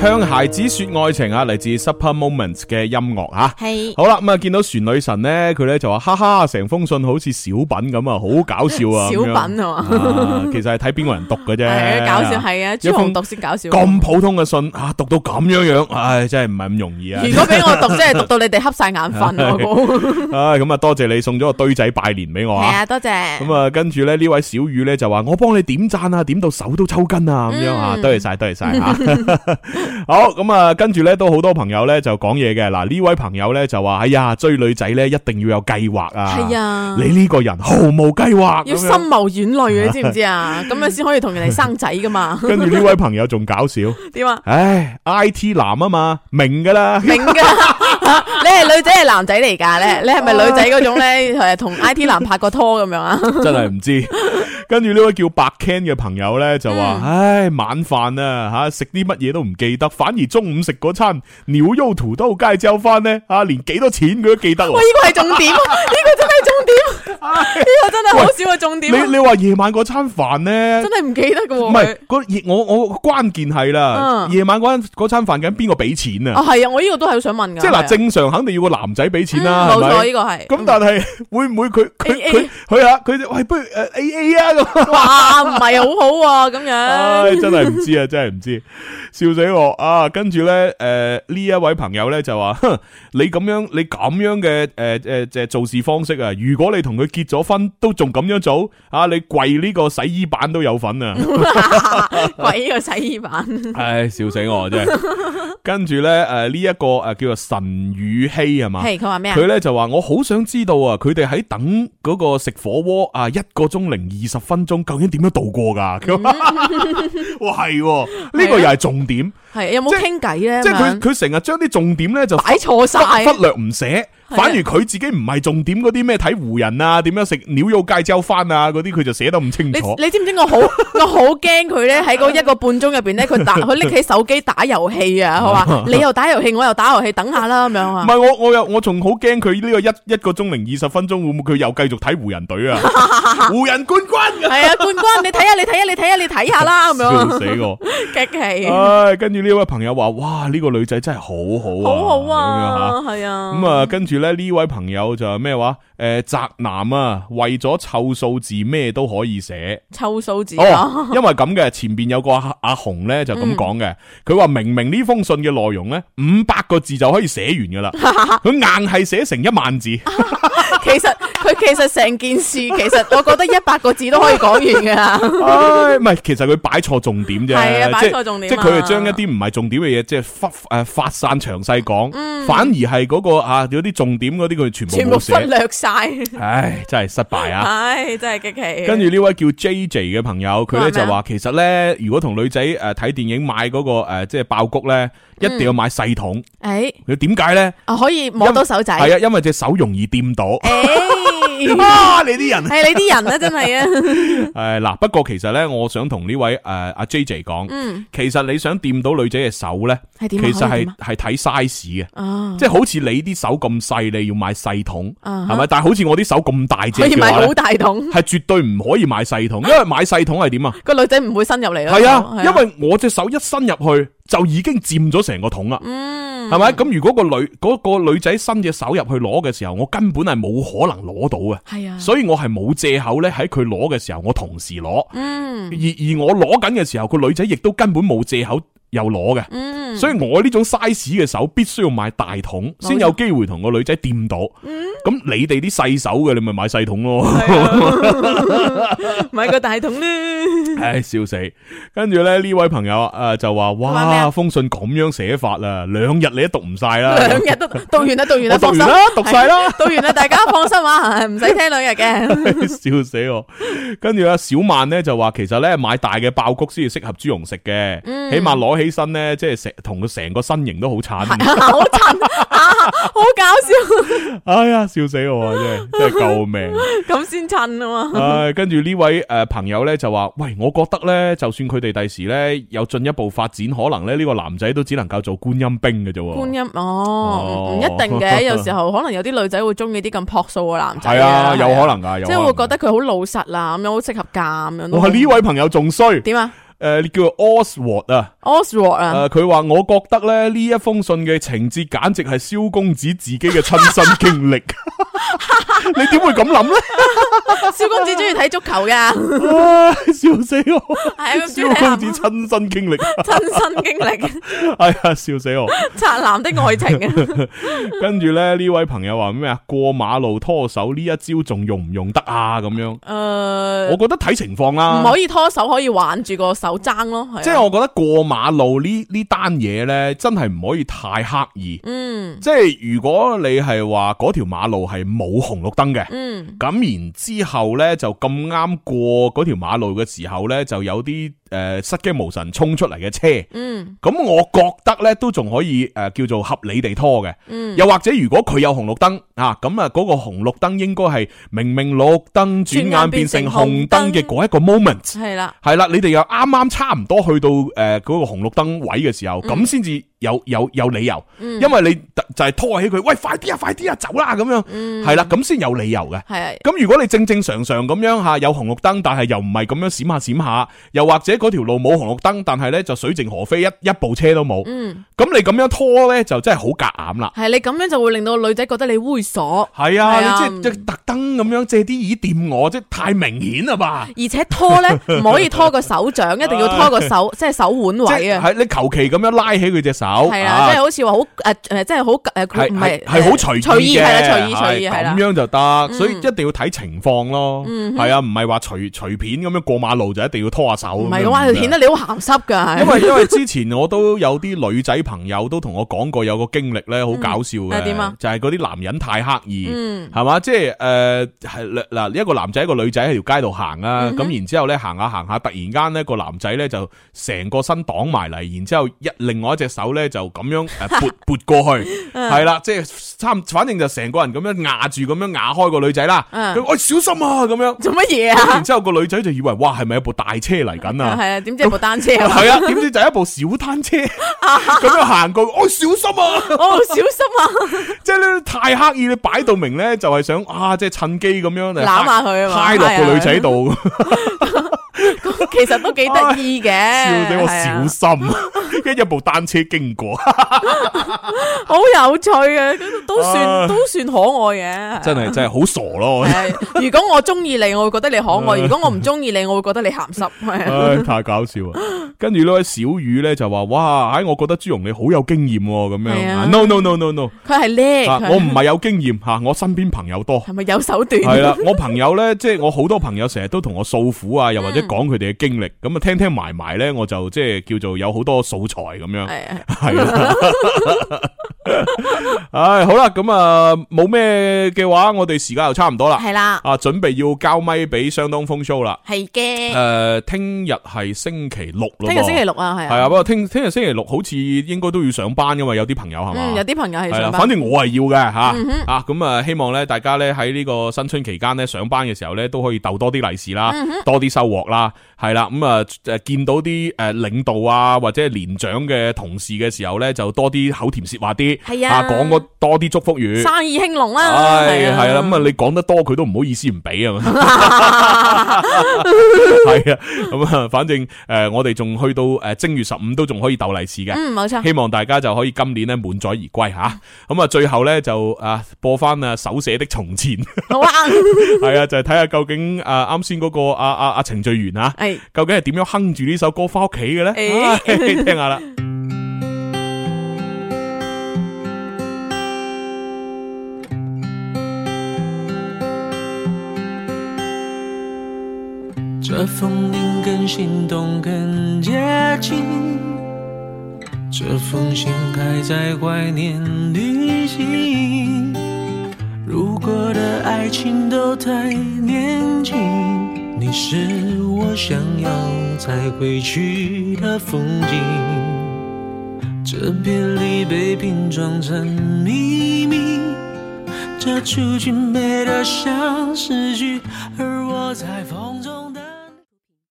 [SPEAKER 2] 向孩子说爱情啊，嚟自 Super Moments 嘅音樂啊。
[SPEAKER 10] 系
[SPEAKER 2] 好啦，咁啊見到船女神咧，佢咧就話：哈哈，成封信好似小品咁啊，好搞笑啊！
[SPEAKER 3] 小品
[SPEAKER 2] 咁樣
[SPEAKER 3] 啊
[SPEAKER 2] 啊，其實係睇邊個人讀 嘅啫。
[SPEAKER 3] 係搞笑係啊，朱
[SPEAKER 2] 一封
[SPEAKER 3] 紅讀先搞笑。
[SPEAKER 2] 咁普通嘅信啊，讀到咁樣樣，唉，真係唔係咁容易啊！
[SPEAKER 3] 如果俾我讀，真係讀到你哋瞌晒眼 瞓，我估。
[SPEAKER 2] 唉，咁啊，多謝你送咗個堆仔拜年俾我
[SPEAKER 10] 系
[SPEAKER 2] 啊！
[SPEAKER 10] 啊，多谢。
[SPEAKER 2] 咁啊，跟住咧呢位小雨咧就話：我幫你點赞啊，點到手都抽筋啊，
[SPEAKER 3] 嗯
[SPEAKER 2] 咁樣啊， 多謝晒，多謝晒吓。好，咁啊，跟住咧都好多朋友咧就講嘢嘅。嗱，呢位朋友咧就話：哎呀，追女仔咧一定要有計劃啊！
[SPEAKER 3] 係啊
[SPEAKER 2] 你呢個人毫無計劃，
[SPEAKER 3] 要
[SPEAKER 2] 咁
[SPEAKER 3] 深
[SPEAKER 2] 樣
[SPEAKER 3] 謀遠 慮啊，你知唔知啊？咁樣先可以同人哋生仔噶嘛？
[SPEAKER 2] 跟住呢位朋友仲搞笑，
[SPEAKER 3] 點啊？
[SPEAKER 2] 唉，I T 男啊嘛，明噶啦。
[SPEAKER 3] 明噶， 你係女仔係男仔嚟㗎咧？你係咪女仔嗰種咧？诶，同 I T 男拍過拖咁樣啊？
[SPEAKER 2] 真係唔 知。跟住呢位叫白 Ken 嘅朋友呢，就
[SPEAKER 3] 嗯
[SPEAKER 2] 話：唉，晚飯啊吓，食啲乜嘢都唔記得，反而中午食嗰餐鳥肉土豆街椒飯呢，啊，連幾多錢佢都記得喎
[SPEAKER 3] 喂，。呢個係重點，呢個真係重點，呢個真係好少嘅重 點，啊
[SPEAKER 2] 你你話夜晚嗰餐飯呢
[SPEAKER 3] 真？係唔記得㗎
[SPEAKER 2] 唔
[SPEAKER 3] 喎。
[SPEAKER 2] 係
[SPEAKER 3] 佢
[SPEAKER 2] 嗰夜我我關鍵係啦，
[SPEAKER 3] 嗯
[SPEAKER 2] 夜晚嗰餐嗰餐飯緊邊個俾錢
[SPEAKER 3] 啊，
[SPEAKER 2] 啊？
[SPEAKER 3] 係啊，我呢個都係好想問㗎。
[SPEAKER 2] 即係
[SPEAKER 3] 係啊
[SPEAKER 2] 嗱，正常肯定要個男仔俾錢啦，
[SPEAKER 3] 嗯
[SPEAKER 2] 係
[SPEAKER 3] 冇錯，呢
[SPEAKER 2] 咪？
[SPEAKER 3] 個係。
[SPEAKER 2] 咁但係會唔會佢佢
[SPEAKER 3] AA
[SPEAKER 2] 佢佢啊佢就喂不如誒 A A 啊咁？
[SPEAKER 3] 哇，唔係啊好好喎，咁樣
[SPEAKER 2] 唉，真系唔知啊，真系唔知，笑死我啊！跟住咧，诶、呢一位朋友咧就话：哼你咁样，你咁样嘅诶诶，即、係做事方式啊！如果你同佢结咗婚，都仲咁样做啊，你跪呢个洗衣板都有份啊！
[SPEAKER 3] 跪呢個洗衣板，
[SPEAKER 2] 唉，笑死我真系。跟住咧，诶呢一个诶叫做神宇希系嘛？
[SPEAKER 3] 係佢話咩啊
[SPEAKER 2] 佢？咧就話：我好想知道啊，佢哋喺等嗰個食火鍋啊，一個鐘零二十分鐘，究竟點樣度過㗎？ 咁哇，係喎呢個又係重點，
[SPEAKER 3] 係有冇
[SPEAKER 2] 即係
[SPEAKER 3] 傾偈咧？
[SPEAKER 2] 即係
[SPEAKER 3] 咁
[SPEAKER 2] 佢
[SPEAKER 3] 樣
[SPEAKER 2] 佢成日將啲重點咧就忽
[SPEAKER 3] 嗯擺啊錯晒。
[SPEAKER 2] 忽略唔寫，反而佢自己唔係重點嗰啲咩睇湖人啊，點樣食鳥肉芥椒飯啊嗰啲，佢就寫得唔清
[SPEAKER 3] 你
[SPEAKER 2] 楚。
[SPEAKER 3] 你知唔知 我好我好驚佢咧喺嗰一個半鐘入边咧，佢打佢拎起手機打遊戲啊！ 佢話你又打遊戲，我又打遊戲，等下啦咁樣
[SPEAKER 2] 唔
[SPEAKER 3] 啊！
[SPEAKER 2] 係我我又我仲好驚佢呢個一一個鐘零二十分鐘會唔會佢又繼續睇湖人隊 啊？湖人冠軍咁
[SPEAKER 3] 係啊，冠軍你睇下，你睇下，你睇下，你睇下啦咁樣
[SPEAKER 2] 笑
[SPEAKER 3] 啊，
[SPEAKER 2] 死我！
[SPEAKER 3] 激 氣，
[SPEAKER 2] 唉，跟住呢位朋友話：，哇，呢、個女仔真係好好啊，
[SPEAKER 3] 好好
[SPEAKER 2] 咁樣
[SPEAKER 3] 啊
[SPEAKER 2] 嚇，
[SPEAKER 3] 係啊，
[SPEAKER 2] 咁啊，跟住咧呢位朋友就係咩話？诶、宅男啊，為咗湊數字咩都可以寫。
[SPEAKER 3] 凑數字啊，
[SPEAKER 2] 哦，因為咁嘅，前边有個阿阿紅咧就咁講嘅，佢話明明呢封信嘅內容咧五百個字就可以寫完噶啦，佢硬係寫成一萬字。
[SPEAKER 3] 其實佢其實成件事，其實我覺得一百個字都可以講完 㗎。
[SPEAKER 2] 唉，唔係，其實佢擺錯重點啫，
[SPEAKER 3] 係啊擺
[SPEAKER 2] 即係
[SPEAKER 3] 錯重點
[SPEAKER 2] 即係佢係將一
[SPEAKER 3] 啊
[SPEAKER 2] 啲唔係重點嘅嘢，即係忽诶發散詳細講，反而係嗰個啊有啲重點嗰啲佢全部
[SPEAKER 3] 嗯全
[SPEAKER 2] 冇
[SPEAKER 3] 部忽
[SPEAKER 2] 寫，
[SPEAKER 3] 略晒，
[SPEAKER 2] 唉，真係失敗啊！
[SPEAKER 3] 唉，真係激氣。
[SPEAKER 2] 跟住呢位叫 J J 嘅朋友，佢咧
[SPEAKER 3] 佢話咩
[SPEAKER 2] 就
[SPEAKER 3] 啊
[SPEAKER 2] 話其實咧，如果同女仔诶睇電影買嗰個诶即係爆谷咧，一定要買細桶。
[SPEAKER 3] 诶，
[SPEAKER 2] 佢點解咧？
[SPEAKER 3] 啊可以嗯摸到手仔，哎
[SPEAKER 2] 係啊，因為隻手容易掂到。
[SPEAKER 3] 诶。
[SPEAKER 2] 啊！你啲人
[SPEAKER 3] 系你啲人啊，真係啊，
[SPEAKER 2] 诶呃嗱，不過其實咧，我想同呢位诶阿 J J 講，
[SPEAKER 3] 嗯，
[SPEAKER 2] 其實你想掂到女仔嘅手咧，
[SPEAKER 3] 係
[SPEAKER 2] 其
[SPEAKER 3] 點啊
[SPEAKER 2] 實
[SPEAKER 3] 可以
[SPEAKER 2] 係
[SPEAKER 3] 點啊
[SPEAKER 2] 係睇 size 嘅。
[SPEAKER 3] 啊，
[SPEAKER 2] 即係好似你啲手咁細，你要買細桶，
[SPEAKER 3] 啊
[SPEAKER 2] 係咪？但係好似我啲手咁大隻
[SPEAKER 3] 可以
[SPEAKER 2] 嘅
[SPEAKER 3] 買
[SPEAKER 2] 話
[SPEAKER 3] 好
[SPEAKER 2] 咧，
[SPEAKER 3] 大桶，
[SPEAKER 2] 係絕對唔可以買細桶，因為買細桶係點啊？
[SPEAKER 3] 個女仔唔會伸入嚟咯。
[SPEAKER 2] 係啊，因為我隻手一伸入去就已經佔咗成個桶啦，
[SPEAKER 3] 嗯，
[SPEAKER 2] 係咪？咁如果個女嗰、個女仔伸隻手入去攞嘅時候，我根本係冇可能攞到嘅。
[SPEAKER 3] 係啊，
[SPEAKER 2] 所以我係冇借口咧，喺佢攞嘅時候，我同時攞，而
[SPEAKER 3] 嗯
[SPEAKER 2] 而我攞緊嘅時候，個女仔亦都根本冇借口又攞嘅。
[SPEAKER 3] 嗯，
[SPEAKER 2] 所以我呢種 size 嘅手必須要買大桶，
[SPEAKER 3] 錯嗯
[SPEAKER 2] 先有機會同個女仔掂到。咁、你哋啲細手嘅，你咪買細桶咯。
[SPEAKER 3] 買個大桶咧，
[SPEAKER 2] 唉，笑死！跟住咧呢位朋友诶、呃就話：，
[SPEAKER 3] 話咩
[SPEAKER 2] 哇，
[SPEAKER 3] 啊
[SPEAKER 2] 封信咁樣寫法啊，兩日你都讀唔晒啦。
[SPEAKER 3] 兩日都讀完啦，讀完
[SPEAKER 2] 我
[SPEAKER 3] 啦，
[SPEAKER 2] 讀
[SPEAKER 3] 放
[SPEAKER 2] 完
[SPEAKER 3] 心
[SPEAKER 2] 啦，讀晒啦，
[SPEAKER 3] 讀完啦，大家放心啊，唔使聽兩 日嘅。
[SPEAKER 2] 笑死我！跟住阿小曼咧就話：，其實咧買大嘅爆谷先至適合豬蓉食嘅，
[SPEAKER 3] 嗯
[SPEAKER 2] 起碼攞起身咧，即係成同佢成個身形都好襯。
[SPEAKER 3] 好襯啊，好搞
[SPEAKER 2] 哎呀，笑死我啊！真係真係救命！
[SPEAKER 3] 笑，咁先襯啊嘛。
[SPEAKER 2] 唉，跟住呢位诶朋友咧就話：，喂，我覺得咧，就算佢哋第時咧有進一步發展，可能咧呢個男仔都只能夠做觀音兵嘅啫喎。
[SPEAKER 3] 觀音哦，唔一 定嘅，有時候可能有啲女仔會中意啲咁樸素嘅男仔。
[SPEAKER 2] 係啊，有可。能噶，有
[SPEAKER 3] 即係
[SPEAKER 2] 可
[SPEAKER 3] 會覺
[SPEAKER 2] 能㗎
[SPEAKER 3] 得佢好老實啦，咁樣好適合嫁咁樣咯。
[SPEAKER 2] 哇！呢位朋友仲衰，
[SPEAKER 3] 點啊？
[SPEAKER 2] 诶叫做 Oswald 啊。
[SPEAKER 3] Oswald
[SPEAKER 2] 诶
[SPEAKER 3] 啊，，
[SPEAKER 2] 佢話：我覺得咧呢一封信嘅情節簡直係萧公子自己嘅親身經 歷。你點會咁諗咧？
[SPEAKER 3] 萧公子中意睇足球噶，系
[SPEAKER 2] 啊笑死我！
[SPEAKER 3] 啊，中意
[SPEAKER 2] 萧公子
[SPEAKER 3] 睇
[SPEAKER 2] 親身經歷，
[SPEAKER 3] 亲身经历
[SPEAKER 2] 係啊，笑死我！
[SPEAKER 3] 宅男的爱情 啊，
[SPEAKER 2] 跟住咧呢位朋友話咩啊？過馬路拖手呢一招仲用唔用得啊？咁樣，
[SPEAKER 3] 诶
[SPEAKER 2] 我，覺得睇情況
[SPEAKER 3] 呃唔
[SPEAKER 2] 啦。
[SPEAKER 3] 可以拖手，可以挽住個手踭咯，係啊
[SPEAKER 2] 即係我覺得過馬路呢呢單嘢咧，真係唔可以太刻意。
[SPEAKER 3] 嗯
[SPEAKER 2] 即係如果你係話嗰條馬路係冇紅綠燈嘅。
[SPEAKER 3] 嗯
[SPEAKER 2] 咁然之後呢，就咁啱過嗰條馬路嘅時候呢，就有啲誒、呃失驚無神衝出嚟嘅車。
[SPEAKER 3] 嗯
[SPEAKER 2] 咁我覺得呢，都仲可以誒、呃叫做合理地拖嘅。
[SPEAKER 3] 嗯，
[SPEAKER 2] 又或者如果佢有紅綠燈啊，咁啊嗰個紅綠燈應該係明明綠燈轉眼變成紅燈嘅嗰一個 moment。
[SPEAKER 3] 係啦，
[SPEAKER 2] 係啦，你哋又啱啱差唔多去到呃誒嗰、個紅綠燈位嘅時候，咁先至有有有理由，
[SPEAKER 3] 嗯
[SPEAKER 2] 因為你特就係拖起佢，喂快啲啊快啲啊走啦咁樣，
[SPEAKER 3] 嗯
[SPEAKER 2] 係啦，咁先有理由嘅。
[SPEAKER 3] 系啊，
[SPEAKER 2] 咁如果你正正常常咁樣吓有紅綠燈，但係又唔係咁樣閃下閃下，又或者嗰條路冇紅綠燈，但係呢就水靜河飛，一一部車都冇，咁、
[SPEAKER 3] 嗯，
[SPEAKER 2] 你咁樣拖呢，就真係好夾硬啦。
[SPEAKER 3] 係你咁樣就會令到女仔覺得你猥瑣，
[SPEAKER 2] 係
[SPEAKER 3] 係
[SPEAKER 2] 啊，
[SPEAKER 3] 啊
[SPEAKER 2] 你即係即係特登咁樣借啲意掂我，即係太明顯啊啦吧？
[SPEAKER 3] 而且拖 咧唔可以拖個手掌，一定要拖個手，即係手腕
[SPEAKER 2] 即
[SPEAKER 3] 位啊，
[SPEAKER 2] 係你求其咁樣拉起佢隻手，
[SPEAKER 3] 係啦，
[SPEAKER 2] 啊
[SPEAKER 3] 即係好似話好诶诶，即係好
[SPEAKER 2] 係
[SPEAKER 3] 诶，佢唔
[SPEAKER 2] 係
[SPEAKER 3] 係
[SPEAKER 2] 係好隨
[SPEAKER 3] 隨意
[SPEAKER 2] 嘅，
[SPEAKER 3] 係啦，隨意隨意
[SPEAKER 2] 係
[SPEAKER 3] 係啦嗯
[SPEAKER 2] 咁，樣就得，所以一定要睇情況咯。係啊，唔係話隨隨便咁樣過馬路就一定要拖下手咁樣。
[SPEAKER 3] 唔係嘅話就顯得你好鹹濕㗎，係
[SPEAKER 2] 因為因为之前我都有啲女仔朋友都同我講過有個經歷咧，好搞笑
[SPEAKER 3] 係點啊
[SPEAKER 2] 嘅，就係嗰啲男人太刻意，
[SPEAKER 3] 嗯
[SPEAKER 2] 係嘛，即係诶系嗱一個男仔一個女仔喺條街度行啊，
[SPEAKER 3] 嗯
[SPEAKER 2] 咁然之后咧行下行下，突然間咧個男仔咧就成個身擋埋嚟，然之后一另外一隻手咧就咁樣呃 诶拨拨过去，
[SPEAKER 3] 嗯
[SPEAKER 2] 係啦，即係三反正就成個人咁樣壓住咁樣壓開個女仔啦，
[SPEAKER 3] 嗯
[SPEAKER 2] 佢喂小心啊咁樣，
[SPEAKER 3] 做乜嘢啊？
[SPEAKER 2] 然之后个女仔就以為哇係咪有部大車嚟緊 啊？
[SPEAKER 3] 係啊，點知有部單 車啊？
[SPEAKER 2] 系啊，点知就一部小單車 咁樣行過，哦小心啊！
[SPEAKER 3] 哦，小心
[SPEAKER 2] 即係咧太刻意，你擺到明咧就係想啊，即係趁機咁樣嚟
[SPEAKER 3] 啊！攬下佢啊嘛，
[SPEAKER 2] 揩落個女仔 度，
[SPEAKER 3] 咁其實都幾得意嘅，
[SPEAKER 2] 笑死我
[SPEAKER 3] 係啊
[SPEAKER 2] 小心， 跟住一部單車經過，
[SPEAKER 3] 好有趣嘅，都
[SPEAKER 2] 啊
[SPEAKER 3] 算都算可愛嘅。
[SPEAKER 2] 真 係真係好傻咯！
[SPEAKER 3] 係啊如果我中意你，我會覺得你可愛；如果我唔中意你，我會覺得 你鹹濕。係啊
[SPEAKER 2] 唉，太搞笑啊！跟住呢位小雨咧就話：，哇，唉，我覺得朱容你好有經驗喎，咁
[SPEAKER 3] 係
[SPEAKER 2] 樣。
[SPEAKER 3] 啊
[SPEAKER 2] No no no no no，
[SPEAKER 3] 佢係叻，
[SPEAKER 2] 啊
[SPEAKER 3] 佢
[SPEAKER 2] 我唔係有經驗吓，我身邊朋友多。
[SPEAKER 3] 係咪有手段？
[SPEAKER 2] 系啦，我朋友呢，即系我好多朋友成日都同我訴苦啊，又或
[SPEAKER 3] 嗯
[SPEAKER 2] 者講佢哋嘅經歷，咁啊聽聽埋埋呢，我就即係叫做有好多素材咁樣，
[SPEAKER 3] 係啊
[SPEAKER 2] 係啦。唉，好啦，咁啊冇咩嘅話，我哋時間又差唔多啦，
[SPEAKER 3] 係啦，
[SPEAKER 2] 啊，準備要交咪俾相當風騷啦。
[SPEAKER 3] 係
[SPEAKER 2] 诶、
[SPEAKER 3] 嘅。
[SPEAKER 2] 聽日係星期六咯喎，
[SPEAKER 3] 聽日星期六啊，係
[SPEAKER 2] 系
[SPEAKER 3] 啊，
[SPEAKER 2] 啊，不過聽聽日星期六好似應該都要上班，因為有啲朋友係嘛。
[SPEAKER 3] 嗯，有啲朋友係
[SPEAKER 2] 系啦，
[SPEAKER 3] 上
[SPEAKER 2] 反
[SPEAKER 3] 班，
[SPEAKER 2] 正我系要嘅吓，
[SPEAKER 3] 嗯
[SPEAKER 2] 啊咁啊，希望咧大家咧喺呢個新春期間咧上班嘅時候咧都可以逗多啲利是啦，
[SPEAKER 3] 嗯
[SPEAKER 2] 多啲收穫啦，係啦，咁啊诶见到啲诶领导啊或者係年長嘅同事嘅時候咧就多啲口甜舌滑啲，
[SPEAKER 3] 係啊
[SPEAKER 2] 講個多啲祝福語，
[SPEAKER 3] 生啊意興隆啦，
[SPEAKER 2] 唉係啦，咁啊你 講得多佢都唔好意思唔俾啊嘛。係啊，咁啊，反正诶，我哋仲去到诶正月十五都仲可以逗利是嘅，
[SPEAKER 3] 嗯，冇錯，
[SPEAKER 2] 希望大家就可以今年咧滿載而歸吓。咁啊，最後咧就啊播翻啊手寫的從前，
[SPEAKER 3] 好啊，
[SPEAKER 2] 係啊，就係睇下究竟啊啱先嗰個啊啊啊程序員啊，
[SPEAKER 3] 係
[SPEAKER 2] 究竟係點樣哼住呢首歌翻屋企嘅咧？
[SPEAKER 3] 誒
[SPEAKER 2] 唉 聽下啦。
[SPEAKER 9] 这风铃更心动，更接近。这封信还在怀念旅行。如果的爱情都太年轻，你是我想要再回去的风景。这别离被拼装成秘密，这出剧美得像诗句，而我在风中的。